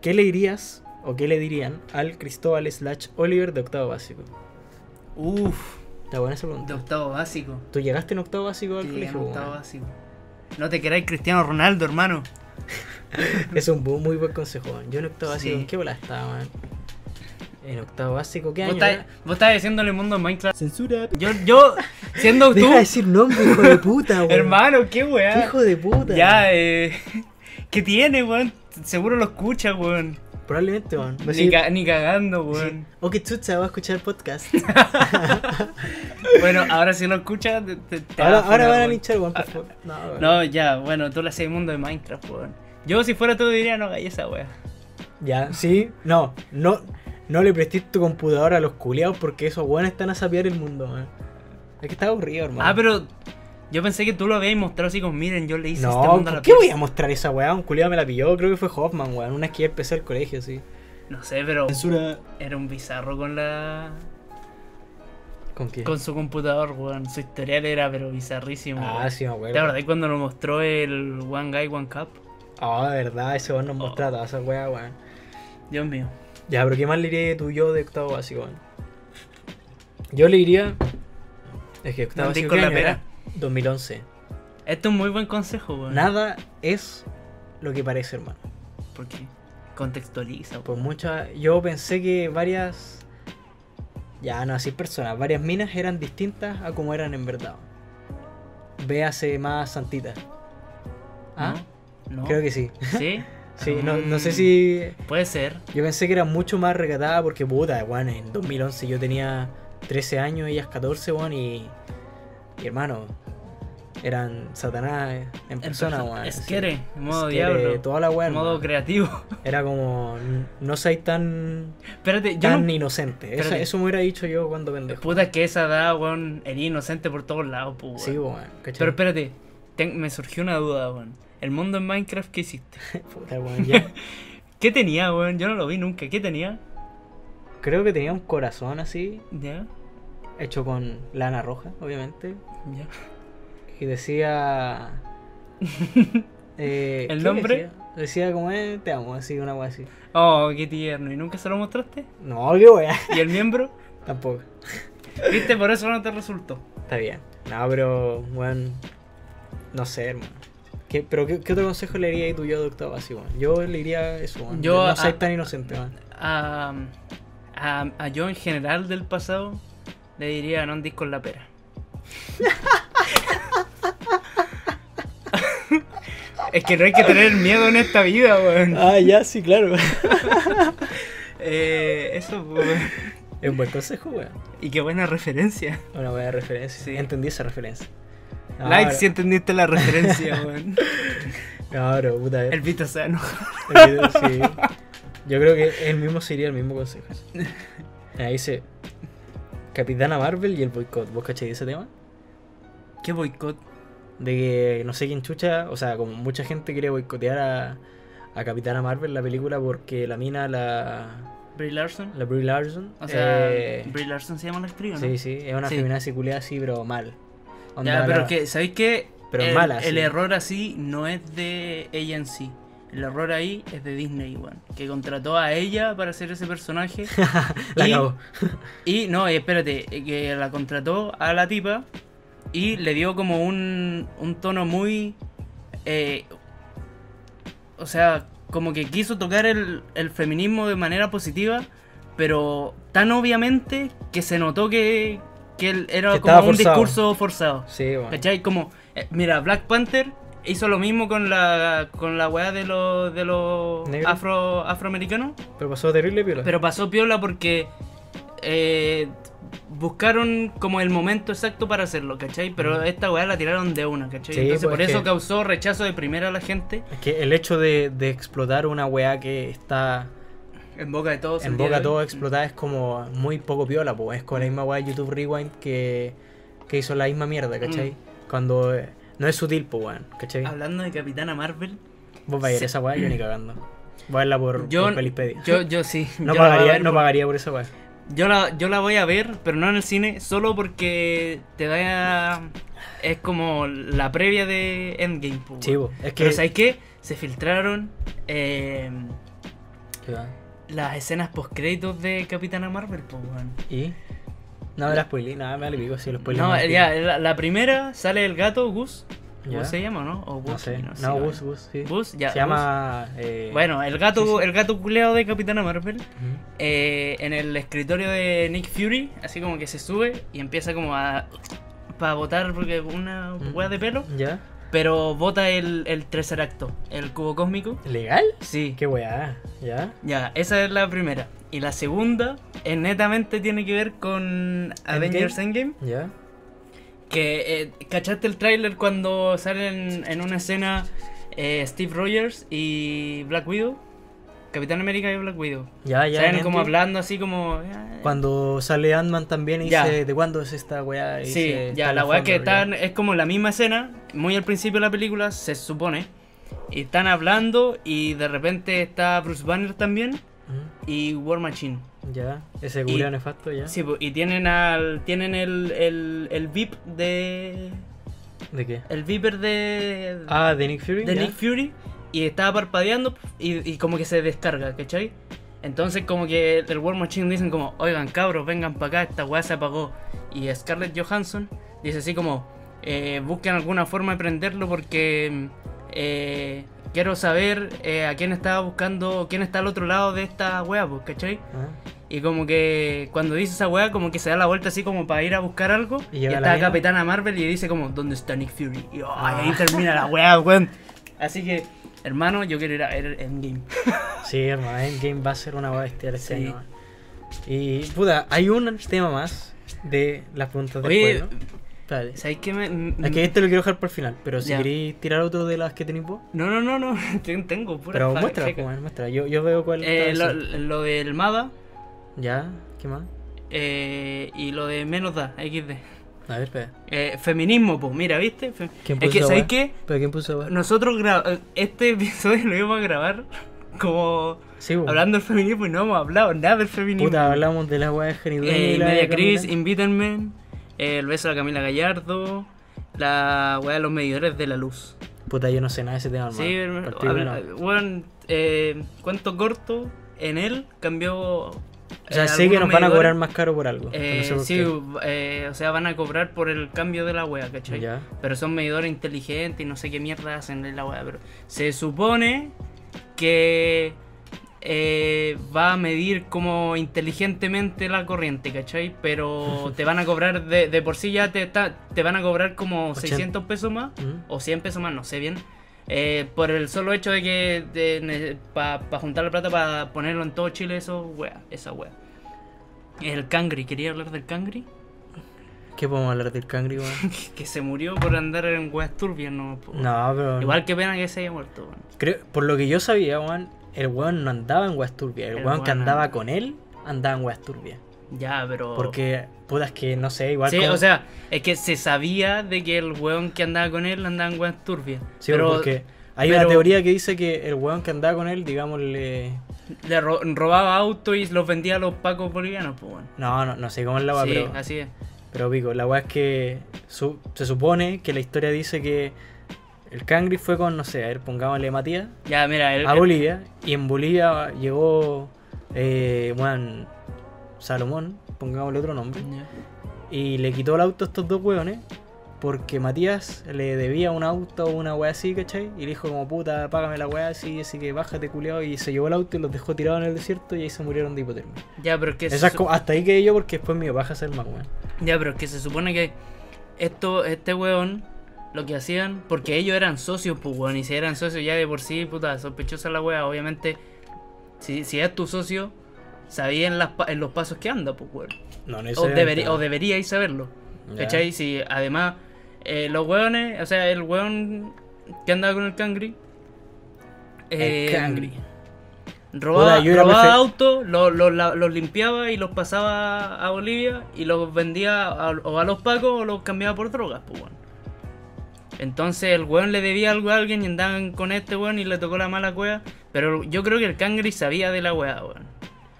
Speaker 2: ¿Qué le dirías o qué le dirían al Cristóbal slash Oliver de octavo básico?
Speaker 3: Uf,
Speaker 2: Está buena esa
Speaker 3: de
Speaker 2: pregunta.
Speaker 3: octavo básico.
Speaker 2: ¿Tú llegaste en octavo básico al
Speaker 3: Sí,
Speaker 2: colegio?
Speaker 3: en octavo
Speaker 2: weón?
Speaker 3: básico. No te queráis Cristiano Ronaldo, hermano.
Speaker 2: Es un bu- muy buen consejo, weón. Yo en octavo básico,
Speaker 3: Sí.
Speaker 2: ¿en qué bola estaba, weón? En octavo básico, ¿qué
Speaker 3: Vos
Speaker 2: año?
Speaker 3: estás,
Speaker 2: era?
Speaker 3: vos estás diciéndole el mundo a Minecraft.
Speaker 4: Censura.
Speaker 3: Yo, yo, siendo tú,
Speaker 2: Deja de decir nombre, hijo de puta, weón.
Speaker 3: hermano, qué
Speaker 2: ¿Qué
Speaker 3: weá.
Speaker 2: hijo de puta.
Speaker 3: Ya, eh. ¿Qué tiene, weón? Seguro lo escucha, weón.
Speaker 2: Probablemente, weón. Va a
Speaker 3: Ni,
Speaker 2: decir-
Speaker 3: ca- ni cagando, weón.
Speaker 2: O que chucha, va a escuchar el podcast.
Speaker 3: Bueno, ahora si lo escucha, te, te- te
Speaker 2: ahora
Speaker 3: va a
Speaker 2: ahora
Speaker 3: funar,
Speaker 2: van a
Speaker 3: weón.
Speaker 2: linchar, weón, por favor. No, weón.
Speaker 3: No, ya, bueno, tú le haces el mundo de Minecraft, weón. Yo si fuera tú diría no hagáis esa weá.
Speaker 2: Ya, sí. No, no, no le prestes tu computadora a los culiados porque esos weones están a sapear el mundo, man. Es que está aburrido, hermano.
Speaker 3: Ah, pero yo pensé que tú lo habías mostrado así como, miren, yo le hice este
Speaker 2: No,
Speaker 3: mundo a la
Speaker 2: ¿qué voy
Speaker 3: pieza".
Speaker 2: a mostrar esa weá? Un culiado me la pilló, creo que fue Hoffman, weón. Una vez que ya empecé el colegio, sí.
Speaker 3: No sé, pero
Speaker 4: Censura.
Speaker 3: era un bizarro con la...
Speaker 2: ¿Con qué?
Speaker 3: Con su computador, weón. Su historial era pero bizarrísimo.
Speaker 2: Ah,
Speaker 3: weón.
Speaker 2: sí, me
Speaker 3: ¿Te
Speaker 2: acuerdo.
Speaker 3: acordás cuando nos mostró el One Guy, One Cup?
Speaker 2: Ah, verdad, ese
Speaker 3: Oh.
Speaker 2: weón nos mostraba toda esa weá, weón.
Speaker 3: Dios mío.
Speaker 2: Ya, pero ¿qué más le diría de tu yo de octavo básico, weón? Yo le diría. Es que octavo
Speaker 3: Andí
Speaker 2: básico.
Speaker 3: con
Speaker 2: ¿qué
Speaker 3: la
Speaker 2: año
Speaker 3: pera.
Speaker 2: era? 2011.
Speaker 3: Esto es un muy buen consejo, weón.
Speaker 2: Nada es lo que parece, hermano.
Speaker 3: Porque contextualiza,
Speaker 2: Por
Speaker 3: weón.
Speaker 2: muchas. Yo pensé que varias. Ya, no, así personas. Varias minas eran distintas a como eran en verdad. Véase más santita. ¿Ah?
Speaker 3: No.
Speaker 2: Creo que sí.
Speaker 3: Sí.
Speaker 2: Sí, no, no sé
Speaker 3: Mm,
Speaker 2: si.
Speaker 3: Puede ser.
Speaker 2: Yo pensé que era mucho más recatada porque, puta, weón, en 2011 yo tenía 13 años, ellas 14, weón, y. y, hermano. Eran Satanás en persona, weón.
Speaker 3: Es
Speaker 2: sí.
Speaker 3: que eres, modo
Speaker 2: Esquere,
Speaker 3: diablo.
Speaker 2: Toda la weón.
Speaker 3: modo creativo.
Speaker 2: Era como. "N- No seáis tan.
Speaker 3: Espérate, yo
Speaker 2: tan
Speaker 3: no...
Speaker 2: inocente. Esa-
Speaker 3: Espérate.
Speaker 2: eso me hubiera dicho yo cuando pendejo.
Speaker 3: Puta que esa edad, weón, era inocente por todos lados, pues, weón.
Speaker 2: Sí, weón. ¿cachai?
Speaker 3: Pero espérate, ten- me surgió una duda, weón. El mundo en Minecraft que hiciste.
Speaker 2: Puta, weón, ya.
Speaker 3: ¿Qué tenía, weón? Yo no lo vi nunca. ¿Qué tenía?
Speaker 2: Creo que tenía un corazón así,
Speaker 3: Ya,
Speaker 2: hecho con lana roja, obviamente.
Speaker 3: ya.
Speaker 2: Y decía. eh,
Speaker 3: ¿El
Speaker 2: ¿qué
Speaker 3: nombre?
Speaker 2: Decía, Decía como es, te amo, así, una wea así.
Speaker 3: Oh, qué tierno. ¿Y nunca se lo mostraste?
Speaker 2: No, qué wea.
Speaker 3: ¿Y el miembro?
Speaker 2: Tampoco.
Speaker 3: ¿Viste? Por eso no te resultó.
Speaker 2: Está bien. No, pero, weón. No sé, hermano. ¿Qué, pero qué, qué otro consejo le diría tú yo de octavo así, weón? Yo le diría eso, weón.
Speaker 3: Yo,
Speaker 2: de
Speaker 3: ah,
Speaker 2: no seas tan inocente, weón.
Speaker 3: A, a, a yo en general del pasado le diría no andís con la pera. es que no hay que tener miedo en esta vida, weón.
Speaker 2: Ah, ya, sí, claro.
Speaker 3: Eh, eso, weón.
Speaker 2: es un buen consejo, weón.
Speaker 3: Y qué buena referencia.
Speaker 2: Una buena referencia.
Speaker 3: Sí.
Speaker 2: Entendí esa referencia. No,
Speaker 3: like
Speaker 2: pero-
Speaker 3: si entendiste la referencia, weón.
Speaker 2: No, pero puta.
Speaker 3: El pito se enojó.
Speaker 2: el video, sí. Yo creo que el mismo sería el mismo consejo. Ahí dice: Capitana Marvel y el boicot. ¿Vos cacháis ese tema?
Speaker 3: Qué boicot.
Speaker 2: De que no sé quién chucha, o sea, como mucha gente quiere boicotear a, a Capitana Marvel la película porque la mina, la,
Speaker 3: Brie Larson.
Speaker 2: la Brie Larson.
Speaker 3: O sea,
Speaker 2: eh,
Speaker 3: Brie Larson se llama la actriz, ¿o ¿no?
Speaker 2: Sí, sí, es una
Speaker 3: Sí.
Speaker 2: feminazi culiada así, pero mal. Onda,
Speaker 3: Ya, pero
Speaker 2: la-
Speaker 3: que, ¿sabéis qué?
Speaker 2: Pero
Speaker 3: el,
Speaker 2: mala,
Speaker 3: el
Speaker 2: sí.
Speaker 3: error así no es de ella en sí. El error ahí es de Disney, weón. Que contrató a ella para hacer ese personaje.
Speaker 2: La
Speaker 3: y-
Speaker 2: cagó.
Speaker 3: y no, eh, espérate, eh, que la contrató a la tipa y le dio como un, un tono muy. eh, o sea, como que quiso tocar el, el feminismo de manera positiva, pero tan obviamente que se notó que, que él era
Speaker 2: Que
Speaker 3: como
Speaker 2: estaba
Speaker 3: un
Speaker 2: forzado.
Speaker 3: discurso forzado.
Speaker 2: Sí, bueno.
Speaker 3: ¿Cachai? Como, eh, mira, Black Panther hizo lo mismo con la con la weá de los de los
Speaker 2: ¿Negro?
Speaker 3: afro, afroamericanos,
Speaker 2: Pero pasó terrible, piola.
Speaker 3: pero pasó piola porque eh, buscaron como el momento exacto para hacerlo, ¿cachai? Pero esta weá la tiraron de una,
Speaker 2: Mm.
Speaker 3: ¿cachai?
Speaker 2: Sí,
Speaker 3: Entonces
Speaker 2: pues,
Speaker 3: por
Speaker 2: es
Speaker 3: eso
Speaker 2: que-
Speaker 3: causó rechazo de primera a la gente,
Speaker 2: Es que el hecho de, de explotar una weá que está
Speaker 3: en boca de todos. el
Speaker 2: en
Speaker 3: día Mm.
Speaker 2: boca
Speaker 3: de
Speaker 2: todo
Speaker 3: hoy.
Speaker 2: explotada es como muy poco piola, pues. Es como la misma weá de YouTube Rewind que, que hizo la misma
Speaker 3: Mm.
Speaker 2: mierda, ¿cachai? Cuando eh, no es sutil, pues, weón, ¿cachai?
Speaker 3: Hablando de Capitana Marvel,
Speaker 2: Vos vais a ver
Speaker 3: Sí.
Speaker 2: esa weá yo ni cagando. Voy a verla por,
Speaker 3: yo,
Speaker 2: por Pelispedia.
Speaker 3: yo, yo sí.
Speaker 2: no,
Speaker 3: yo la voy a
Speaker 2: pagaría,
Speaker 3: ver
Speaker 2: no
Speaker 3: por-
Speaker 2: pagaría por esa weá.
Speaker 3: Yo la, yo la voy a ver, pero no en el cine, solo porque te da. Es como la previa de Endgame. po, weón.
Speaker 2: Chivo, es que.
Speaker 3: Pero ¿sabes qué? Se filtraron eh, las escenas postcréditos de Capitana Marvel, po, weón.
Speaker 2: ¿Y? No me las spoilé, nada, me Pues la pico si lo spoilé.
Speaker 3: No,
Speaker 2: mal,
Speaker 3: ya, la, la primera sale el gato, Gus.
Speaker 2: Ya.
Speaker 3: ¿Cómo se llama, no? O
Speaker 2: No
Speaker 3: Gus,
Speaker 2: sé.
Speaker 3: sé,
Speaker 2: No,
Speaker 3: weón.
Speaker 2: Gus, Gus, sí.
Speaker 3: Gus, ya.
Speaker 2: Se llama. eh,
Speaker 3: Gus. Bueno, el gato,
Speaker 2: sí, sí.
Speaker 3: el gato culeado de Capitana Marvel.
Speaker 2: ujú.
Speaker 3: eh, en el escritorio de Nick Fury, así como que se sube y empieza como a para botar porque una
Speaker 2: Mm.
Speaker 3: hueá de pelo,
Speaker 2: ¿Ya?
Speaker 3: pero bota el, el tercer acto, el cubo cósmico.
Speaker 2: ¿Legal?
Speaker 3: Sí.
Speaker 2: Qué weá, ¿ya?
Speaker 3: Ya, esa es la primera. Y la segunda eh, netamente tiene que ver con Avengers Endgame.
Speaker 2: ¿Ya?
Speaker 3: Que eh, cachaste el tráiler cuando salen en una escena eh, Steve Rogers y Black Widow. Capitán América y Black Widow.
Speaker 2: Ya, ya.
Speaker 3: Salen
Speaker 2: en
Speaker 3: como
Speaker 2: Endgame.
Speaker 3: hablando así como... "Ah,
Speaker 2: Cuando sale Ant-Man también y
Speaker 3: Ya.
Speaker 2: dice, ¿de cuándo es esta weá? Y
Speaker 3: Sí,
Speaker 2: dice,
Speaker 3: ya,
Speaker 2: "Está
Speaker 3: la weá que
Speaker 2: fondo", ya.
Speaker 3: están. Es como la misma escena, muy al principio de la película, se supone. Y están hablando y de repente está Bruce Banner también
Speaker 2: Ujú,
Speaker 3: y War Machine.
Speaker 2: Ya, ese
Speaker 3: Y-
Speaker 2: culiao nefasto ya.
Speaker 3: Sí, po, y tienen al. Tienen el. el, el VIP de.
Speaker 2: ¿De qué?
Speaker 3: El Viper de.
Speaker 2: Ah, de Nick Fury.
Speaker 3: de
Speaker 2: ya.
Speaker 3: Nick Fury. Y estaba parpadeando y, y como que se descarga, ¿cachai? Entonces como que el War Machine dicen como, oigan cabros, vengan para acá, esta weá se apagó. Y Scarlett Johansson dice así como, eh, busquen alguna forma de prenderlo porque eh, quiero saber eh, a quién estaba buscando, quién está al otro lado de esta weá, pues, ¿cachai?
Speaker 2: Ah,
Speaker 3: Y como que cuando dice esa weá, como que se da la vuelta así como para ir a buscar algo.
Speaker 2: Y
Speaker 3: Y,
Speaker 2: llega la
Speaker 3: está
Speaker 2: mina.
Speaker 3: Capitana Marvel y dice como, ¿dónde está Nick Fury? Y oh,
Speaker 2: Ah.
Speaker 3: ahí termina la weá, weón. Así que, hermano, yo quiero ir a ver Endgame.
Speaker 2: Sí, hermano, Endgame va a ser una weá bestial este
Speaker 3: Sí.
Speaker 2: año, man. Y, puta, hay un tema más de las preguntas
Speaker 3: Oye,
Speaker 2: después, ¿no? Espérate.
Speaker 3: ¿sabéis qué me...? m-
Speaker 2: Es que este lo quiero dejar para el final, pero si
Speaker 3: Ya.
Speaker 2: queréis tirar otro de las que tenéis vos.
Speaker 3: No, no, no, no, ten- tengo pura
Speaker 2: Pero
Speaker 3: fa-
Speaker 2: muestra,
Speaker 3: feca.
Speaker 2: pues, bueno, muestra. Yo, yo veo cuál.
Speaker 3: Eh,
Speaker 2: está
Speaker 3: lo,
Speaker 2: ese.
Speaker 3: lo del MABA
Speaker 2: Ya, ¿qué más?
Speaker 3: eh, y lo de menos da, XD.
Speaker 2: A ver, espera.
Speaker 3: Eh, feminismo, pues mira, ¿viste? Fe-
Speaker 2: ¿Quién
Speaker 3: es
Speaker 2: puso
Speaker 3: que,
Speaker 2: esa
Speaker 3: ¿sabéis
Speaker 2: weá?
Speaker 3: qué?
Speaker 2: ¿Pero quién puso? weá?
Speaker 3: Nosotros gra- este episodio lo íbamos a grabar como...
Speaker 2: Sí, pues.
Speaker 3: Hablando del feminismo y no hemos hablado nada del feminismo.
Speaker 2: Puta, hablamos de la weá de Henry
Speaker 3: Eh,
Speaker 2: Dueña y la de
Speaker 3: Media
Speaker 2: Camila.
Speaker 3: Cris, invítenme. eh, el beso a Camila Gallardo. La weá de los medidores de la luz.
Speaker 2: Puta, yo no sé nada de ese tema, hermano.
Speaker 3: Sí, hermano,
Speaker 2: Partí
Speaker 3: habla-
Speaker 2: primero.
Speaker 3: weón, eh, cuento corto en él cambió.
Speaker 2: O sea,
Speaker 3: eh,
Speaker 2: sé que nos
Speaker 3: algunos
Speaker 2: van a cobrar
Speaker 3: medidores.
Speaker 2: más caro por algo. pero no
Speaker 3: Eh,
Speaker 2: sé por
Speaker 3: sí,
Speaker 2: qué.
Speaker 3: eh, o sea, van a cobrar por el cambio de la wea, ¿cachai?
Speaker 2: Ya.
Speaker 3: Pero son medidores inteligentes y no sé qué mierda hacen de la wea, pero se supone que eh, va a medir como inteligentemente la corriente, ¿cachai? Pero te van a cobrar, de, de por sí ya te, está- te van a cobrar como
Speaker 2: 80.
Speaker 3: 600 pesos más
Speaker 2: Mm.
Speaker 3: o 100 pesos más, no sé bien. eh, por el solo hecho de que para juntar la plata para ponerlo en todo Chile, eso, wea, esa wea. El Cangri, quería hablar del Cangri,
Speaker 2: ¿Qué podemos hablar del cangri, weón?
Speaker 3: que se murió por andar en weas turbias, no. po.
Speaker 2: no, pero.
Speaker 3: Igual que pena que se haya muerto, weón.
Speaker 2: Creo- por lo que yo sabía, weón, el weón no andaba en weas turbias. El,
Speaker 3: El
Speaker 2: weón que
Speaker 3: weón
Speaker 2: andaba
Speaker 3: andaba.
Speaker 2: con él andaba en weas turbias.
Speaker 3: Ya, pero.
Speaker 2: Porque, puta, es que no sé, igual.
Speaker 3: Sí,
Speaker 2: como-
Speaker 3: o sea, es que se sabía de que el weón que andaba con él andaba en weas turbias.
Speaker 2: Sí, pues,
Speaker 3: pero
Speaker 2: porque hay una
Speaker 3: pero-
Speaker 2: teoría que dice que el weón que andaba con él, digámosle.
Speaker 3: le ro- robaba autos y los vendía a los pacos bolivianos, pues, weón.
Speaker 2: No, no, no sé cómo es la weá,
Speaker 3: Sí,
Speaker 2: pero,
Speaker 3: así es.
Speaker 2: pero pico. La weá es que su- se supone que la historia dice que el Cangri fue con, no sé, a ver, pongámosle Matías,
Speaker 3: Ya, mira, el,
Speaker 2: a Bolivia, y en Bolivia llegó, eh, weón, Salomón, pongámosle otro nombre.
Speaker 3: Ya.
Speaker 2: Y le quitó el auto a estos dos hueones. Porque Matías le debía un auto o una weá así, ¿cachai? Y le dijo como puta, págame la weá así, así que bájate culiao. Y se llevó el auto y los dejó tirados en el desierto y ahí se murieron de hipotermia.
Speaker 3: Ya, pero es que se
Speaker 2: Esa es
Speaker 3: su-
Speaker 2: como- hasta ahí quedé yo porque después me baja a ser más weón.
Speaker 3: Ya, pero es que se supone que esto, este weón, lo que hacían, porque ellos eran socios, pues weón, y si eran socios ya de por sí, puta, sospechosa la wea, obviamente, si, si es tu socio, sabían las, pa- en los pasos que anda, pues weón.
Speaker 2: No, no
Speaker 3: O,
Speaker 2: necesariamente,
Speaker 3: deberí-
Speaker 2: ¿no?
Speaker 3: o deberíais saberlo.
Speaker 2: Ya.
Speaker 3: ¿Cachai? Si además eh, los weones, o sea, el weón que andaba con el cangri. eh,
Speaker 2: cangri.
Speaker 3: Robaba,
Speaker 2: Puta, yo era
Speaker 3: robaba
Speaker 2: prefe-
Speaker 3: autos, lo- lo- la- los limpiaba y los pasaba a Bolivia y los vendía a- o a los pacos o los cambiaba por drogas, pues weón. Entonces el weón le debía algo a alguien y andaban con este weón y le tocó la mala cueva. Pero yo creo que el cangri sabía de la wea, weón.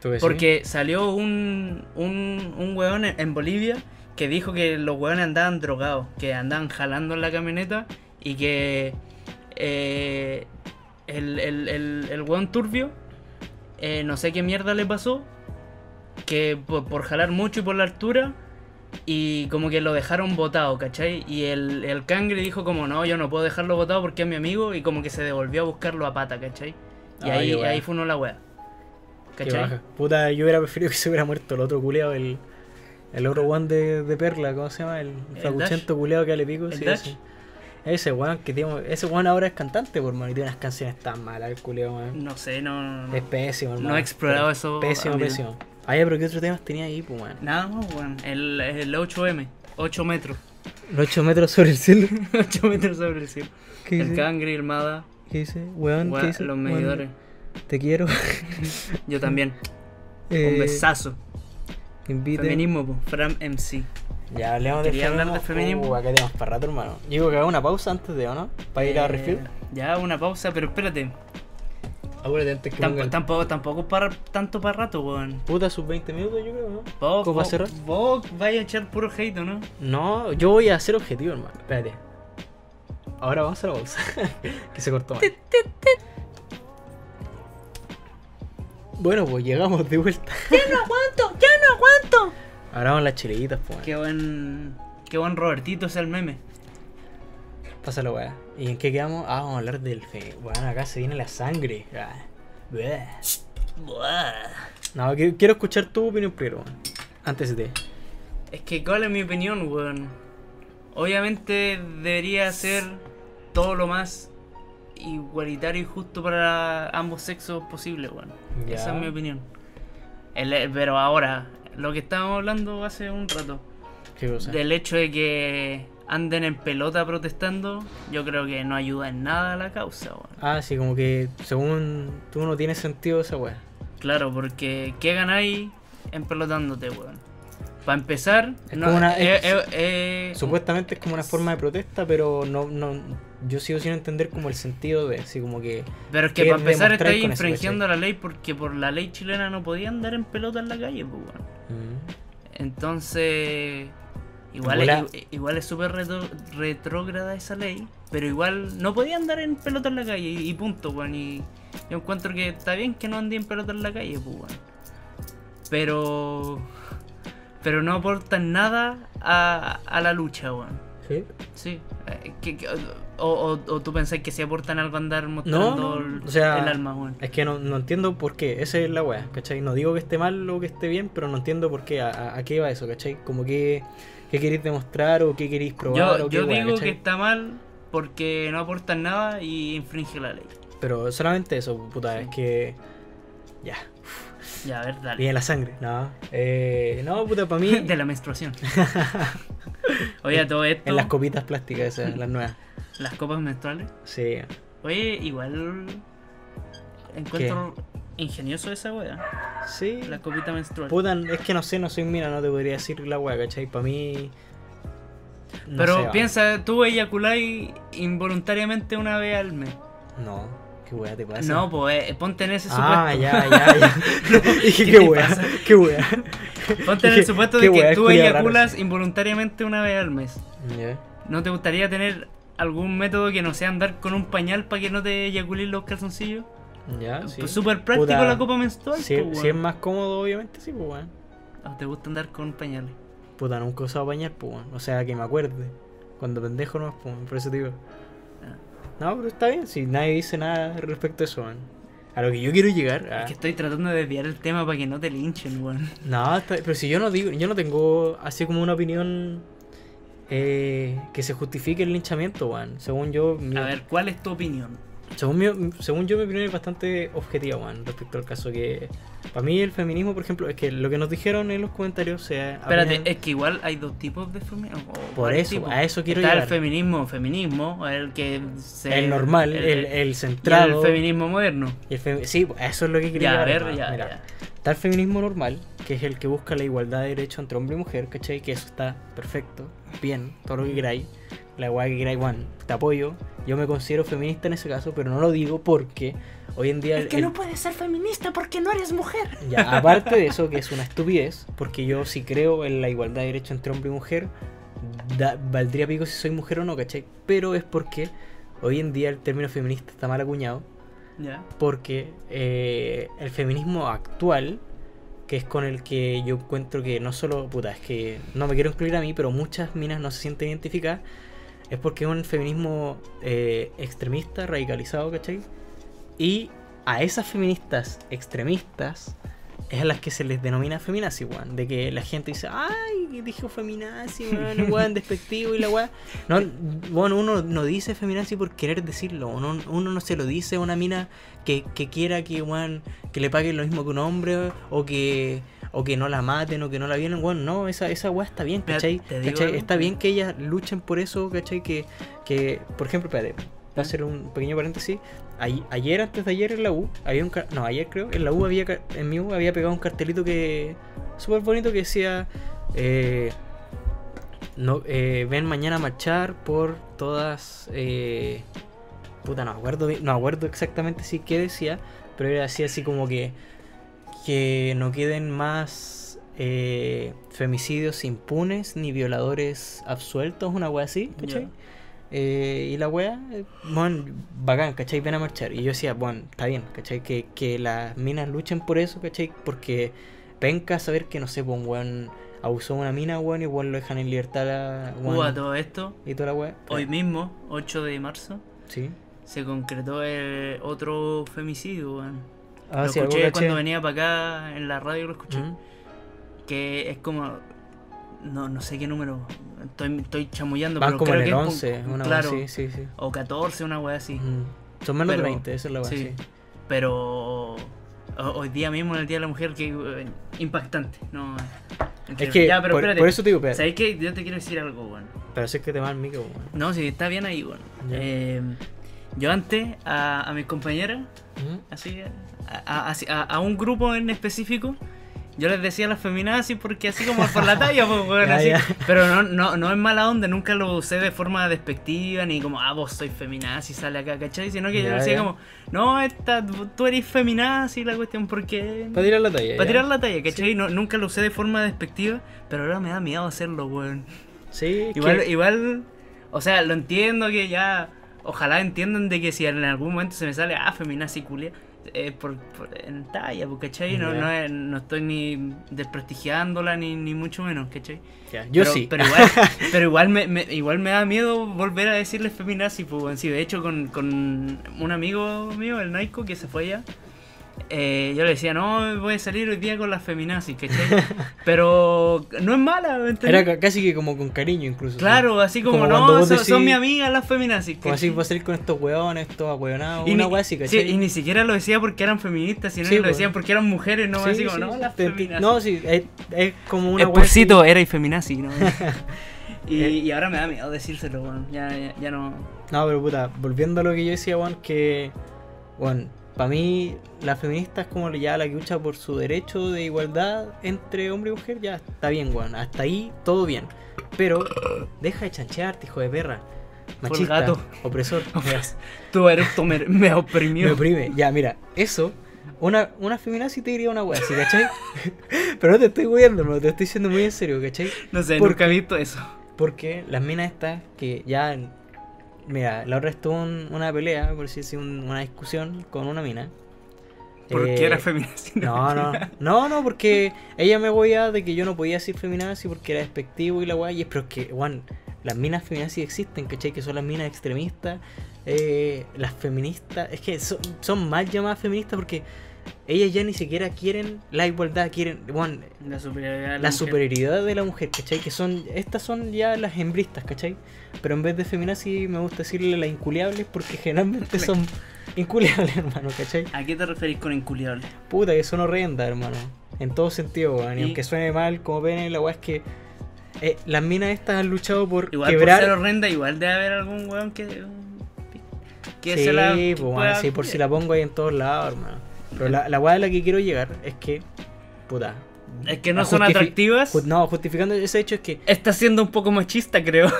Speaker 2: ¿Tú que sí?
Speaker 3: Porque salió un, un, un weón en- en Bolivia que dijo que los weones andaban drogados, que andaban jalando en la camioneta y que eh, el, el, el, el weón turbio, eh, no sé qué mierda le pasó, que por, por jalar mucho y por la altura, y como que lo dejaron botado, ¿cachai? Y el, el cangre dijo como, no, yo no puedo dejarlo botado porque es mi amigo, y como que se devolvió a buscarlo a pata, ¿cachai? Y
Speaker 2: Ah,
Speaker 3: ahí,
Speaker 2: qué wea.
Speaker 3: ahí fue uno la wea.
Speaker 2: Qué
Speaker 3: ¿Cachai?
Speaker 2: baja. Puta, yo hubiera preferido que se hubiera muerto el otro culeado, el, el otro weón de, de Perla, ¿cómo se llama? El,
Speaker 3: Ah. ¿El
Speaker 2: flacuchento culeado que le pico.
Speaker 3: ¿El
Speaker 2: sí,
Speaker 3: Dash?
Speaker 2: ese. Ese weón que tiene, ese weón ahora es cantante, por mano, y tiene unas canciones tan malas el culeado, weón.
Speaker 3: No sé, no. no, no.
Speaker 2: Es pésimo, hermano.
Speaker 3: No he explorado
Speaker 2: Pero
Speaker 3: eso,
Speaker 2: Pésimo,
Speaker 3: amigo.
Speaker 2: pésimo. Ah, ya, pero ¿qué otros temas tenía ahí, pues, weón?
Speaker 3: Nada más, weón. El, el 8M. 8 metros.
Speaker 2: Los 8 metros sobre el cielo.
Speaker 3: 8 metros sobre el cielo.
Speaker 2: ¿Qué
Speaker 3: El
Speaker 2: dice?
Speaker 3: cangri, el mada,
Speaker 2: ¿Qué dice? Weón, ¿qué
Speaker 3: weón,
Speaker 2: dice?
Speaker 3: los
Speaker 2: Weón,
Speaker 3: medidores.
Speaker 2: Te quiero.
Speaker 3: Yo también.
Speaker 2: Eh,
Speaker 3: Un besazo.
Speaker 2: te invito.
Speaker 3: Feminismo, po, Fram MC.
Speaker 2: Ya hablemos de
Speaker 3: Quería hablar de feminismo.
Speaker 2: Uh, acá tenemos para rato, hermano. Yo Digo que haga una pausa antes de, ¿o no? Para ir a
Speaker 3: Eh,
Speaker 2: refill.
Speaker 3: Ya, una pausa, pero espérate.
Speaker 2: Acuérdate antes que
Speaker 3: Tampo-
Speaker 2: ponga el-
Speaker 3: tampoco, tampoco para, tanto para rato, weón.
Speaker 2: Puta, sus 20 minutos, yo creo, ¿no? ¿Cómo
Speaker 3: Vos,
Speaker 2: va a
Speaker 3: vos-
Speaker 2: cerrar?
Speaker 3: Vos vais a echar puro hate, ¿o ¿no?
Speaker 2: No, yo voy a hacer objetivo, hermano. Espérate. Ahora vamos a la pausa. que se cortó. mal. Bueno, pues llegamos de vuelta. Ahora vamos a las chileditas, pues.
Speaker 3: Qué buen. Qué buen Robertito es el meme.
Speaker 2: Pásalo, weá. ¿Y en qué quedamos? Ah, vamos a hablar del fe. Bueno, acá se viene la sangre. Ah, bleh. No, que- quiero escuchar tu opinión primero, weón. Antes de.
Speaker 3: Es que, ¿cuál es mi opinión, weón? Obviamente debería ser todo lo más igualitario y justo para ambos sexos posible, weón.
Speaker 2: Ya.
Speaker 3: Esa es mi opinión. El- eh, pero ahora, lo que estábamos hablando hace un rato,
Speaker 2: ¿Qué cosa?
Speaker 3: del hecho de que anden en pelota protestando, yo creo que no ayuda en nada a la causa, weón.
Speaker 2: Ah, sí, como que según tú no tiene sentido esa weá.
Speaker 3: Claro, porque ¿qué ganáis empelotándote, weón? Para empezar,
Speaker 2: Es como una-
Speaker 3: eh,
Speaker 2: es-
Speaker 3: eh, eh,
Speaker 2: Supuestamente es como una forma de protesta, pero no, no, yo sigo sin entender como el sentido de, así como que,
Speaker 3: Pero es que
Speaker 2: ¿Qué
Speaker 3: para empezar
Speaker 2: demostráis
Speaker 3: estáis
Speaker 2: con eso,
Speaker 3: infringiendo la ley porque por la ley chilena no podía andar en pelota en la calle, pues weón.
Speaker 2: mm,
Speaker 3: Entonces, igual, es-
Speaker 2: Volá.
Speaker 3: i- igual es súper retro- retrógrada esa ley, pero igual no podía andar en pelota en la calle y, y punto, weón. Y yo encuentro que está bien que no ande en pelota en la calle, pues weón. Pero, pero no aportan nada a, a la lucha, weón.
Speaker 2: ¿sí?
Speaker 3: Sí. eh, que- que- o, o- o tú pensás que si aportan algo a andar mostrando
Speaker 2: no,
Speaker 3: el-
Speaker 2: o sea,
Speaker 3: el alma, weón.
Speaker 2: Es que no, no entiendo por qué, esa es la weá, ¿cachai? No digo que esté mal o que esté bien, pero no entiendo por qué, a, a- a qué va eso, ¿cachai? Como que, qué queréis demostrar o qué queréis probar
Speaker 3: Yo,
Speaker 2: o qué
Speaker 3: yo
Speaker 2: weá,
Speaker 3: digo que
Speaker 2: ¿cachai?
Speaker 3: está mal porque no aportan nada y infringe la ley.
Speaker 2: Pero solamente eso, puta,
Speaker 3: Sí.
Speaker 2: es que, ya,
Speaker 3: Ya, a ver, dale.
Speaker 2: viene la sangre, no, eh, no, puta, para mí,
Speaker 3: De la menstruación. Oye, a todo esto,
Speaker 2: en las copitas plásticas esas, las nuevas,
Speaker 3: las copas menstruales.
Speaker 2: sí,
Speaker 3: Oye, igual encuentro ingenioso esa wea,
Speaker 2: sí,
Speaker 3: la copita menstrual.
Speaker 2: Puta, es que no sé, no soy mira, no te podría decir la weá, ¿cachai? Para mí. no
Speaker 3: Pero
Speaker 2: sé, va.
Speaker 3: piensa, tú eyaculáis involuntariamente una vez al mes.
Speaker 2: No, qué weá te pasa.
Speaker 3: No, pues eh, ponte en ese
Speaker 2: ah,
Speaker 3: supuesto.
Speaker 2: ya, ya, ya. Dije,
Speaker 3: ¿qué
Speaker 2: qué
Speaker 3: te
Speaker 2: weá,
Speaker 3: pasa?
Speaker 2: qué weá.
Speaker 3: Ponte en
Speaker 2: Dije,
Speaker 3: el supuesto
Speaker 2: qué
Speaker 3: de
Speaker 2: wea,
Speaker 3: que
Speaker 2: es
Speaker 3: tú
Speaker 2: culiao raro,
Speaker 3: eyaculas
Speaker 2: sí.
Speaker 3: involuntariamente una vez al mes.
Speaker 2: Ya.
Speaker 3: ¿No te gustaría tener algún método que no sea andar con un pañal para que no te eyaculen los calzoncillos?
Speaker 2: Ya,
Speaker 3: Pues
Speaker 2: sí.
Speaker 3: Súper práctico
Speaker 2: Puta,
Speaker 3: la copa menstrual.
Speaker 2: Si,
Speaker 3: po,
Speaker 2: si es
Speaker 3: weón.
Speaker 2: más cómodo, obviamente, sí, pues weón.
Speaker 3: ¿O te gusta andar con pañales?
Speaker 2: Puta, nunca he usado bañar, pues weón. O sea, que me acuerde. Cuando pendejo no, pues weón, por eso te digo.
Speaker 3: Ah.
Speaker 2: No, pero está bien, si nadie dice nada respecto a eso, weón. A lo que yo quiero llegar. ah.
Speaker 3: Es que estoy tratando de desviar el tema para que no te linchen, weón.
Speaker 2: No, está- pero si yo no digo, yo no tengo así como una opinión eh, que se justifique el linchamiento, weón. Según yo, mi-
Speaker 3: A ver, ¿cuál es tu opinión?
Speaker 2: según mi- según yo mi opinión es bastante objetiva, weón, respecto al caso que para mí el feminismo, por ejemplo, es que lo que nos dijeron en los comentarios sea
Speaker 3: Espérate,
Speaker 2: apenas-
Speaker 3: es que igual hay dos tipos de feminismo. o
Speaker 2: Por
Speaker 3: varios
Speaker 2: eso, a eso quiero
Speaker 3: Está
Speaker 2: llegar.
Speaker 3: el feminismo, feminismo, el que se...
Speaker 2: el normal, el, el,
Speaker 3: y el
Speaker 2: centrado.
Speaker 3: feminismo moderno.
Speaker 2: y el femi- sí, pues, eso es lo que quería
Speaker 3: Ya, a
Speaker 2: llegar,
Speaker 3: ver,
Speaker 2: hermano.
Speaker 3: ya,
Speaker 2: Mira,
Speaker 3: ya.
Speaker 2: Está el feminismo normal, que es el que busca la igualdad de derechos entre hombre y mujer, ¿cachai? Que eso está perfecto, bien, todo lo que queráis, la igualdad que queráis, Juan, te apoyo. Yo me considero feminista en ese caso, pero no lo digo porque hoy en día... el-
Speaker 3: puedes ser feminista porque no eres mujer.
Speaker 2: ya, aparte de eso, que es una estupidez, porque yo sí creo en la igualdad de derechos entre hombre y mujer, da- valdría pico si soy mujer o no, ¿cachai? Pero es porque hoy en día el término feminista está mal acuñado
Speaker 3: Ya.
Speaker 2: porque eh, el feminismo actual, que es con el que yo encuentro que no solo, puta, es que no me quiero incluir a mí, pero muchas minas no se sienten identificadas, es porque es un feminismo eh, extremista, radicalizado, ¿cachai? Y a esas feministas extremistas es a las que se les denomina feminazi, weón. De que la gente dice, "Ah, ay, dijo feminazi, weón, weón, despectivo y la weá. Eh, No, bueno, uno no dice feminazi por querer decirlo. Uno, uno no se lo dice a una mina que, que quiera que, weón, que le paguen lo mismo que un hombre o que, o que no la maten o que no la violen. Weón, no, esa, esa weá está bien,
Speaker 3: Mira,
Speaker 2: ¿cachai?
Speaker 3: te digo
Speaker 2: ¿Cachai?
Speaker 3: algo.
Speaker 2: Está bien que ellas luchen por eso, ¿cachai? Que, que por ejemplo, espérate, va a ser un pequeño paréntesis. Ay- ayer, antes de ayer en la U, había un car- no, ayer creo, en la U había car- en mi U había pegado un cartelito que súper bonito que decía eh, no, eh, ven mañana a marchar por todas eh, puta, no me acuerdo bien- no me acuerdo exactamente si qué decía, pero era así así como que que no queden más eh, femicidios impunes ni violadores absueltos, una wea así, ¿cachai?
Speaker 3: Ya.
Speaker 2: Eh, y la wea, eh, mon, bacán, ¿cachai? Ven a marchar. Y yo decía, bueno, está bien, ¿cachai? Que, que las minas luchen por eso, ¿cachai? Porque penca saber que, no sé, pues un weón abusó de una mina, weón, y weón lo dejan en libertad a weón,
Speaker 3: Cuba, todo esto.
Speaker 2: y toda la wea.
Speaker 3: Hoy mismo, 8 de marzo,
Speaker 2: Sí.
Speaker 3: se concretó el otro femicidio, weón.
Speaker 2: Ah,
Speaker 3: lo
Speaker 2: sí, algo
Speaker 3: escuché
Speaker 2: caché.
Speaker 3: cuando venía para acá en la radio, lo escuché.
Speaker 2: Mm.
Speaker 3: Que es como. No, no sé qué número. Estoy, estoy chamullando,
Speaker 2: Van
Speaker 3: pero
Speaker 2: como
Speaker 3: creo
Speaker 2: en el
Speaker 3: que es po-
Speaker 2: 11, una
Speaker 3: claro,
Speaker 2: wea, sí, sí, sí.
Speaker 3: O 14, una wea así.
Speaker 2: Mm. Son menos de
Speaker 3: Pero-
Speaker 2: 20, esa es la wea,
Speaker 3: sí.
Speaker 2: sí.
Speaker 3: Pero o- hoy día mismo, en el Día de la Mujer, que eh, impactante. No,
Speaker 2: Es que,
Speaker 3: ya, pero
Speaker 2: por,
Speaker 3: espérate.
Speaker 2: por eso te digo, espérate,
Speaker 3: ¿Sabéis que yo te quiero decir algo, weón?
Speaker 2: pero si es que te va el micro, weón.
Speaker 3: No, si está bien ahí, bueno.
Speaker 2: Ya.
Speaker 3: Eh, yo antes a, a mis compañeras,
Speaker 2: Mm.
Speaker 3: así, a, a- así- a- a un grupo en específico, yo les decía a las feminazis porque así como por la talla, pues, weón,
Speaker 2: Ya,
Speaker 3: así.
Speaker 2: ya.
Speaker 3: Pero no, no, no es mala onda, nunca lo usé de forma despectiva, ni como, ah, vos soy feminazi, sale acá, ¿cachai? Sino que yo
Speaker 2: Ya,
Speaker 3: decía
Speaker 2: ya.
Speaker 3: como, no, esta, tú eres feminazi, la cuestión, porque...
Speaker 2: Para tirar la talla.
Speaker 3: Para
Speaker 2: ya.
Speaker 3: tirar la talla, ¿cachai? No- nunca lo usé de forma despectiva, pero ahora me da miedo hacerlo, weón.
Speaker 2: Sí, es
Speaker 3: Igual,
Speaker 2: que-
Speaker 3: igual, o sea, lo entiendo que ya, ojalá entiendan de que si en algún momento se me sale, ah, feminazi culia, eh, por, por- en talla, pues, ¿cachai? No,
Speaker 2: Ya.
Speaker 3: no, es- no estoy ni desprestigiándola, ni, ni mucho menos, ¿cachai?
Speaker 2: ya, yo
Speaker 3: pero,
Speaker 2: sí.
Speaker 3: Pero igual, pero igual, me, me- igual me da miedo volver a decirle feminazi, pues, weón. Sí, de hecho, con, con un amigo mío, el Naico, que se fue allá, eh, yo le decía, no, voy a salir hoy día con las feminazis, ¿cachai? pero no es mala, ¿me entendés?
Speaker 2: Era ca- casi que como con cariño incluso.
Speaker 3: Claro, así como,
Speaker 2: Como
Speaker 3: no,
Speaker 2: cuando vos
Speaker 3: son, son
Speaker 2: decís-
Speaker 3: mi amiga las feminazis.
Speaker 2: ¿sí? Como así
Speaker 3: ¿cachai?
Speaker 2: va a salir con estos weones, estos ahueonados,
Speaker 3: Y
Speaker 2: una
Speaker 3: ni-
Speaker 2: wea así,
Speaker 3: sí,
Speaker 2: ¿cachai?
Speaker 3: y ni siquiera lo decía porque eran feministas, sino
Speaker 2: Sí,
Speaker 3: que lo
Speaker 2: pues.
Speaker 3: decían porque eran mujeres, no
Speaker 2: Sí,
Speaker 3: así como,
Speaker 2: sí,
Speaker 3: no,
Speaker 2: sí,
Speaker 3: las
Speaker 2: te enti-
Speaker 3: feminazis.
Speaker 2: No, sí, es, es como una Eh.
Speaker 3: El
Speaker 2: wea así.
Speaker 3: Pursito era y feminazi, ¿no? y, y ahora me da miedo decírselo, weón. Ya, ya, ya no.
Speaker 2: No, pero puta, volviendo a lo que yo decía, weón, que. Weón, para mí, las feministas como ya la que lucha por su derecho de igualdad entre hombre y mujer, ya está bien, weón. Hasta ahí todo bien. Pero, deja de chanchearte, hijo de perra.
Speaker 3: el
Speaker 2: Machista,
Speaker 3: gato.
Speaker 2: opresor.
Speaker 3: Tu eructo me, me oprimió.
Speaker 2: Me oprime. Ya, mira, eso. Una, una feminazi te diría una wea así, ¿cachai? Pero no te estoy weando, no te estoy diciendo muy en serio, ¿cachai?
Speaker 3: no sé,
Speaker 2: ¿Por
Speaker 3: nunca he visto eso.
Speaker 2: Porque las minas estas que ya. Mira, la otra estuvo un- una pelea, por si decir, un- una discusión con una mina.
Speaker 3: Porque
Speaker 2: Eh,
Speaker 3: era feminazi.
Speaker 2: No, no, no, no, porque ella me voy de que yo no podía decir feminazi porque era despectivo y la weá. Y es, pero es que, Juan, las minas feminazis existen, ¿cachai? Que son las minas extremistas. eh, las feministas, es que son, son más llamadas feministas porque ellas ya ni siquiera quieren la igualdad, quieren, Juan,
Speaker 3: La superioridad. de
Speaker 2: la
Speaker 3: mujer.
Speaker 2: superioridad de la mujer, ¿cachai? Que son, estas son ya las hembristas, ¿cachai? Pero en vez de feminazi me gusta decirle las inculiables porque generalmente son inculiables, hermano, ¿cachai?
Speaker 3: ¿A qué te referís con inculiable?
Speaker 2: Puta, que son horrendas, hermano. En todo sentido, weón. Y
Speaker 3: Y-
Speaker 2: aunque suene mal, como ven, la weá es que eh, las minas estas han luchado por
Speaker 3: Igual
Speaker 2: quebrar.
Speaker 3: por ser horrenda, igual debe haber algún weón que. que
Speaker 2: sí,
Speaker 3: se la. que
Speaker 2: po, weón,
Speaker 3: pueda-
Speaker 2: sí, por si la pongo ahí en todos lados, hermano. Pero la, la weá a la que quiero llegar es que. Puta.
Speaker 3: Es que no
Speaker 2: a
Speaker 3: son
Speaker 2: justifi-
Speaker 3: atractivas.
Speaker 2: ju- no, justificando ese hecho es que.
Speaker 3: Está siendo un poco machista, creo.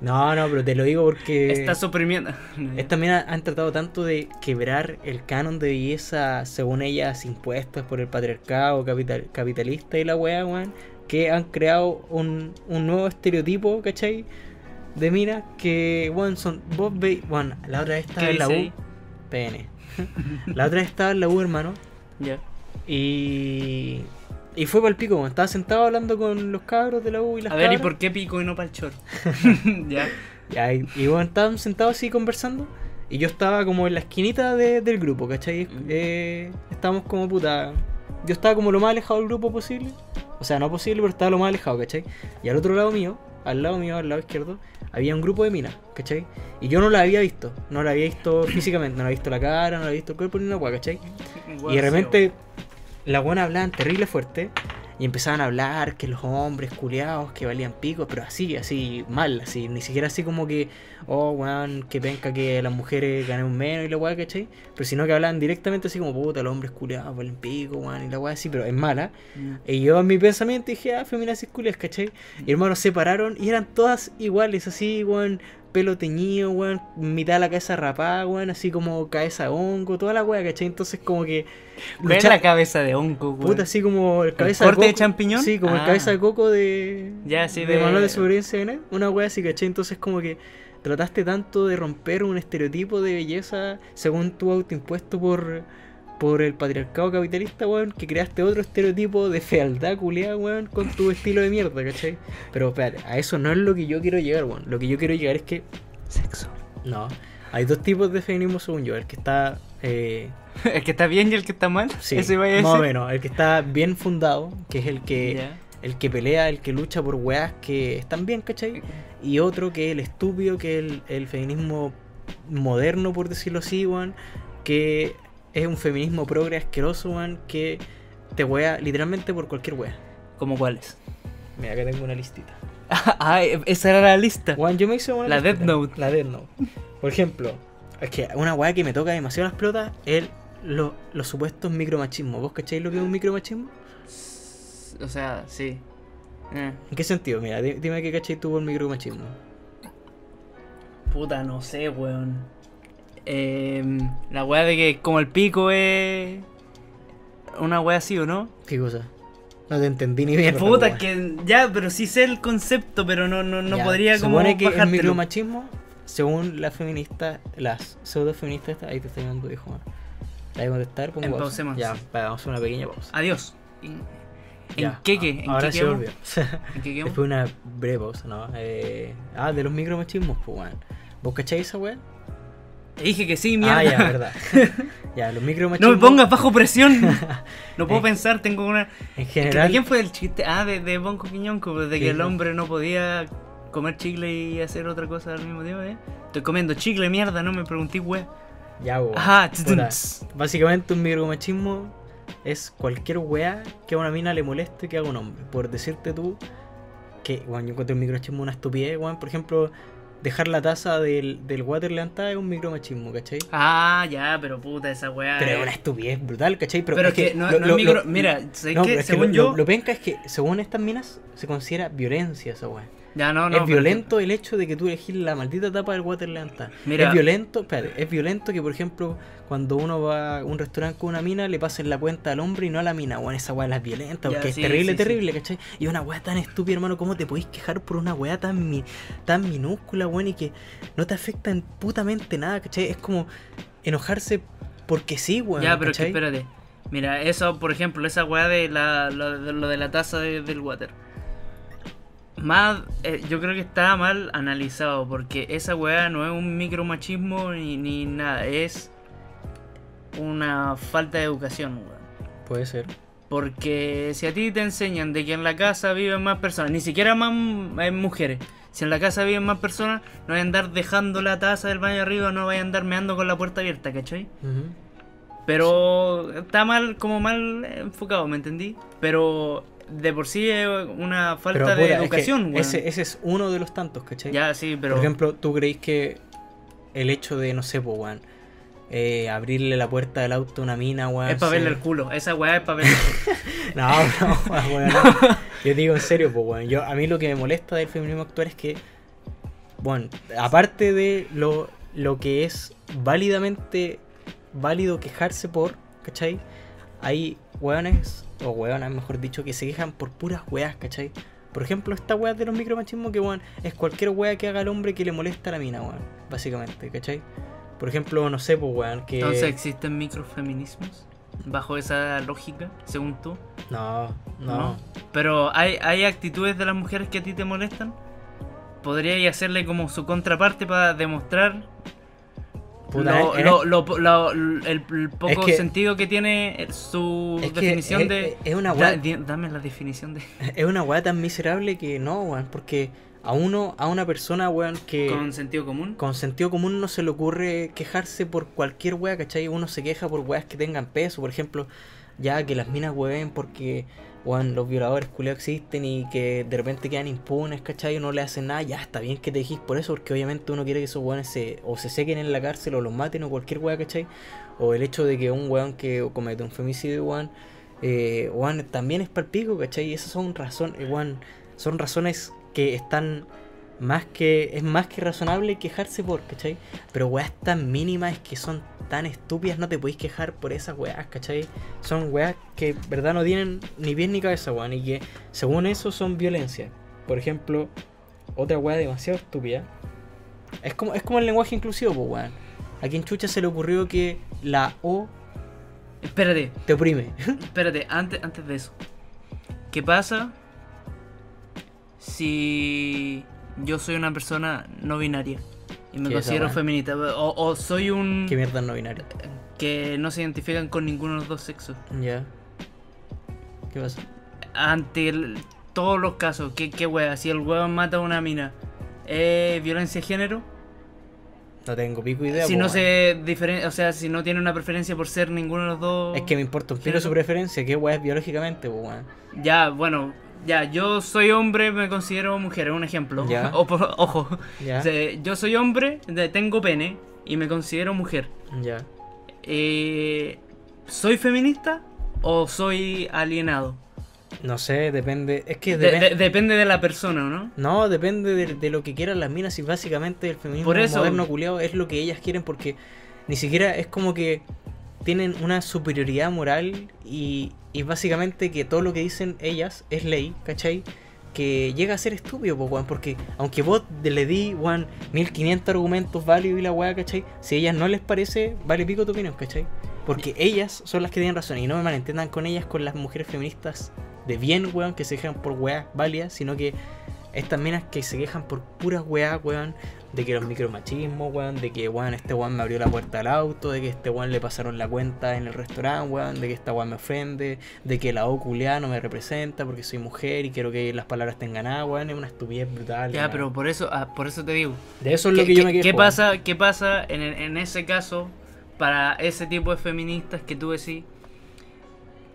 Speaker 2: No, no, pero te lo digo porque.
Speaker 3: Está suprimiendo.
Speaker 2: Estas minas han tratado tanto de quebrar el canon de belleza, según ellas, impuestas por el patriarcado capital, capitalista y la weá, weón, que han creado un, un nuevo estereotipo, ¿cachai? De minas que, weón, son. Vos veis, weón, la otra vez estaba
Speaker 3: ¿Qué
Speaker 2: en la
Speaker 3: dice
Speaker 2: U,
Speaker 3: ahí?
Speaker 2: PN. la otra vez estaba en la U, hermano,
Speaker 3: Ya.
Speaker 2: y. Y fue para el pico, weón. Estaba sentado hablando con los cabros de la U y las
Speaker 3: A ver, ¿y
Speaker 2: cabras.
Speaker 3: por qué pico y no pa'l chor? ya.
Speaker 2: Ya, y, y bueno, estaban sentados así conversando. Y yo estaba como en la esquinita de- del grupo, ¿cachai?
Speaker 3: Mm.
Speaker 2: Eh, estábamos como puta. Yo estaba como lo más alejado del grupo posible. O sea, no posible, pero estaba lo más alejado, ¿cachai? Y al otro lado mío, al lado mío, al lado izquierdo, había un grupo de minas, ¿cachai? Y yo no la había visto. No la había visto físicamente, no la había visto la cara, no la había visto el cuerpo ni una hueá, ¿cachai? Y de repente, las buenas hablaban terrible fuerte. Y empezaban a hablar que los hombres culeados, que valían picos, pero así, así mal, así. Ni siquiera así como que, oh, weón, que penca que las mujeres ganen menos y la weá, ¿cachai? Pero sino que hablaban directamente así como, puta, los hombres culeados valen pico, weón, y la weá así, pero es mala. Y yo en mi pensamiento dije, ah, feminazis culias, ¿cachai? Y hermanos se pararon y eran todas iguales, así, weón, pelo teñido, weón, mitad de la cabeza rapada, weón, así como cabeza hongo, toda la weá, ¿cachai? Entonces como que...
Speaker 3: Ve
Speaker 2: luchar-
Speaker 3: la cabeza de Onco, güey.
Speaker 2: Puta, así como el cabeza
Speaker 3: pues, corte de
Speaker 2: coco-
Speaker 3: champiñón?
Speaker 2: Sí, como el
Speaker 3: Ah.
Speaker 2: cabeza de coco de.
Speaker 3: Ya, sí,
Speaker 2: de.
Speaker 3: de-
Speaker 2: manual de supervivencia de Ned, Una wea así, caché. Entonces, como que trataste tanto de romper un estereotipo de belleza según tu autoimpuesto por. por el patriarcado capitalista, weón, que creaste otro estereotipo de fealdad culiada, weón, con tu estilo de mierda, ¿cachai? Pero espérate, a eso no es lo que yo quiero llegar, weón. Lo que yo quiero llegar es que.
Speaker 3: Sexo.
Speaker 2: No. Hay dos tipos de feminismo según yo. El que está. eh,
Speaker 3: El que está bien y el que está mal.
Speaker 2: sí,
Speaker 3: Eso iba a eh,
Speaker 2: más o
Speaker 3: decir.
Speaker 2: menos. El que está bien fundado, que es el que
Speaker 3: Ya.
Speaker 2: el que pelea, el que lucha por weas que están bien, ¿cachai? Y otro que el estúpido, que el, el feminismo moderno, por decirlo así, weón, que es un feminismo progre asqueroso, weón, que te wea literalmente por cualquier wea.
Speaker 3: ¿Cómo cuáles?
Speaker 2: Mira, acá tengo una listita.
Speaker 3: ah, esa era la lista.
Speaker 2: Weón, yo me hice una
Speaker 3: La
Speaker 2: listita.
Speaker 3: Death Note.
Speaker 2: La Death Note. Por ejemplo, es que una wea que me toca demasiado las pelotas es lo- los supuestos micromachismos. ¿Vos cacháis lo que es un micromachismo?
Speaker 3: O sea, sí. Eh.
Speaker 2: ¿En qué sentido? Mira, di- dime qué cacháis tú por micromachismo.
Speaker 3: Puta, no sé, weón. Em, la weá de que como el pico es. Una weá así, ¿o no?
Speaker 2: ¿Qué cosa? No te entendí ni bien.
Speaker 3: Eh, Puta, es que ya, pero sí sé el concepto, pero no, no, no podría como
Speaker 2: Supone que el
Speaker 3: bajártelo.
Speaker 2: micromachismo, según las feministas, las pseudofeministas, ahí te está llamando, dijo. La voy a contestar, pongo pausa.
Speaker 3: Empausémonos.
Speaker 2: Ya, para, vamos a una pequeña pausa.
Speaker 3: Adiós. ¿En Ah, en
Speaker 2: Ya.
Speaker 3: qué qué? ¿En
Speaker 2: Ahora
Speaker 3: qué
Speaker 2: sí
Speaker 3: quedamos?
Speaker 2: volvió.
Speaker 3: ¿En qué quedamos?
Speaker 2: Después una breve pausa, ¿no? Eh, ah, de los micromachismos, pues, weón. ¿Vos cacháis esa weá?
Speaker 3: Te dije que sí, mierda.
Speaker 2: Ah, ya, verdad. ya, los micromachismos.
Speaker 3: No me pongas bajo presión. No puedo
Speaker 2: Eh.
Speaker 3: pensar, tengo una.
Speaker 2: En
Speaker 3: ¿De
Speaker 2: general.
Speaker 3: quién fue el chiste? Ah, de, de Bonco Quiñonco, pues, de
Speaker 2: Sí,
Speaker 3: que el
Speaker 2: sí.
Speaker 3: hombre no podía comer chicle y hacer otra cosa al mismo tiempo, ¿eh? Estoy comiendo chicle, mierda, no me pregunté, wea.
Speaker 2: Ya, weón.
Speaker 3: Ajá,
Speaker 2: Puta,
Speaker 3: tss.
Speaker 2: Básicamente un micromachismo es cualquier weá que a una mina le moleste que haga un hombre. Por decirte tú que, bueno, yo encuentro el micromachismo una estupidez, weón. Por ejemplo, dejar la taza del, del water levantada es un micromachismo, ¿cachai?
Speaker 3: Ah, ya, pero puta esa wea.
Speaker 2: Pero es
Speaker 3: eh.
Speaker 2: una estupidez brutal, ¿cachai?
Speaker 3: Pero es que no,
Speaker 2: lo-
Speaker 3: no
Speaker 2: lo-
Speaker 3: es micro.
Speaker 2: lo-
Speaker 3: Mira, sé
Speaker 2: no,
Speaker 3: que
Speaker 2: pero es que
Speaker 3: según
Speaker 2: lo-
Speaker 3: yo.
Speaker 2: Lo, lo penca es que, según estas minas, se considera violencia esa weá.
Speaker 3: ya no, no.
Speaker 2: es
Speaker 3: pero
Speaker 2: violento el hecho de que tú elegís la maldita tapa del water levantada.
Speaker 3: Mira.
Speaker 2: Es violento, espérate, es violento que por ejemplo cuando uno va a un restaurante con una mina le pasen la cuenta al hombre y no a la mina, bueno, esa weá la es violenta,
Speaker 3: Ya,
Speaker 2: porque
Speaker 3: sí,
Speaker 2: es terrible,
Speaker 3: sí,
Speaker 2: terrible, ¿cachai? Y una weá tan estúpida, hermano, ¿cómo te podéis quejar por una weá tan, mi- tan minúscula, weón, y que no te afecta en putamente nada, ¿cachai? Es como enojarse porque sí,
Speaker 3: que-
Speaker 2: weón.
Speaker 3: Ya, pero es que
Speaker 2: ¿cachai?
Speaker 3: espérate. Mira, eso, por ejemplo, esa wea de la, lo, de- lo de la taza de- del water. Más, eh, yo creo que está mal analizado, porque esa weá no es un micromachismo ni, ni nada, es una falta de educación, weón.
Speaker 2: Puede ser.
Speaker 3: Porque si a ti te enseñan de que en la casa viven más personas, ni siquiera más mm, eh, mujeres, si en la casa viven más personas, no vas a andar dejando la taza del baño arriba, no vas a andar meando con la puerta abierta, ¿cachai?
Speaker 2: Ujú.
Speaker 3: Pero está mal, como mal enfocado, ¿me entendí? Pero de por sí es una falta
Speaker 2: Pero,
Speaker 3: de
Speaker 2: puta, es que
Speaker 3: educación, weón.
Speaker 2: ese, ese es uno de los tantos, ¿cachai?
Speaker 3: Ya, sí, pero...
Speaker 2: Por ejemplo, ¿tú creís que el hecho de, no sé, po, weón, eh, abrirle la puerta del auto a una mina, weón?
Speaker 3: es para verle
Speaker 2: se-
Speaker 3: el culo, esa weá es para verle el
Speaker 2: Eh,
Speaker 3: culo.
Speaker 2: No, no, weón, no. Yo digo en serio, po, weón. Yo, a mí lo que me molesta del feminismo actual es que, bueno, aparte de lo, lo que es válidamente válido quejarse por, ¿cachai? Hay weones, o weonas mejor dicho, que se quejan por puras weas, ¿cachai? Por ejemplo, esta wea de los micromachismos que, weón, es cualquier wea que haga al hombre que le molesta a la mina, weón, básicamente, ¿cachai? Por ejemplo, no sé, pues, weón, que...
Speaker 3: Entonces, ¿existen microfeminismos? Bajo esa lógica, según tú.
Speaker 2: No, no.
Speaker 3: No. Pero hay, hay actitudes de las mujeres que a ti te molestan. Podríais hacerle como su contraparte para demostrar
Speaker 2: Puta,
Speaker 3: lo-
Speaker 2: en- en
Speaker 3: lo- lo- lo- el, el poco
Speaker 2: que-
Speaker 3: sentido que tiene su
Speaker 2: Es que
Speaker 3: definición
Speaker 2: es-
Speaker 3: de.
Speaker 2: es una
Speaker 3: Da-
Speaker 2: weá-
Speaker 3: di- dame la definición de.
Speaker 2: Es una weá tan miserable que no, weón, porque a uno, a una persona, weón, que
Speaker 3: Con
Speaker 2: Eh, con,
Speaker 3: sentido común.
Speaker 2: sentido común no se le ocurre quejarse por cualquier weá, ¿cachai? Uno se queja por weas que tengan peso, por ejemplo, ya que las minas hueven porque weón, los violadores culiados existen y que de repente quedan impunes, ¿cachai? No le hacen nada, ya está bien que te dijís por eso, porque obviamente uno quiere que esos weones se, o se sequen en la cárcel o los maten o cualquier weá, ¿cachai? O el hecho de que un weón que comete un femicidio, weón, eh, weón, también es palpico, ¿cachai? Y esas son razones, weón, son razones que están más que, es más que razonable quejarse por, ¿cachai? Pero weas tan mínimas que son tan estúpidas, no te podéis quejar por esas weas, ¿cachai? Son weas que, verdad, no tienen ni pies ni cabeza, weón, y que, según eso, son violencia. Por ejemplo, otra wea demasiado estúpida. Es como, es como el lenguaje inclusivo, pues, weón. A quien chucha se le ocurrió que la O
Speaker 3: Espérate,
Speaker 2: te oprime.
Speaker 3: espérate, antes, antes de eso. ¿Qué pasa si yo soy una persona no binaria y me
Speaker 2: ¿Qué es esa
Speaker 3: considero
Speaker 2: weá?
Speaker 3: feminista? O, o soy un
Speaker 2: Qué mierda no binario.
Speaker 3: que no se identifican con ninguno de los dos sexos.
Speaker 2: Ya. ¿Qué pasa?
Speaker 3: Ante el- todos los casos, ¿qué, qué wea? Si el weón mata a una mina, ¿es violencia de género?
Speaker 2: No tengo pico idea.
Speaker 3: si
Speaker 2: po,
Speaker 3: no
Speaker 2: weón.
Speaker 3: se diferen- o sea, si no tiene una preferencia por ser ninguno de los dos.
Speaker 2: Es que me importa un pico
Speaker 3: ¿Cierto?
Speaker 2: su preferencia, qué weá es biológicamente, pues, weón.
Speaker 3: Ya, bueno, ya, yo soy hombre, me considero mujer, es un ejemplo.
Speaker 2: Ya.
Speaker 3: O por- ojo.
Speaker 2: Ya.
Speaker 3: O sea, yo soy hombre, de- tengo pene y me considero mujer.
Speaker 2: Ya.
Speaker 3: Eh, ¿Soy feminista o soy alienado?
Speaker 2: No sé, depende. Es que
Speaker 3: De- de-
Speaker 2: depende.
Speaker 3: depende de la persona, ¿no?
Speaker 2: No, depende de, de lo que quieran las minas y básicamente el feminismo
Speaker 3: Por eso-
Speaker 2: moderno culiao es lo que ellas quieren porque ni siquiera es como que tienen una superioridad moral y, y básicamente que todo lo que dicen ellas es ley, ¿cachai? Que llega a ser estúpido, po, weón, porque aunque vos de- le di, weón, 1500 argumentos válidos y la weá, ¿cachai? Si a ellas no les parece, vale pico tu opinión, ¿cachai? Porque ellas son las que tienen razón y no me malentendan con ellas, con las mujeres feministas de bien, weón, que se dejan por weas válidas, sino que estas minas que se quejan por puras weas, weón, de que los micromachismos, weón, de que, weón, este weón me abrió la puerta al auto, de que este weón le pasaron la cuenta en el restaurante, weón, de que esta weón me ofende, de que la oculea no me representa porque soy mujer y quiero que las palabras tengan agua, weón, es una estupidez brutal.
Speaker 3: Ya,
Speaker 2: weón.
Speaker 3: pero por eso, ah, por eso te digo.
Speaker 2: De eso es lo
Speaker 3: ¿Qué-
Speaker 2: que yo
Speaker 3: qué-
Speaker 2: me quejo.
Speaker 3: ¿Qué
Speaker 2: weón.
Speaker 3: pasa, qué pasa en, en ese caso para ese tipo de feministas que tú decís?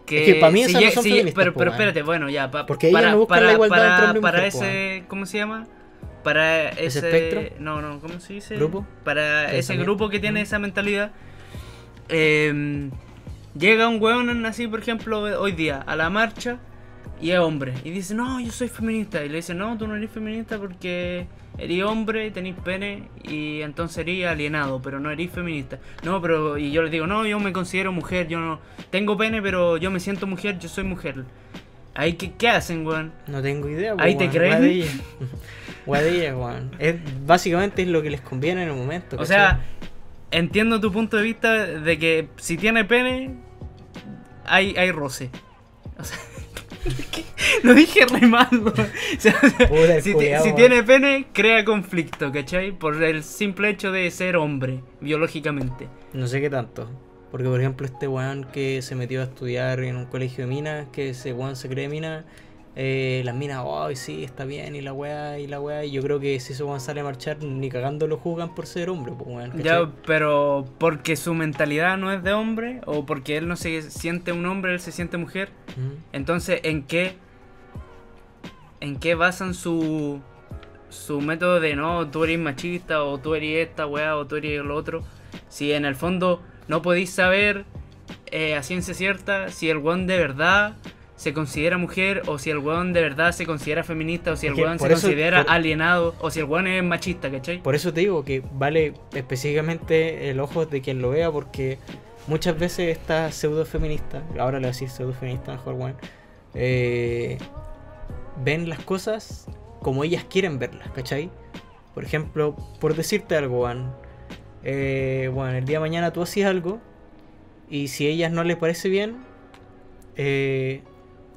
Speaker 2: Es que pa' mí esas no
Speaker 3: lleg-
Speaker 2: son
Speaker 3: lleg-
Speaker 2: feministas,
Speaker 3: pero,
Speaker 2: po,
Speaker 3: pero
Speaker 2: man.
Speaker 3: espérate, bueno, ya. pa-
Speaker 2: Porque ellas
Speaker 3: para,
Speaker 2: no buscan
Speaker 3: para,
Speaker 2: la igualdad
Speaker 3: para,
Speaker 2: entre hombre y
Speaker 3: para
Speaker 2: mujer, po,
Speaker 3: ese, ¿cómo se llama? Para ese...
Speaker 2: ¿Ese espectro?
Speaker 3: No, no, ¿cómo se dice?
Speaker 2: ¿Grupo?
Speaker 3: Para ese
Speaker 2: Pensamiento.
Speaker 3: grupo que tiene
Speaker 2: Mm.
Speaker 3: esa mentalidad. eh, llega un weón así, por ejemplo, hoy día, a la marcha y es hombre. Y dice, no, yo soy feminista. Y le dice, no, tú no eres feminista porque eres hombre, tenés pene y entonces eres alienado, pero no eres feminista. No, pero, y yo le digo, no, yo me considero mujer, yo no tengo pene, pero yo me siento mujer, yo soy mujer. Ahí, ¿qué, qué hacen, weón?
Speaker 2: No tengo idea, po,
Speaker 3: Ahí te
Speaker 2: weón,
Speaker 3: creen.
Speaker 2: guadilla. Guadilla, weón. Es, básicamente es lo que les conviene en el momento.
Speaker 3: O
Speaker 2: ¿cachai?
Speaker 3: sea, entiendo tu punto de vista de que si tiene pene, hay, hay roce. O sea, lo dije re mal, weón. O sea,
Speaker 2: Puta, el
Speaker 3: si, ti-
Speaker 2: culiao,
Speaker 3: si
Speaker 2: weón.
Speaker 3: tiene pene, crea conflicto, ¿cachai? Por el simple hecho de ser hombre, biológicamente.
Speaker 2: No sé qué tanto. Porque, por ejemplo, este weón que se metió a estudiar en un colegio de minas, que ese weón se cree mina, eh, las minas, ay, sí, está bien, y la weá, y la weá. Y yo creo que si ese weón sale a marchar, ni cagando lo juzgan por ser hombre, pues weón. ¿cachai?
Speaker 3: Ya, pero porque su mentalidad no es de hombre, o porque él no se siente un hombre, él se siente mujer.
Speaker 2: Mm.
Speaker 3: Entonces, ¿en qué? ¿En qué basan su su método de no, tú eres machista o tú eres esta weá o tú eres lo otro? Si en el fondo no podéis saber eh, a ciencia cierta si el weón de verdad se considera mujer o si el weón de verdad se considera feminista o si el
Speaker 2: Es que
Speaker 3: weón se
Speaker 2: por eso-
Speaker 3: considera
Speaker 2: por-
Speaker 3: alienado o si el weón es machista, ¿cachai?
Speaker 2: Por eso te digo que vale específicamente el ojo de quien lo vea, porque muchas veces esta pseudo feminista, ahora le voy a decir pseudo feminista mejor, weón, eh, ven las cosas como ellas quieren verlas, ¿cachai? Por ejemplo, por decirte algo, weón, eh, bueno, el día de mañana tú haces algo y si a ellas no les parece bien, eh,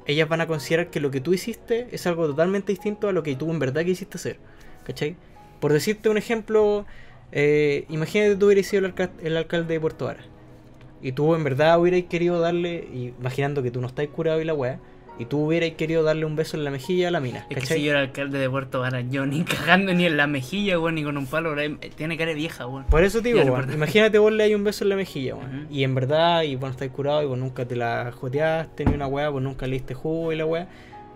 Speaker 2: ellas van a considerar que lo que tú hiciste es algo totalmente distinto a lo que tú en verdad quisiste hacer, ¿cachai? Por decirte un ejemplo, eh, imagínate tú hubieras sido el, alca- el alcalde de Puerto Vara. Y tú en verdad hubieras querido darle, y imaginando que tú no estás curado y la weá, y tú hubieras querido darle un beso en la mejilla a la mina,
Speaker 3: Es que
Speaker 2: ¿cachai?
Speaker 3: si yo era alcalde de Puerto Varas, yo ni cagando ni en la mejilla, weón, ni con un palo, weón, tiene cara de vieja, weón.
Speaker 2: Por eso te digo,
Speaker 3: Ya, no
Speaker 2: weón,
Speaker 3: importa.
Speaker 2: imagínate vos le dais un beso en la mejilla, weón.
Speaker 3: Ujú.
Speaker 2: Y en verdad, y bueno, estáis curado, y vos nunca te la joteaste ni una weá, vos nunca le diste jugo y la weá.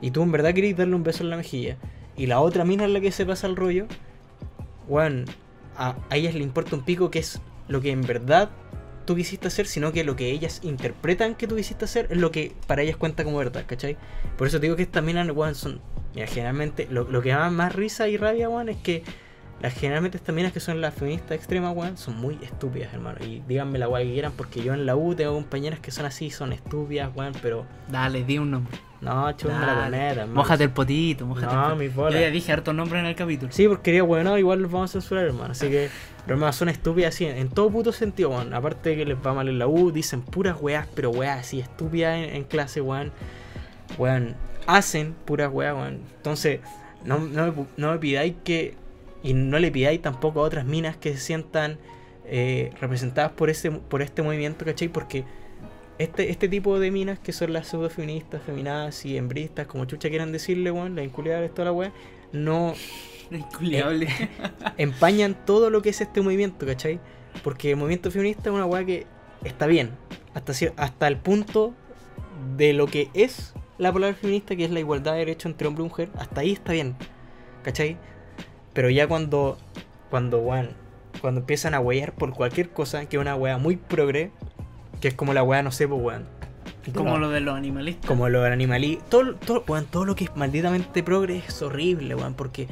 Speaker 2: Y tú en verdad querés darle un beso en la mejilla. Y la otra mina es la que se pasa el rollo, weón, a, a ellas le importa un pico que es lo que en verdad tú quisiste hacer, sino que lo que ellas interpretan que tú quisiste hacer es lo que para ellas cuenta como verdad, ¿cachai? Por eso te digo que estas minas, weón, son. Mira, generalmente, lo, lo que da más risa y rabia, weón, es que las, generalmente estas minas que son las feministas extremas, weón, son muy estúpidas, hermano. Y díganme la weá que quieran, porque yo en la U tengo compañeras que son así, son estúpidas, weón, pero.
Speaker 3: Dale, di un nombre.
Speaker 2: No, chúpame la
Speaker 3: Dale,
Speaker 2: corneta, hermano.
Speaker 3: Mójate el potito, mójate
Speaker 2: No,
Speaker 3: el
Speaker 2: mis
Speaker 3: potito.
Speaker 2: bolas.
Speaker 3: Yo ya dije harto nombre en el capítulo.
Speaker 2: Sí, porque quería weón, no, igual los vamos a censurar, hermano. Así que, pero, hermano, son estúpidas así, en, en todo puto sentido, weón. Aparte de que les va mal en la U, dicen puras weas, pero weas así, estúpidas en, en clase, weón. Weón, hacen puras weas, weón. Entonces, no, no, me, pu- no me pidáis que. Y no le pidáis tampoco a otras minas que se sientan eh, representadas por, ese, por este movimiento, ¿cachai? Porque este, este tipo de minas que son las pseudofeministas, feminadas y hembristas, como chucha quieran decirle, weón, las inculiables, toda la wea, no,
Speaker 3: Inculiable.
Speaker 2: Eh, empañan todo lo que es este movimiento, ¿cachai? Porque el movimiento feminista es una weá que está bien, hasta, cier- hasta el punto de lo que es la palabra feminista, que es la igualdad de derechos entre hombre y mujer, hasta ahí está bien, ¿cachai? Pero ya cuando, cuando, weón, cuando empiezan a huear por cualquier cosa, que es una weá muy progre, que es como la weá, no sé, pues weón.
Speaker 3: Como lo de los animalistas.
Speaker 2: Como lo del animalí. Todo, todo, weón, todo lo que es malditamente progre es horrible, weón. Porque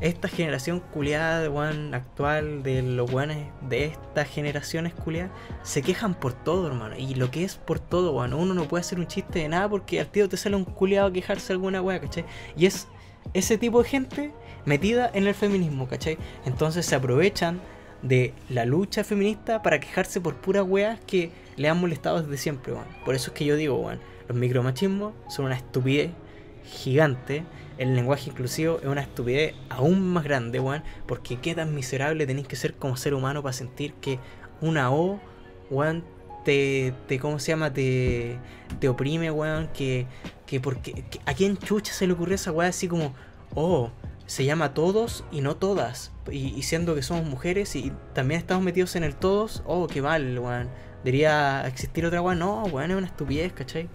Speaker 2: esta generación culiada, weón, actual, de los weones de estas generaciones culiadas, se quejan por todo, hermano. Y lo que es por todo, weón. Uno no puede hacer un chiste de nada porque al tío te sale un culiado a quejarse de alguna weá, ¿cachai? Y es ese tipo de gente metida en el feminismo, ¿cachai? Entonces se aprovechan de la lucha feminista para quejarse por puras weas que le han molestado desde siempre, weón. Por eso es que yo digo, weón, los micromachismos son una estupidez gigante. El lenguaje inclusivo es una estupidez aún más grande, weón. Porque qué tan miserable tenéis que ser como ser humano para sentir que una O, weón, te, te ¿cómo se llama? Te, te oprime, weón. Que, que porque, que- ¿a quién chucha se le ocurrió esa weá así como, oh, se llama todos y no todas. Y, y siendo que somos mujeres y también estamos metidos en el todos, oh, qué mal, weón. Debería existir otra weón. No, weón, es una estupidez, ¿cachai?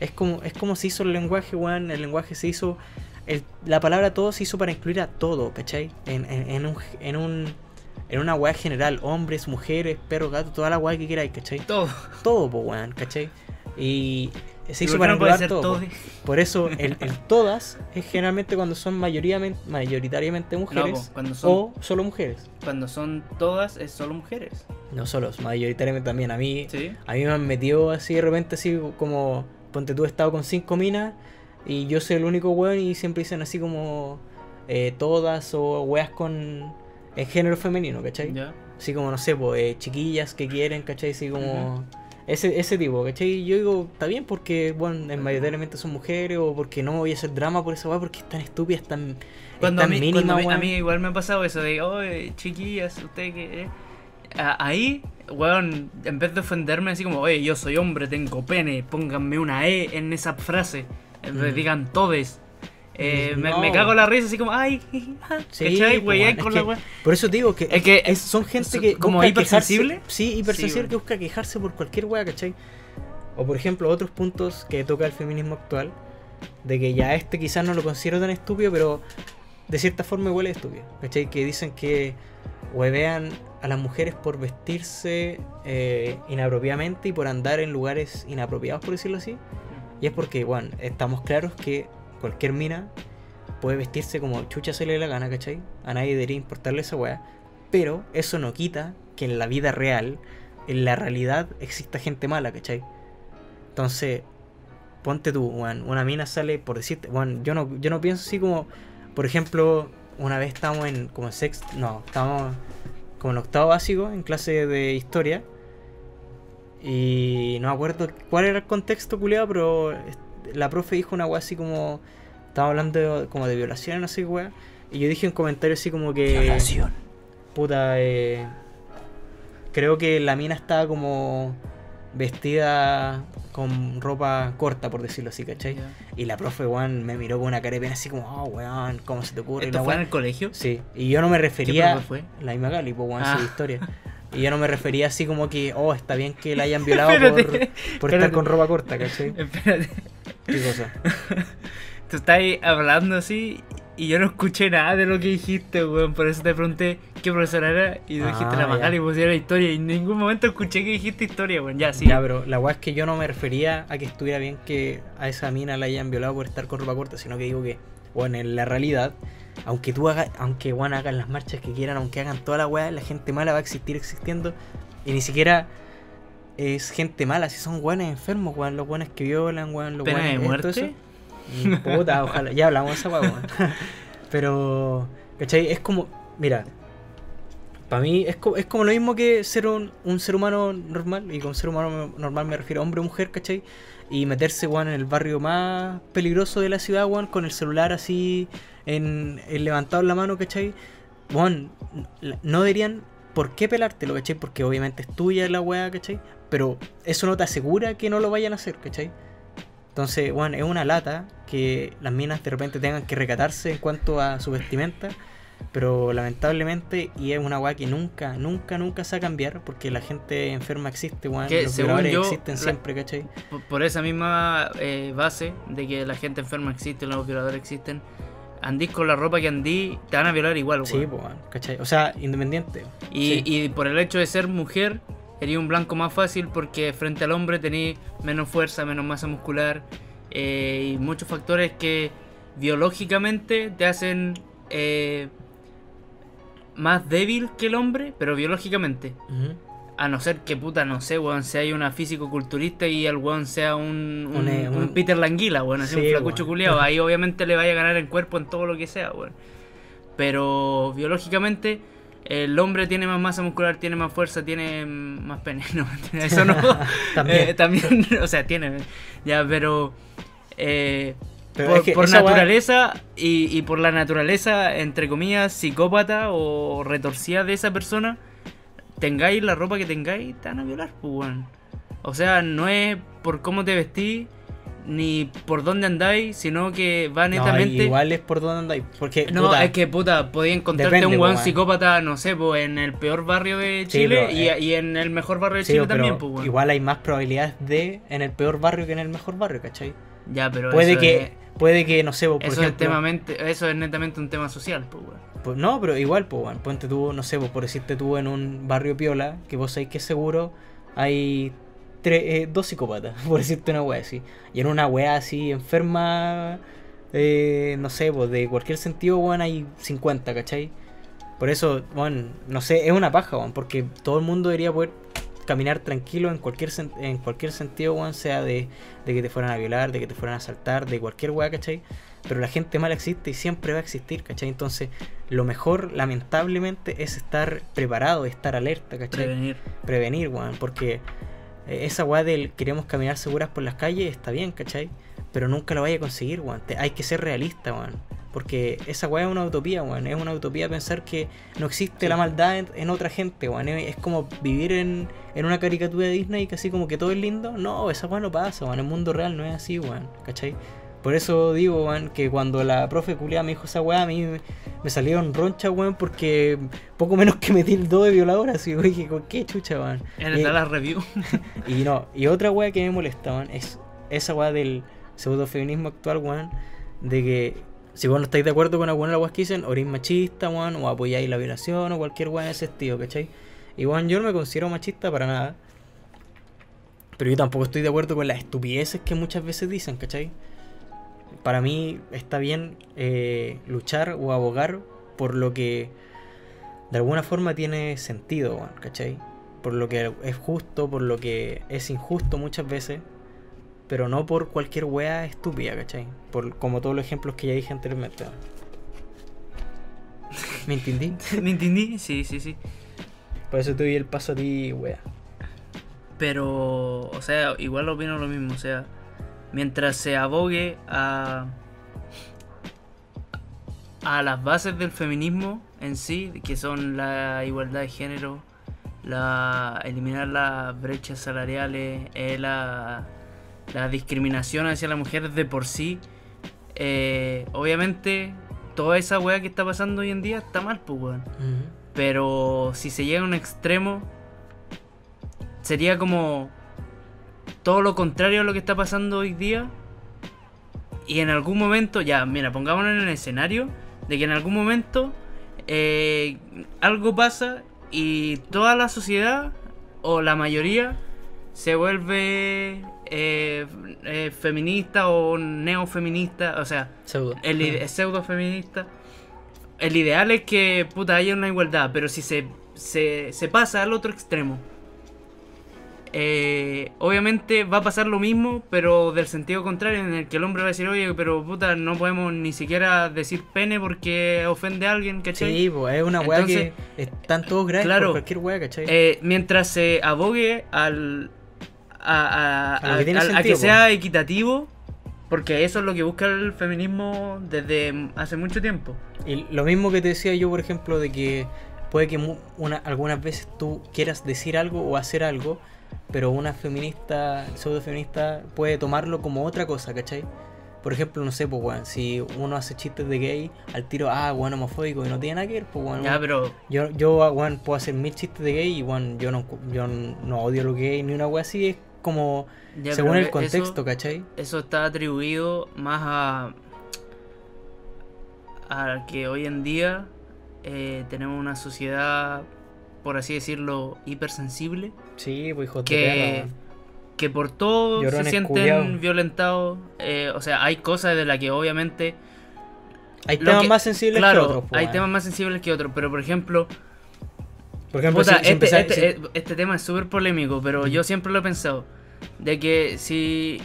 Speaker 2: Es como, es como se hizo el lenguaje, weón. El lenguaje se hizo. el- la palabra todo se hizo para incluir a todo, ¿cachai? En, en- en un, en, un, en una weá general. Hombres, mujeres, perros, gatos, toda la weá que queráis, ¿cachai?
Speaker 3: Todo.
Speaker 2: Todo, po, weón, ¿cachai? Y se
Speaker 3: ¿Y
Speaker 2: hizo
Speaker 3: por qué
Speaker 2: para
Speaker 3: no puede
Speaker 2: englobar
Speaker 3: ser
Speaker 2: todo. po.
Speaker 3: todo?
Speaker 2: Por eso el, el todas es generalmente cuando son mayoritariamente, mayoritariamente
Speaker 3: No,
Speaker 2: mujeres
Speaker 3: po, cuando son,
Speaker 2: o solo mujeres.
Speaker 3: cuando son todas es solo mujeres.
Speaker 2: No solos, mayoritariamente también. A mí,
Speaker 3: Sí.
Speaker 2: a mí me han metido así de repente, así como, ponte tú, he estado con cinco minas y yo soy el único weón y siempre dicen así como eh, todas o weas con en género femenino, ¿cachai?
Speaker 3: Ya.
Speaker 2: Así como, no sé, pues, eh, chiquillas que quieren, ¿cachai? Así como... Ese, ese tipo, ¿cachai? Y Yo digo, está bien porque, bueno, en mayoritariamente son mujeres o porque no voy a hacer drama por esa weá porque es tan estúpida, es tan, es
Speaker 3: Cuando, a
Speaker 2: tan
Speaker 3: mí,
Speaker 2: mínima,
Speaker 3: cuando a mí- a
Speaker 2: weón.
Speaker 3: mí igual me ha pasado eso de, oye, chiquillas, usted que... eh". Ahí, weón, en vez de ofenderme así como, oye, yo soy hombre, tengo pene, pónganme una E en esa frase, en vez de
Speaker 2: Mm.
Speaker 3: digan todes. Eh, me, me
Speaker 2: No.
Speaker 3: cago la risa así como, ay,
Speaker 2: Sí,
Speaker 3: ¿cachai?
Speaker 2: po,
Speaker 3: Wey,
Speaker 2: weón,
Speaker 3: ay,
Speaker 2: es
Speaker 3: con
Speaker 2: que-
Speaker 3: la wea.
Speaker 2: Por eso digo que,
Speaker 3: Es que
Speaker 2: es- son gente
Speaker 3: son
Speaker 2: que.
Speaker 3: como
Speaker 2: busca
Speaker 3: hipersensible.
Speaker 2: quejarse- Sí, hipersensible
Speaker 3: Sí,
Speaker 2: que busca quejarse por cualquier wea, ¿cachai? O por ejemplo, otros puntos que toca el feminismo actual, de que ya este quizás no lo considero tan estúpido, pero de cierta forma igual es estúpido, ¿cachai? Que dicen que huevean a las mujeres por vestirse eh, inapropiadamente y por andar en lugares inapropiados, por decirlo así. Y es porque, bueno, estamos claros que cualquier mina puede vestirse como chucha se le dé la gana, ¿cachai? A nadie debería importarle esa weá. Pero eso no quita que en la vida real, en la realidad, exista gente mala, ¿cachai? Entonces, ponte tú, weón. Una mina sale por decirte, weón, yo no, yo no pienso así como, por ejemplo, una vez estábamos en, como en sexto, no, estábamos como en octavo básico, en clase de historia. Y no me acuerdo cuál era el contexto, culiado, pero es- la profe dijo una weá así como, estaba hablando de- como de violación, así, weá. Y yo dije un comentario así como que... Puta, eh, creo que la mina estaba como vestida con ropa corta, por decirlo así, ¿cachai?
Speaker 3: Ya.
Speaker 2: Y la profe, weón, me miró con una cara de pena así como, oh, weón, ¿cómo se te ocurre?
Speaker 3: ¿Esto
Speaker 2: La
Speaker 3: fue en
Speaker 2: weá-
Speaker 3: el colegio?
Speaker 2: Sí, y yo no me refería...
Speaker 3: profe fue?
Speaker 2: La Imagali, pues, weón, sí,
Speaker 3: Ah.
Speaker 2: historia. Y yo no me refería así como que, oh, está bien que la hayan violado por,
Speaker 3: Espérate,
Speaker 2: por
Speaker 3: espérate.
Speaker 2: estar con ropa corta, ¿cachai?
Speaker 3: Espérate.
Speaker 2: ¿Qué cosa?
Speaker 3: Tú estás ahí hablando así y yo no escuché nada de lo que dijiste, weón. Por eso te pregunté qué profesora era y tú dijiste
Speaker 2: Ah,
Speaker 3: la
Speaker 2: ya.
Speaker 3: Magali y pusieron historia. Y en ningún momento escuché que dijiste historia, weón. Ya, sí.
Speaker 2: Ya, ah, pero la weá es que yo no me refería a que estuviera bien que a esa mina la hayan violado por estar con ropa corta, sino que digo que, bueno, en la realidad, aunque tú hagas, aunque bueno, hagan las marchas que quieran, aunque hagan toda la weá, la gente mala va a existir existiendo. Y ni siquiera es gente mala, si son weones enfermos, weón, los weones que violan, weón, los
Speaker 3: ¿Pena
Speaker 2: weones
Speaker 3: de
Speaker 2: esto,
Speaker 3: muerte?
Speaker 2: eso. Mm, Puta, ojalá. Ya hablamos de esa weá, weón. Pero, ¿cachai? Es como, mira, para mí es, co- es como lo mismo que ser un, un ser humano normal, y con ser humano normal me refiero a hombre o mujer, ¿cachai? Y meterse, weón, en el barrio más peligroso de la ciudad, weón, con el celular así, en, en levantado en la mano, ¿cachai? Weón, la- no dirían por qué pelártelo, ¿cachai? Porque obviamente es tuya la weá, ¿cachai? Pero eso no te asegura que no lo vayan a hacer, ¿cachai? Entonces, bueno, es una lata que las minas de repente tengan que recatarse en cuanto a su vestimenta, pero lamentablemente, y es una weá que nunca, nunca, nunca se va a cambiar, porque la gente enferma existe, weón,
Speaker 3: Que
Speaker 2: los
Speaker 3: según
Speaker 2: violadores
Speaker 3: yo,
Speaker 2: existen
Speaker 3: la-
Speaker 2: siempre, ¿cachai?
Speaker 3: Por, por esa misma eh, base de que la gente enferma existe, los violadores existen. Andís con la ropa que andí, te van a violar igual, weón.
Speaker 2: Sí, pues, weón, ¿cachai? O sea, independiente.
Speaker 3: Y,
Speaker 2: Sí.
Speaker 3: y por el hecho de ser mujer, sería un blanco más fácil porque frente al hombre tenía menos fuerza, menos masa muscular eh, y muchos factores que biológicamente te hacen eh, más débil que el hombre, pero biológicamente.
Speaker 2: Ujú.
Speaker 3: A no ser que puta, no sé, weón, sea una físico-culturista y el weón sea un, un,
Speaker 2: Un, eh,
Speaker 3: un
Speaker 2: un-
Speaker 3: Peter Languila, weón, así
Speaker 2: Sí,
Speaker 3: un flacucho
Speaker 2: weón.
Speaker 3: culiado. Ahí obviamente le vaya a ganar en cuerpo en todo lo que sea, weón. Pero biológicamente el hombre tiene más masa muscular, tiene más fuerza, tiene mm, más pene, no, eso no.
Speaker 2: También.
Speaker 3: Eh, también, o sea, tiene. Ya, pero... eh,
Speaker 2: Pero
Speaker 3: por
Speaker 2: es que
Speaker 3: por
Speaker 2: esa weá-
Speaker 3: naturaleza y, y por la naturaleza, entre comillas, psicópata o retorcida de esa persona, tengáis la ropa que tengáis, te van a violar, pues, weón. O sea, no es por cómo te vestís ni por dónde andáis, sino que va
Speaker 2: No,
Speaker 3: netamente.
Speaker 2: igual es por donde andáis, porque,
Speaker 3: No,
Speaker 2: puta,
Speaker 3: es que puta, podía encontrarte
Speaker 2: Depende,
Speaker 3: un
Speaker 2: pues,
Speaker 3: weón
Speaker 2: weón.
Speaker 3: psicópata, no sé, pues en el peor barrio de
Speaker 2: Sí,
Speaker 3: Chile
Speaker 2: pero,
Speaker 3: y,
Speaker 2: eh,
Speaker 3: y en el mejor barrio de
Speaker 2: sí,
Speaker 3: Chile
Speaker 2: pero
Speaker 3: también, pues, weón.
Speaker 2: igual hay más probabilidades de en el peor barrio que en el mejor barrio, ¿cachai?
Speaker 3: Ya, pero
Speaker 2: puede
Speaker 3: eso
Speaker 2: que,
Speaker 3: es-
Speaker 2: puede que, no sé, vos, por
Speaker 3: eso, es
Speaker 2: ejemplo,
Speaker 3: temamente- eso es netamente un tema social, pues, weón.
Speaker 2: Pues no, pero igual, pues, weón. Ponte tú, no sé, pues, por decirte tú en un barrio piola, que vos sabéis que es seguro, hay tres, eh, dos psicópatas, por decirte una wea así. Y en una wea así, enferma, eh, no sé, pues, de cualquier sentido, weón, hay 50, ¿cachai? Por eso, weón, no sé, es una paja, weón, porque todo el mundo debería poder caminar tranquilo en cualquier sen- en cualquier sentido, weón, sea de, de que te fueran a violar, de que te fueran a asaltar, de cualquier weá, ¿cachai? Pero la gente mala existe y siempre va a existir, ¿cachai? Entonces, lo mejor, lamentablemente, es estar preparado, estar alerta, ¿cachai?
Speaker 3: Prevenir.
Speaker 2: prevenir, weón, porque eh, esa weá del queremos caminar seguras por las calles está bien, ¿cachai? Pero nunca lo vaya a conseguir, weón. Te- hay que ser realista, weón. Porque esa weá es una utopía, weón. Es una utopía pensar que no existe la maldad en, en otra gente, weón. Es, es como vivir en, en una caricatura de Disney que así como que todo es lindo. No, esa weá no pasa, weón. El mundo real no es así, weón. ¿Cachai? Por eso digo, weón, que cuando la profe culia me dijo esa weá, a mí me- me salieron ronchas, weón, porque poco menos que me tildó de violadora, así, weón, que con qué chucha, weón. Eh,
Speaker 3: En
Speaker 2: Y-
Speaker 3: la review.
Speaker 2: y no, y otra weá que me molesta, weón, es esa weá del pseudofeminismo actual, weón, de que si vos no estáis de acuerdo con alguna de las weas que dicen, oréis machista, weón, o apoyáis la violación o cualquier weá de ese estilo, ¿cachai? Y weón, yo no me considero machista para nada. Pero yo tampoco estoy de acuerdo con las estupideces que muchas veces dicen, ¿cachai? Para mí está bien eh, luchar o abogar por lo que de alguna forma tiene sentido, weón, ¿cachai? por lo que es justo, por lo que es injusto muchas veces, pero no por cualquier wea estúpida, ¿cachai? Por, como todos los ejemplos que ya dije anteriormente. ¿Me entendí?
Speaker 3: ¿Me entendí? Sí, sí, sí.
Speaker 2: Por eso te doy el paso a ti, wea.
Speaker 3: Pero, o sea, igual opino lo mismo. O sea, mientras se abogue a. a las bases del feminismo en sí, que son la igualdad de género, la, eliminar las brechas salariales, eh, la, la discriminación hacia las mujeres de por sí. Eh, obviamente, toda esa weá que está pasando hoy en día está mal, pues weón.
Speaker 2: Ujú.
Speaker 3: Pero si se llega a un extremo, sería como todo lo contrario a lo que está pasando hoy día. Y en algún momento, ya, mira, pongámonos en el escenario de que en algún momento eh, algo pasa y toda la sociedad, o la mayoría, se vuelve eh, eh, feminista o neofeminista, o sea,
Speaker 2: Seguro.
Speaker 3: el ide- pseudo feminista. El ideal es que puta haya una igualdad, pero si se, se, se pasa al otro extremo, eh, obviamente va a pasar lo mismo, pero del sentido contrario, en el que el hombre va a decir, oye, pero puta, no podemos ni siquiera decir pene porque ofende a alguien, ¿cachai?
Speaker 2: Sí, pues es una weá
Speaker 3: Entonces,
Speaker 2: que están todos graves
Speaker 3: claro.
Speaker 2: por cualquier weá, ¿cachai?
Speaker 3: Eh, mientras se abogue al a, a-
Speaker 2: A lo
Speaker 3: a-
Speaker 2: que tiene
Speaker 3: a- a
Speaker 2: sentido, pues.
Speaker 3: que
Speaker 2: po.
Speaker 3: sea equitativo porque eso es lo que busca el feminismo desde hace mucho tiempo
Speaker 2: Y lo mismo que te decía yo, por ejemplo, de que puede que mu- una, algunas veces tú quieras decir algo o hacer algo, pero una feminista, pseudo feminista, puede tomarlo como otra cosa, ¿cachai? Por ejemplo, no sé, pues, weón, si uno hace chistes de gay, al tiro, ah, weón, homofóbico, y no tiene nada que ver, pues, weón.
Speaker 3: ya
Speaker 2: weón.
Speaker 3: pero
Speaker 2: Yo, yo ah, weón, puedo hacer mil chistes de gay y, weón, yo no, yo no odio lo gay ni una weá así, es como
Speaker 3: ya,
Speaker 2: según
Speaker 3: pero
Speaker 2: el
Speaker 3: eso-
Speaker 2: contexto, ¿cachai?
Speaker 3: eso está atribuido más a a que hoy en día eh, tenemos una sociedad por así decirlo hipersensible
Speaker 2: Sí, pues, hijo de perra,
Speaker 3: que,
Speaker 2: weón.
Speaker 3: que por todo
Speaker 2: Llorones
Speaker 3: se sienten
Speaker 2: culiaos.
Speaker 3: violentados. eh, o sea, hay cosas de las que obviamente.
Speaker 2: Hay
Speaker 3: lo
Speaker 2: temas
Speaker 3: que-
Speaker 2: más sensibles
Speaker 3: claro,
Speaker 2: que otros, pues,
Speaker 3: hay
Speaker 2: weón.
Speaker 3: temas más sensibles que otros. Pero por ejemplo,
Speaker 2: Por ejemplo,
Speaker 3: puta,
Speaker 2: si- si
Speaker 3: este,
Speaker 2: empezar-
Speaker 3: este-
Speaker 2: si-
Speaker 3: eh, este tema es súper polémico, pero yo siempre lo he pensado. De que si.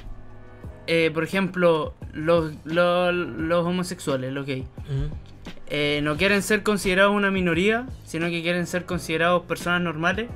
Speaker 3: eh, por ejemplo, los, los, los homosexuales, los gays,
Speaker 2: Ujú.
Speaker 3: eh, no quieren ser considerados una minoría, sino que quieren ser considerados personas normales.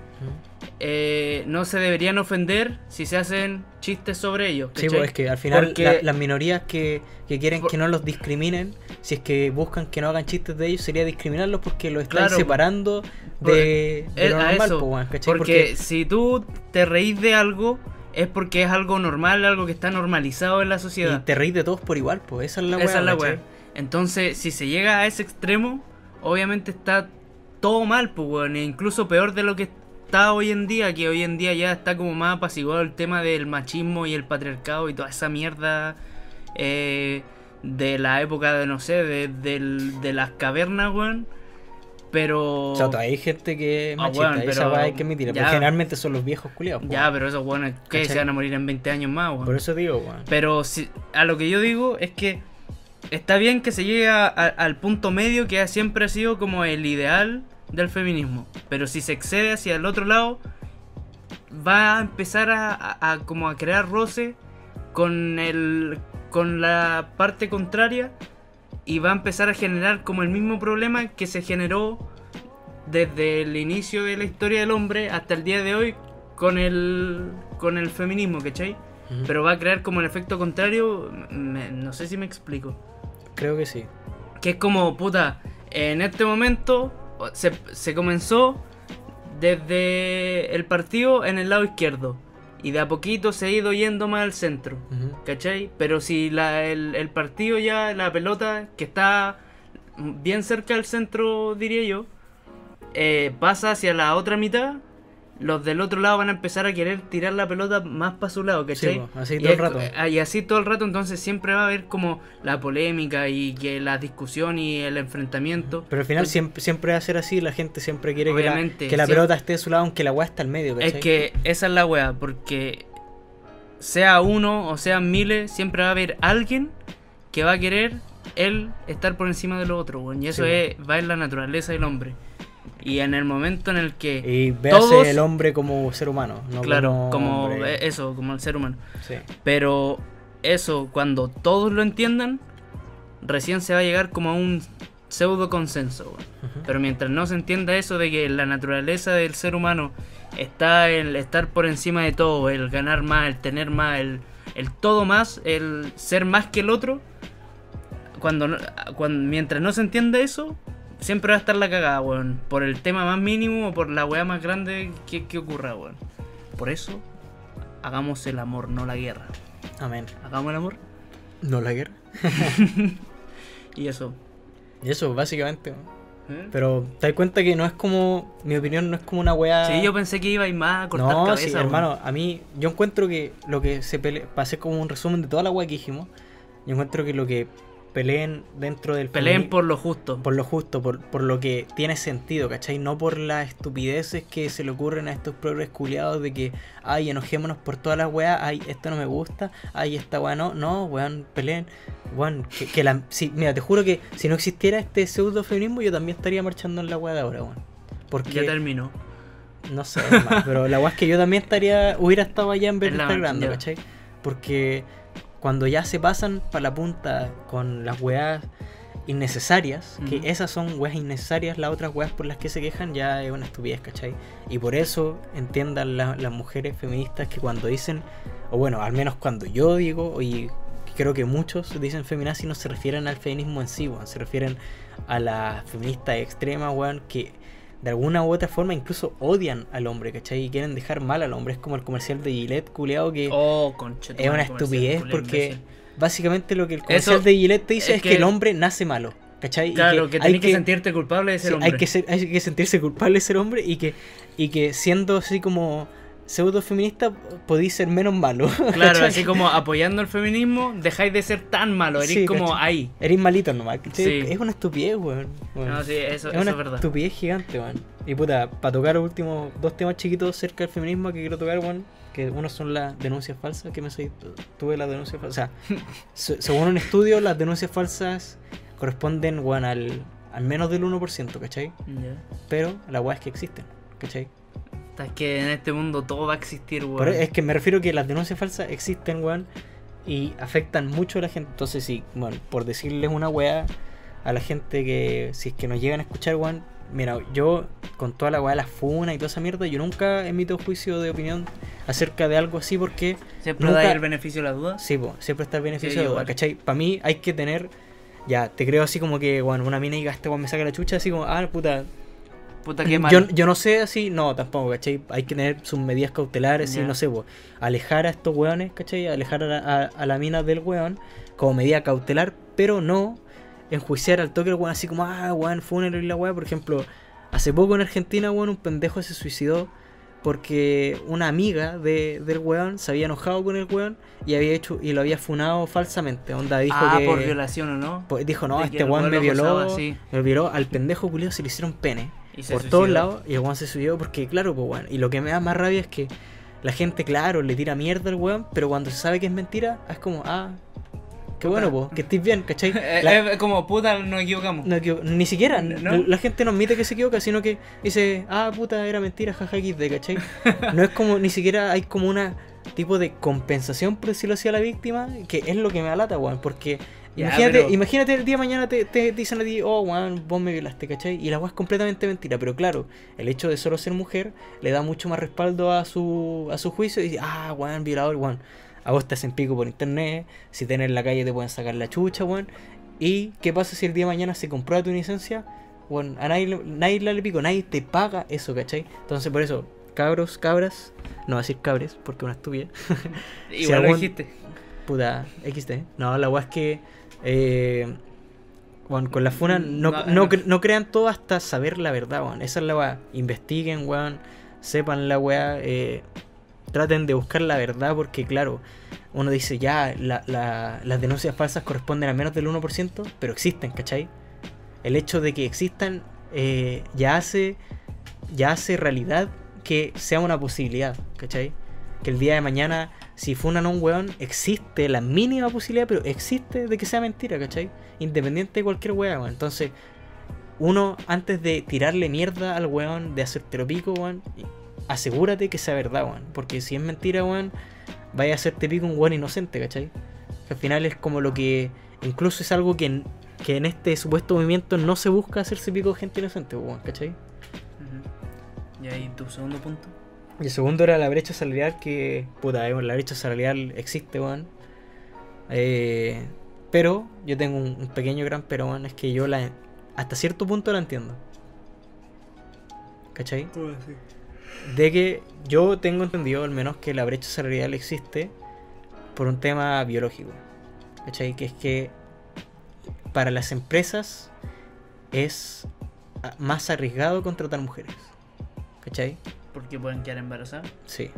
Speaker 3: eh, no se deberían ofender si se hacen chistes sobre ellos.
Speaker 2: Sí,
Speaker 3: ¿cachai? Eh,
Speaker 2: pues es que al final
Speaker 3: Porque-
Speaker 2: la- las minorías que, que quieren
Speaker 3: Por-
Speaker 2: que no los discriminen, si es que buscan que no hagan chistes de ellos, sería discriminarlos porque los están
Speaker 3: Claro,
Speaker 2: separando
Speaker 3: por-
Speaker 2: de, de
Speaker 3: Eh,
Speaker 2: lo
Speaker 3: a
Speaker 2: normal,
Speaker 3: eso,
Speaker 2: po, weón, ¿cachai?
Speaker 3: porque, si tú te reís de algo, es porque es algo normal, algo que está normalizado en la
Speaker 2: y
Speaker 3: sociedad.
Speaker 2: te reís de todos por igual, pues esa es la weá.
Speaker 3: Esa es la
Speaker 2: ¿cachai?
Speaker 3: weá. Entonces, si se llega a ese extremo, obviamente está todo mal, pues, weón. e incluso peor de lo que está hoy en día, que hoy en día ya está como más apaciguado el tema del machismo y el patriarcado y toda esa mierda eh, de la época de, no sé, de, del- de las cavernas, weón. Pero...
Speaker 2: O sea, todavía hay gente que es
Speaker 3: Ah,
Speaker 2: machista,
Speaker 3: weón,
Speaker 2: esa
Speaker 3: pero-
Speaker 2: weá hay que admitirla,
Speaker 3: ya.
Speaker 2: porque generalmente son los viejos culiados. po,
Speaker 3: Ya,
Speaker 2: weón.
Speaker 3: pero esos weones que
Speaker 2: ¿Cachai?
Speaker 3: se van a morir en 20 años más, weón.
Speaker 2: Por eso digo, weón.
Speaker 3: Pero si, a lo que yo digo es que está bien que se llegue a- a- al punto medio que ha- siempre ha sido como el ideal del feminismo. Pero si se excede hacia el otro lado, va a empezar a, a- a como a crear roce con, el, con la parte contraria y va a empezar a generar como el mismo problema que se generó desde el inicio de la historia del hombre hasta el día de hoy con el, con el feminismo, ¿cachai?
Speaker 2: Ujú.
Speaker 3: Pero va a crear como el efecto contrario, me- no sé si me explico.
Speaker 2: Creo que sí.
Speaker 3: Que es como, puta, en este momento o- se, se comenzó desde el partido en el lado izquierdo. Y de a poquito se ha ido yendo más al centro.
Speaker 2: Ujú.
Speaker 3: ¿Cachai? Pero si la- el, el partido ya, la pelota que está bien cerca del centro, diría yo, eh, pasa hacia la otra mitad, los del otro lado van a empezar a querer tirar la pelota más para su lado, ¿cachai?
Speaker 2: Sí, po, así
Speaker 3: Y
Speaker 2: todo el
Speaker 3: es-
Speaker 2: rato.
Speaker 3: eh, Y así todo el rato, entonces siempre va a haber como la polémica y que la discusión y el enfrentamiento.
Speaker 2: Pero al final
Speaker 3: Entonces,
Speaker 2: siempre, siempre va a ser así, la gente siempre quiere que la,
Speaker 3: Obviamente,
Speaker 2: que la
Speaker 3: siempre-
Speaker 2: pelota esté de su lado, aunque la weá está al medio, ¿cachai?
Speaker 3: Es que esa es la wea, porque sea uno o sean miles, siempre va a haber alguien que va a querer él estar por encima de lo otro, weón. Y eso
Speaker 2: Sí,
Speaker 3: es, va en la naturaleza del hombre. Y en el momento en el que,
Speaker 2: Y véase
Speaker 3: Todos-
Speaker 2: el hombre como ser humano, no
Speaker 3: claro,
Speaker 2: como,
Speaker 3: como
Speaker 2: hombre.
Speaker 3: eh, eso, como el ser humano.
Speaker 2: Sí.
Speaker 3: Pero eso, cuando todos lo entiendan, recién se va a llegar como a un pseudo consenso, weón.
Speaker 2: Ujú.
Speaker 3: Pero mientras no se entienda eso de que la naturaleza del ser humano está el estar por encima de todo, el ganar más, el tener más, el, el todo más, el ser más que el otro, cuando, no- cuando mientras no se entienda eso, Siempre va a estar la cagada, weón. Por el tema más mínimo o por la weá más grande que, que ocurra, weón. Por eso, hagamos el amor, no la guerra.
Speaker 2: Amén.
Speaker 3: Hagamos el amor
Speaker 2: No la guerra.
Speaker 3: y eso.
Speaker 2: Y eso, básicamente. weón.
Speaker 3: ¿Eh?
Speaker 2: Pero te das cuenta que no es como. Mi opinión no es como una wea.
Speaker 3: Sí, yo pensé que iba a ir más a cortar
Speaker 2: ah. no,
Speaker 3: cabeza,
Speaker 2: sí,
Speaker 3: weón.
Speaker 2: hermano, a mí, yo encuentro que lo que se pelea, para hacer como un resumen de toda la weá que dijimos, yo encuentro que lo que peleen dentro del
Speaker 3: Peleen
Speaker 2: femini-
Speaker 3: por lo justo.
Speaker 2: por lo justo, por, por lo que tiene sentido, ¿cachai? No por las estupideces que se le ocurren a estos progres culiados de que, ay, enojémonos por todas las weas, ay, esto no me gusta, ay, esta wea no, no, weón, peleen, weón, que, que la... si- mira, te juro que si no existiera este pseudo feminismo yo también estaría marchando en la wea de ahora, weón. Porque...
Speaker 3: Ya terminó.
Speaker 2: No sé, hermano, pero la weá es que yo también estaría, hubiera estado allá en vez de
Speaker 3: En la
Speaker 2: estar
Speaker 3: banca,
Speaker 2: grabando,
Speaker 3: ya.
Speaker 2: ¿cachai? Porque cuando ya se pasan para la punta con las weas innecesarias,
Speaker 3: Ujú.
Speaker 2: que esas son weas innecesarias, las otras weas por las que se quejan ya es una estupidez, ¿cachai? Y por eso entiendan la- las mujeres feministas que cuando dicen, o bueno, al menos cuando yo digo, y creo que muchos dicen feminazi, no se refieren al feminismo en sí, weón, se refieren a las feministas extremas, weón, que de alguna u otra forma incluso odian al hombre, ¿cachai? Y quieren dejar mal al hombre. Es como el comercial de Gillette, culeado, que
Speaker 3: Oh, concha.
Speaker 2: es una estupidez porque básicamente lo que el comercial
Speaker 3: Eso-
Speaker 2: de Gillette te dice
Speaker 3: es
Speaker 2: es que,
Speaker 3: que-
Speaker 2: el hombre nace malo, ¿cachai? Y
Speaker 3: Claro, que, tenés
Speaker 2: hay
Speaker 3: que, sentirte culpable de ser
Speaker 2: sí,
Speaker 3: hombre.
Speaker 2: Hay que, ser- hay que sentirse culpable de ser hombre y que, y que siendo así como pseudo feminista podéis ser menos malo.
Speaker 3: Claro,
Speaker 2: ¿cachai?
Speaker 3: así como apoyando el feminismo, dejáis de ser tan malo, eres
Speaker 2: Sí,
Speaker 3: como
Speaker 2: ¿cachai?
Speaker 3: ahí.
Speaker 2: Eres malito nomás, ¿cachai?
Speaker 3: Sí.
Speaker 2: Es una estupidez, weón. weón.
Speaker 3: No, sí, eso,
Speaker 2: es
Speaker 3: eso
Speaker 2: una
Speaker 3: es verdad.
Speaker 2: estupidez gigante, weón. Y puta, para tocar los últimos dos temas chiquitos cerca del feminismo que quiero tocar, weón. Que uno son las denuncias falsas, que me soy, tuve las denuncias falsas. O sea, se- según un estudio, las denuncias falsas corresponden, weón, al, al menos del 1%, ¿cachai?
Speaker 3: Ya.
Speaker 2: Pero la weá es que existen, ¿cachai?
Speaker 3: Es que en este mundo todo va a existir, weón.
Speaker 2: Por- es que me refiero que las denuncias falsas existen, weón, y afectan mucho a la gente. Entonces, sí, bueno, por decirles una weá a la gente que, si es que nos llegan a escuchar, weón, mira, yo con toda la weá de la funa y toda esa mierda, yo nunca emito juicio de opinión acerca de algo así porque,
Speaker 3: Siempre
Speaker 2: nunca-
Speaker 3: dais el beneficio de la duda.
Speaker 2: sí, po, siempre está el beneficio
Speaker 3: Sí,
Speaker 2: de la duda,
Speaker 3: igual.
Speaker 2: ¿cachai? Para mí hay que tener, ya, te creo así como que, bueno, una mina diga, este weón me saca la chucha, así como, ah, puta,
Speaker 3: Puta que mal.
Speaker 2: yo, yo no sé así, no, tampoco, ¿cachai? Hay que tener sus medidas cautelares
Speaker 3: Ya.
Speaker 2: y no sé, po, alejar a estos weones, ¿cachai? Alejar a la, a- a la mina del weón como medida cautelar, pero no enjuiciar al toque el weón así como, ah, weón, funeral y la weá. Por ejemplo, hace poco en Argentina, weón, un pendejo se suicidó porque una amiga de- del weón se había enojado con el weón y había hecho y lo había funado falsamente. Onda, dijo
Speaker 3: ah,
Speaker 2: que...
Speaker 3: por violación o no.
Speaker 2: po- Dijo, no,
Speaker 3: de que
Speaker 2: este
Speaker 3: el
Speaker 2: weón
Speaker 3: weón
Speaker 2: me
Speaker 3: lo acosaba,
Speaker 2: violó,
Speaker 3: sí.
Speaker 2: me violó, al pendejo culiado se le hicieron pene
Speaker 3: Y se
Speaker 2: por
Speaker 3: suicidó.
Speaker 2: todos lados y el weón se subió porque claro, pues weón. Y lo que me da más rabia es que la gente, claro, le tira mierda al weón, pero cuando se sabe que es mentira, es como, ah, qué bueno, pues, que estés bien, ¿cachai?
Speaker 3: Eh,
Speaker 2: La-
Speaker 3: eh, como puta, nos equivocamos.
Speaker 2: no equivo- ni siquiera,
Speaker 3: No.
Speaker 2: la- la gente no admite que se equivoca, sino que dice, ah, puta, era mentira, jaja, XD, ¿cachai? No es como, ni siquiera hay como una tipo de compensación, por decirlo así, a la víctima, que es lo que me alata, weón, porque
Speaker 3: Ya,
Speaker 2: imagínate,
Speaker 3: pero-
Speaker 2: imagínate el día de mañana te, te dicen a ti, oh, weón, vos me violaste, ¿cachai? Y la weá es completamente mentira, pero claro, el hecho de solo ser mujer le da mucho más respaldo a su, a su juicio y dice, ah, weón, violador, weón. A vos te hacen pico por internet, si tenés en la calle te pueden sacar la chucha, weón. ¿Y qué pasa si el día de mañana se comprueba tu licencia? Bueno, a nadie, le- nadie le vale pico, nadie te paga eso, ¿cachai? Entonces por eso, cabros, cabras, no voy a decir cabres, porque una estúpida,
Speaker 3: Igual lo
Speaker 2: algún-
Speaker 3: dijiste.
Speaker 2: puta, XT. No, la weá es que, eh, bueno, con la funa no,
Speaker 3: No,
Speaker 2: no,
Speaker 3: no.
Speaker 2: cre- no crean todo hasta saber la verdad, weón. Esa es la weá. Investiguen, weón, sepan la weá, eh, traten de buscar la verdad, porque claro, uno dice ya, la- la- las denuncias falsas corresponden a menos del 1%, pero existen, ¿cachai? El hecho de que existan eh, ya, hace, ya hace realidad que sea una posibilidad, ¿cachai? Que el día de mañana, si funan a un weón, existe la mínima posibilidad, pero existe de que sea mentira, ¿cachai? Independiente de cualquier weón, weón. Entonces, uno, antes de tirarle mierda al weón, de hacértelo pico, weón, asegúrate que sea verdad, weón. Porque si es mentira, weón, vaya a hacerte pico un weón inocente, ¿cachai? Que al final es como lo que. Incluso es algo que en, que en este supuesto movimiento no se busca hacerse pico de gente inocente, weón, ¿cachai?
Speaker 3: Ujú. Y ahí tu segundo punto.
Speaker 2: Y el segundo era la brecha salarial que, puta, eh, la brecha salarial existe, weón. Eh, pero, yo tengo un, un pequeño gran pero, weón, es que yo la, hasta cierto punto la entiendo. ¿Cachai? De que yo tengo entendido al menos que la brecha salarial existe por un tema biológico. ¿Cachai? Que es que para las empresas es ah, más arriesgado contratar mujeres. ¿Cachai?
Speaker 3: Porque pueden quedar embarazadas.
Speaker 2: Sí.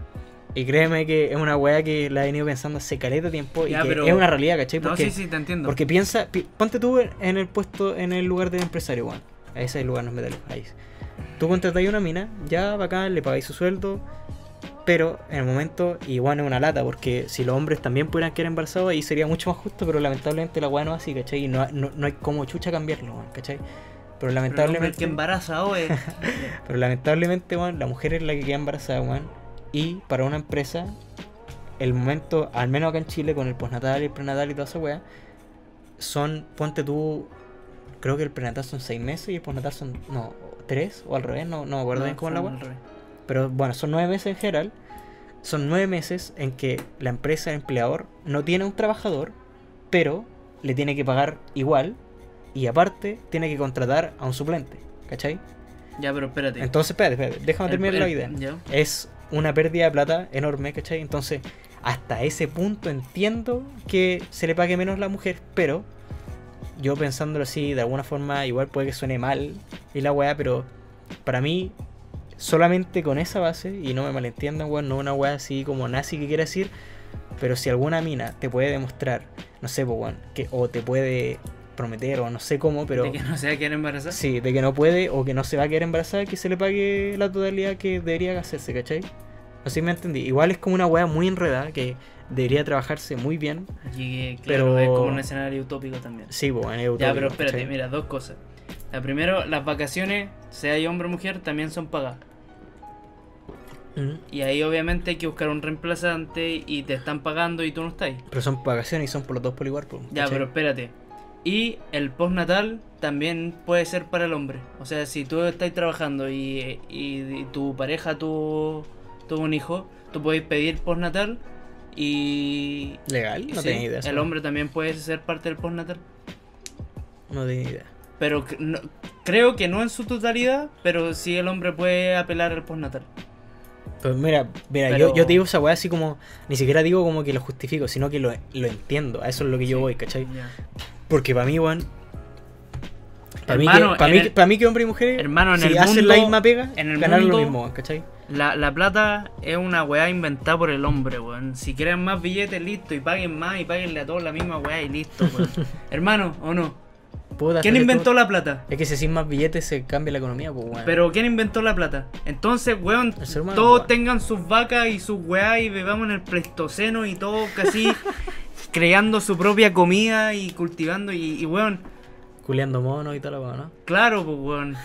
Speaker 2: Y créeme que es una weá que la he venido pensando hace caleta tiempo y
Speaker 3: Ya,
Speaker 2: que
Speaker 3: pero-
Speaker 2: es una realidad, ¿cachai?
Speaker 3: No,
Speaker 2: Porque,
Speaker 3: sí, sí, te entiendo.
Speaker 2: porque piensa, pi- ponte tú en el puesto, en el lugar del empresario, weón. A ese lugar no es metal, ahí. Tú contratáis una mina, ya bacán, le pagáis su sueldo, pero en el momento, y bueno, es una lata, porque si los hombres también pudieran quedar embarazados, ahí sería mucho más justo, pero lamentablemente la weá no es así, ¿cachai? Y no, no, no hay como chucha cambiarlo, weón, ¿cachai? Pero
Speaker 3: Pero el hombre
Speaker 2: lamentablemente.
Speaker 3: que embaraza hoy.
Speaker 2: Pero lamentablemente, weón, la mujer es la que queda embarazada, weón. Y para una empresa, el momento, al menos acá en Chile, con el postnatal y el prenatal y toda esa weá, son, ponte tú, creo que el prenatal son seis meses y el postnatal son, no, tres o al revés, no, no me acuerdo bien cómo es la weá. Pero bueno, son nueve meses en general. Son nueve meses en que la empresa, el empleador, no tiene un trabajador, pero le tiene que pagar igual y aparte tiene que contratar a un suplente, ¿cachai?
Speaker 3: Ya, pero espérate.
Speaker 2: Entonces, espérate, espérate, déjame
Speaker 3: Este, El-
Speaker 2: terminar la
Speaker 3: el-
Speaker 2: idea.
Speaker 3: ya.
Speaker 2: Es una pérdida de plata enorme, ¿cachai? Entonces, hasta ese punto entiendo que se le pague menos a la mujer, pero yo pensándolo así, de alguna forma, igual puede que suene mal y la weá, pero para mí, solamente con esa base, y no me malentiendan, weón, no una weá así como nazi que quiera decir, pero si alguna mina te puede demostrar, no sé, po, weón, que, o te puede prometer, o no sé cómo, pero.
Speaker 3: De que no sea quedar embarazada.
Speaker 2: Sí, de que no puede o que no se va a quedar embarazada, que se le pague la totalidad que debería hacerse, ¿cachai? No sé si me entendí. Igual es como una wea muy enredada que debería trabajarse muy bien.
Speaker 3: Y que, claro,
Speaker 2: Pero-
Speaker 3: es como un escenario utópico también.
Speaker 2: Sí, pues, bueno, es
Speaker 3: Ya,
Speaker 2: utópico,
Speaker 3: pero espérate,
Speaker 2: ¿cachai?
Speaker 3: mira, dos cosas. La primero, las vacaciones, sea hay hombre o mujer, también son pagadas.
Speaker 2: Mm.
Speaker 3: Y ahí obviamente hay que buscar un reemplazante y te están pagando y tú no estás.
Speaker 2: Pero son vacaciones y son por los dos por igual, po,
Speaker 3: Ya,
Speaker 2: ¿cachai?
Speaker 3: pero espérate. Y el postnatal también puede ser para el hombre. O sea, si tú estás trabajando y, y- y tu pareja tuvo, tuvo un hijo, tú puedes pedir postnatal y...
Speaker 2: ¿Legal? No
Speaker 3: sí,
Speaker 2: tenía idea.
Speaker 3: el
Speaker 2: ¿no?
Speaker 3: hombre también puede ser parte del postnatal.
Speaker 2: No tenía idea.
Speaker 3: Pero cre- no- creo que no en su totalidad, pero sí el hombre puede apelar al postnatal.
Speaker 2: Pues mira, mira
Speaker 3: Pero-
Speaker 2: yo, yo te digo esa wea así como. Ni siquiera digo como que lo justifico, sino que lo, lo entiendo. A eso es lo que yo
Speaker 3: Sí.
Speaker 2: voy, ¿cachai? Porque para mí, weón. Para mí,
Speaker 3: Hermano,
Speaker 2: que, pa'
Speaker 3: en
Speaker 2: mí,
Speaker 3: el-
Speaker 2: que- pa' mí que hombre y mujer.
Speaker 3: Hermano, en
Speaker 2: si
Speaker 3: el
Speaker 2: hacen la
Speaker 3: mundo-
Speaker 2: misma pega,
Speaker 3: en el
Speaker 2: ganar
Speaker 3: mundo-
Speaker 2: lo mismo, ¿cachai?
Speaker 3: La, la plata es una weá inventada por el hombre, weón. Si quieren más billetes, listo, y paguen más, y paguenle a todos la misma weá y listo, weón. Hermano, ¿o no?
Speaker 2: Puta,
Speaker 3: ¿Quién
Speaker 2: pero
Speaker 3: inventó
Speaker 2: tú-
Speaker 3: la plata?
Speaker 2: Es que si sin más billetes se cambia la economía, pues weón.
Speaker 3: Pero ¿quién inventó la plata? Entonces, weón,
Speaker 2: El ser humano,
Speaker 3: todos
Speaker 2: weón.
Speaker 3: tengan sus vacas y sus weá y bebamos en el pleistoceno y todos casi creando su propia comida y cultivando y, y weón,
Speaker 2: Culeando monos y tal, weón,
Speaker 3: claro, pues weón.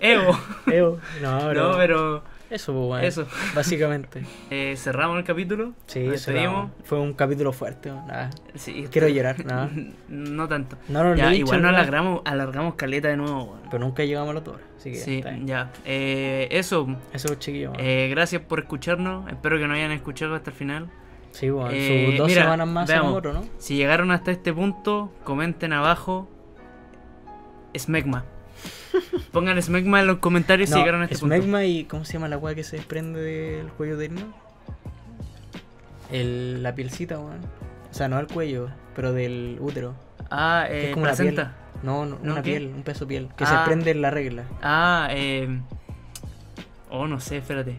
Speaker 3: Ego.
Speaker 2: ¿no? Evo. No, pero...
Speaker 3: No, pero
Speaker 2: Eso, pues weón.
Speaker 3: eso.
Speaker 2: Básicamente.
Speaker 3: Eh, cerramos el capítulo.
Speaker 2: Sí,
Speaker 3: Nos
Speaker 2: eso
Speaker 3: despedimos.
Speaker 2: era- Fue un capítulo fuerte, weón. Nada.
Speaker 3: Sí,
Speaker 2: Quiero
Speaker 3: está-
Speaker 2: llorar, nada.
Speaker 3: No tanto.
Speaker 2: No nos
Speaker 3: Ya,
Speaker 2: linchen,
Speaker 3: igual nos
Speaker 2: weón,
Speaker 3: alargamos, alargamos caleta de nuevo. weón.
Speaker 2: Pero nunca llegamos a los dos. Así que.
Speaker 3: Sí,
Speaker 2: está bien.
Speaker 3: ya. Eh, eso,
Speaker 2: Eso, chiquillo, weón.
Speaker 3: eh, gracias por escucharnos. Espero que nos hayan escuchado hasta el final.
Speaker 2: sí, weón.
Speaker 3: eh,
Speaker 2: Sus dos
Speaker 3: mira,
Speaker 2: semanas más en
Speaker 3: veamos.
Speaker 2: moto, ¿no?
Speaker 3: Si llegaron hasta este punto, comenten abajo. Smegma. Pongan Smegma en los comentarios si
Speaker 2: No,
Speaker 3: llegaron a este
Speaker 2: es
Speaker 3: punto.
Speaker 2: Megma y ¿cómo se llama la weá que se desprende del cuello de Irma? El, la pielcita, weón. O sea, no al cuello, pero del útero.
Speaker 3: Ah, eh,
Speaker 2: es como la piel.
Speaker 3: placenta.
Speaker 2: No, no,
Speaker 3: ¿No
Speaker 2: una
Speaker 3: qué?
Speaker 2: piel, un peso piel. Que se
Speaker 3: Ah.
Speaker 2: prende en la regla.
Speaker 3: Ah, eh. Oh, no sé, espérate.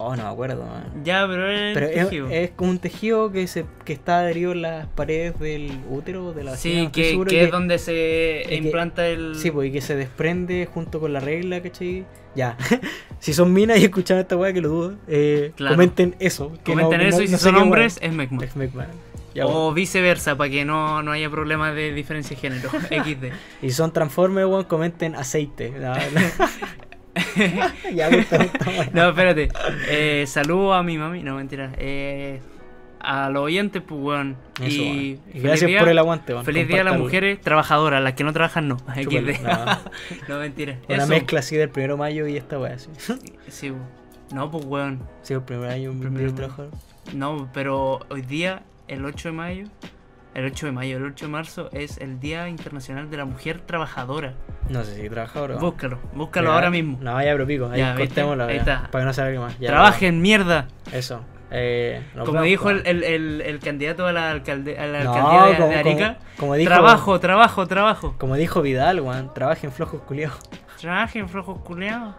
Speaker 2: Oh, no me acuerdo, man.
Speaker 3: Ya, pero es.
Speaker 2: Pero es,
Speaker 3: tejido.
Speaker 2: es como un tejido que se que está adherido en las paredes del útero, de la vagina, no
Speaker 3: Sí,
Speaker 2: estoy
Speaker 3: que,
Speaker 2: seguro, y
Speaker 3: que es donde se
Speaker 2: que-
Speaker 3: implanta el.
Speaker 2: Sí, pues, y que se desprende junto con la regla, ¿cachai? Ya. si son minas y escuchan esta weá, que lo dudo, eh,
Speaker 3: Claro.
Speaker 2: comenten eso. que no-
Speaker 3: Comenten
Speaker 2: no-
Speaker 3: eso y si
Speaker 2: no sé
Speaker 3: son
Speaker 2: qué weá.
Speaker 3: hombres es Mecmo.
Speaker 2: Ex Mecman. Ya, weón.
Speaker 3: O viceversa, para que no, no haya problemas de diferencia de género. XD.
Speaker 2: Y si son transformers, weón, comenten aceite. No, no. ya, me está- está bueno.
Speaker 3: No, espérate. Eh, saludo a mi mami. No, mentira. Eh, a los oyentes, pues, weón.
Speaker 2: Eso,
Speaker 3: y
Speaker 2: weón. Y
Speaker 3: feliz
Speaker 2: gracias
Speaker 3: día-
Speaker 2: por el aguante, weón.
Speaker 3: Feliz día a las
Speaker 2: Compártanlo.
Speaker 3: mujeres trabajadoras, las que no trabajan no. XD.
Speaker 2: Chúpalo, no.
Speaker 3: no, mentira.
Speaker 2: Una
Speaker 3: Eso.
Speaker 2: mezcla así del primero de mayo y esta weá, sí.
Speaker 3: Sí, weón. no, pues, weón.
Speaker 2: Sí, el primer año, un
Speaker 3: Primero
Speaker 2: primer
Speaker 3: de mayo.
Speaker 2: trabajo.
Speaker 3: No, pero hoy día, el 8 de mayo, El 8 de mayo, el 8 de marzo es el Día Internacional de la Mujer Trabajadora.
Speaker 2: No sé si trabajadora.
Speaker 3: Búscalo, búscalo
Speaker 2: Ya,
Speaker 3: ahora mismo.
Speaker 2: No, ya, pero pico. Ahí
Speaker 3: Ya, ¿viste?
Speaker 2: cortémoslo.
Speaker 3: Ahí
Speaker 2: ya,
Speaker 3: está.
Speaker 2: Para que no se haga más. Ya,
Speaker 3: Trabajen, mierda.
Speaker 2: Eso. Eh, nos
Speaker 3: Como
Speaker 2: vemos,
Speaker 3: dijo
Speaker 2: pues.
Speaker 3: el, el- el- el candidato a la, alcalde- a la
Speaker 2: No,
Speaker 3: alcaldía de- de,
Speaker 2: como-
Speaker 3: Arica.
Speaker 2: como- como dijo-
Speaker 3: trabajo, trabajo, trabajo.
Speaker 2: Como dijo Vidal, weón. Trabajen flojos culiados.
Speaker 3: Trabajen, flojos culeados.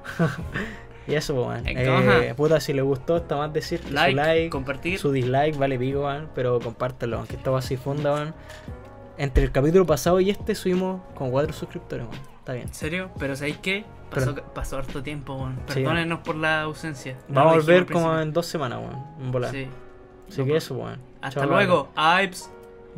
Speaker 2: Y eso, pues, weón.
Speaker 3: Encoja.
Speaker 2: Eh, puta, si les gustó, está más decir que
Speaker 3: Like,
Speaker 2: su like,
Speaker 3: compartir.
Speaker 2: su dislike, vale pico, weón. Pero compártelo, aunque esta así funda, weón. Entre el capítulo pasado y este subimos con cuatro suscriptores, weón. Está bien.
Speaker 3: ¿En serio? Pero ¿sabéis qué? Pasó, pasó harto tiempo, weón.
Speaker 2: Sí.
Speaker 3: Perdónenos por la ausencia. No
Speaker 2: Vamos a
Speaker 3: lo dijimos
Speaker 2: volver
Speaker 3: al
Speaker 2: como
Speaker 3: principio.
Speaker 2: en dos semanas, weón. En volar.
Speaker 3: Sí.
Speaker 2: Así que eso, weón.
Speaker 3: Hasta
Speaker 2: Chao,
Speaker 3: luego. Ives.